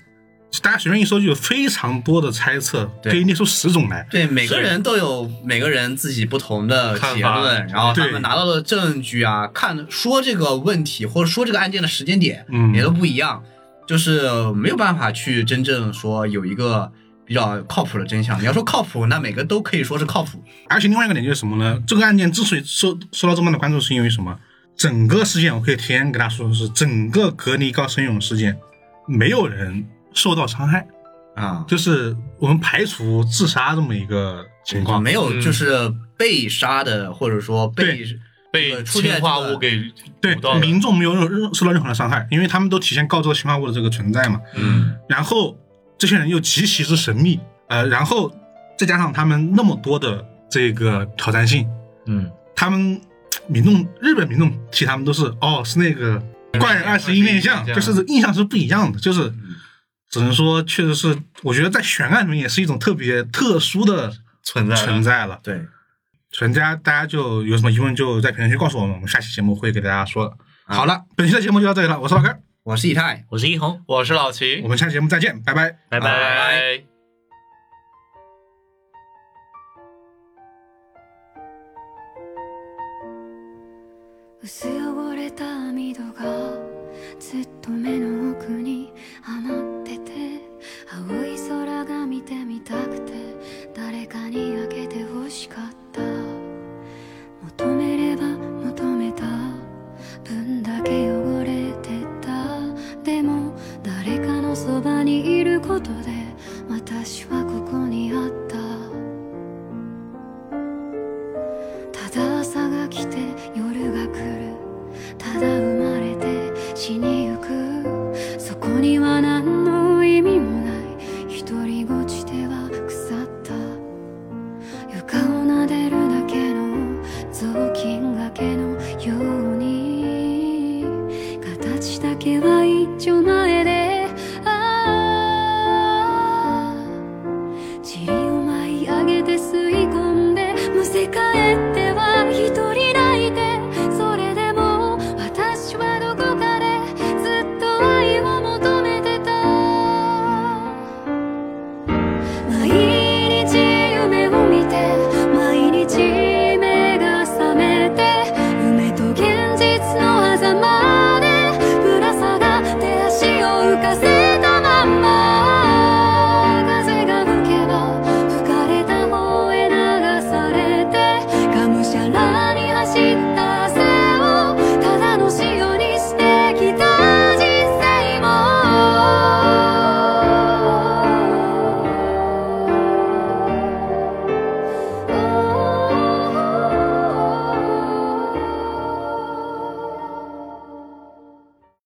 Speaker 1: 大家随便一搜就有非常多的猜测，
Speaker 2: 对
Speaker 1: 可以列出十种来。
Speaker 2: 对每个人都有每个人自己不同的
Speaker 4: 看
Speaker 2: 结
Speaker 4: 法
Speaker 2: 论，然后他
Speaker 1: 对
Speaker 2: 们拿到的证据啊，看说这个问题或者说这个案件的时间点
Speaker 1: 嗯
Speaker 2: 也都不一样，就是没有办法去真正说有一个比较靠谱的真相。你要说靠谱，那每个都可以说是靠谱。
Speaker 1: 而且另外一个点就是什么呢？这个案件之所以受受到这么大的关注，是因为什么？整个事件，我可以提前给大家说的是，整个格尼高生勇事件，没有人受到伤害，
Speaker 2: 啊，
Speaker 1: 就是我们排除自杀这么一个情况。
Speaker 2: 没有
Speaker 4: 嗯
Speaker 2: 就是被杀的，或者说被
Speaker 4: 被
Speaker 2: 出现这
Speaker 4: 氰化
Speaker 2: 个
Speaker 4: 物给
Speaker 1: 对
Speaker 4: 堵到了，
Speaker 1: 民众没有任任受到任何的伤害，因为他们都提前告知了氰化物的这个存在嘛。
Speaker 4: 嗯
Speaker 1: 然后这些人又极其之神秘，呃，然后再加上他们那么多的这个挑战性，
Speaker 3: 嗯，
Speaker 1: 他们民众日本民众提他们都是哦是那个怪人二十一面相，嗯
Speaker 4: 嗯
Speaker 1: 就是印象是不一样的，就是只能说确实是，我觉得在悬案里面也是一种特别特殊的
Speaker 4: 存在了
Speaker 1: 存在了。
Speaker 2: 对
Speaker 1: 全家大家就有什么疑问就在评论区告诉我们，我们下期节目会给大家说的。
Speaker 2: 啊
Speaker 1: 好了，本期的节目就到这里了，我是老根儿，
Speaker 2: 我是以太，
Speaker 3: 我是一红，
Speaker 4: 我是老齐
Speaker 1: 我，们下期节目再见，拜拜。
Speaker 3: 拜
Speaker 4: 拜
Speaker 3: 拜。
Speaker 4: 拜。
Speaker 7: 薄汚れた網戸がずっと目の奥に余ってて青い空が見てみたくて誰かに開けて欲しかった求めれば求めた分だけ汚れてたでも誰かのそばにいることで私はここにあったただ朝が来て夜が来るただ生まれて死にゆくそこには何の意味もない独りごちでは腐った床を撫でるだけの雑巾がけのように形だけは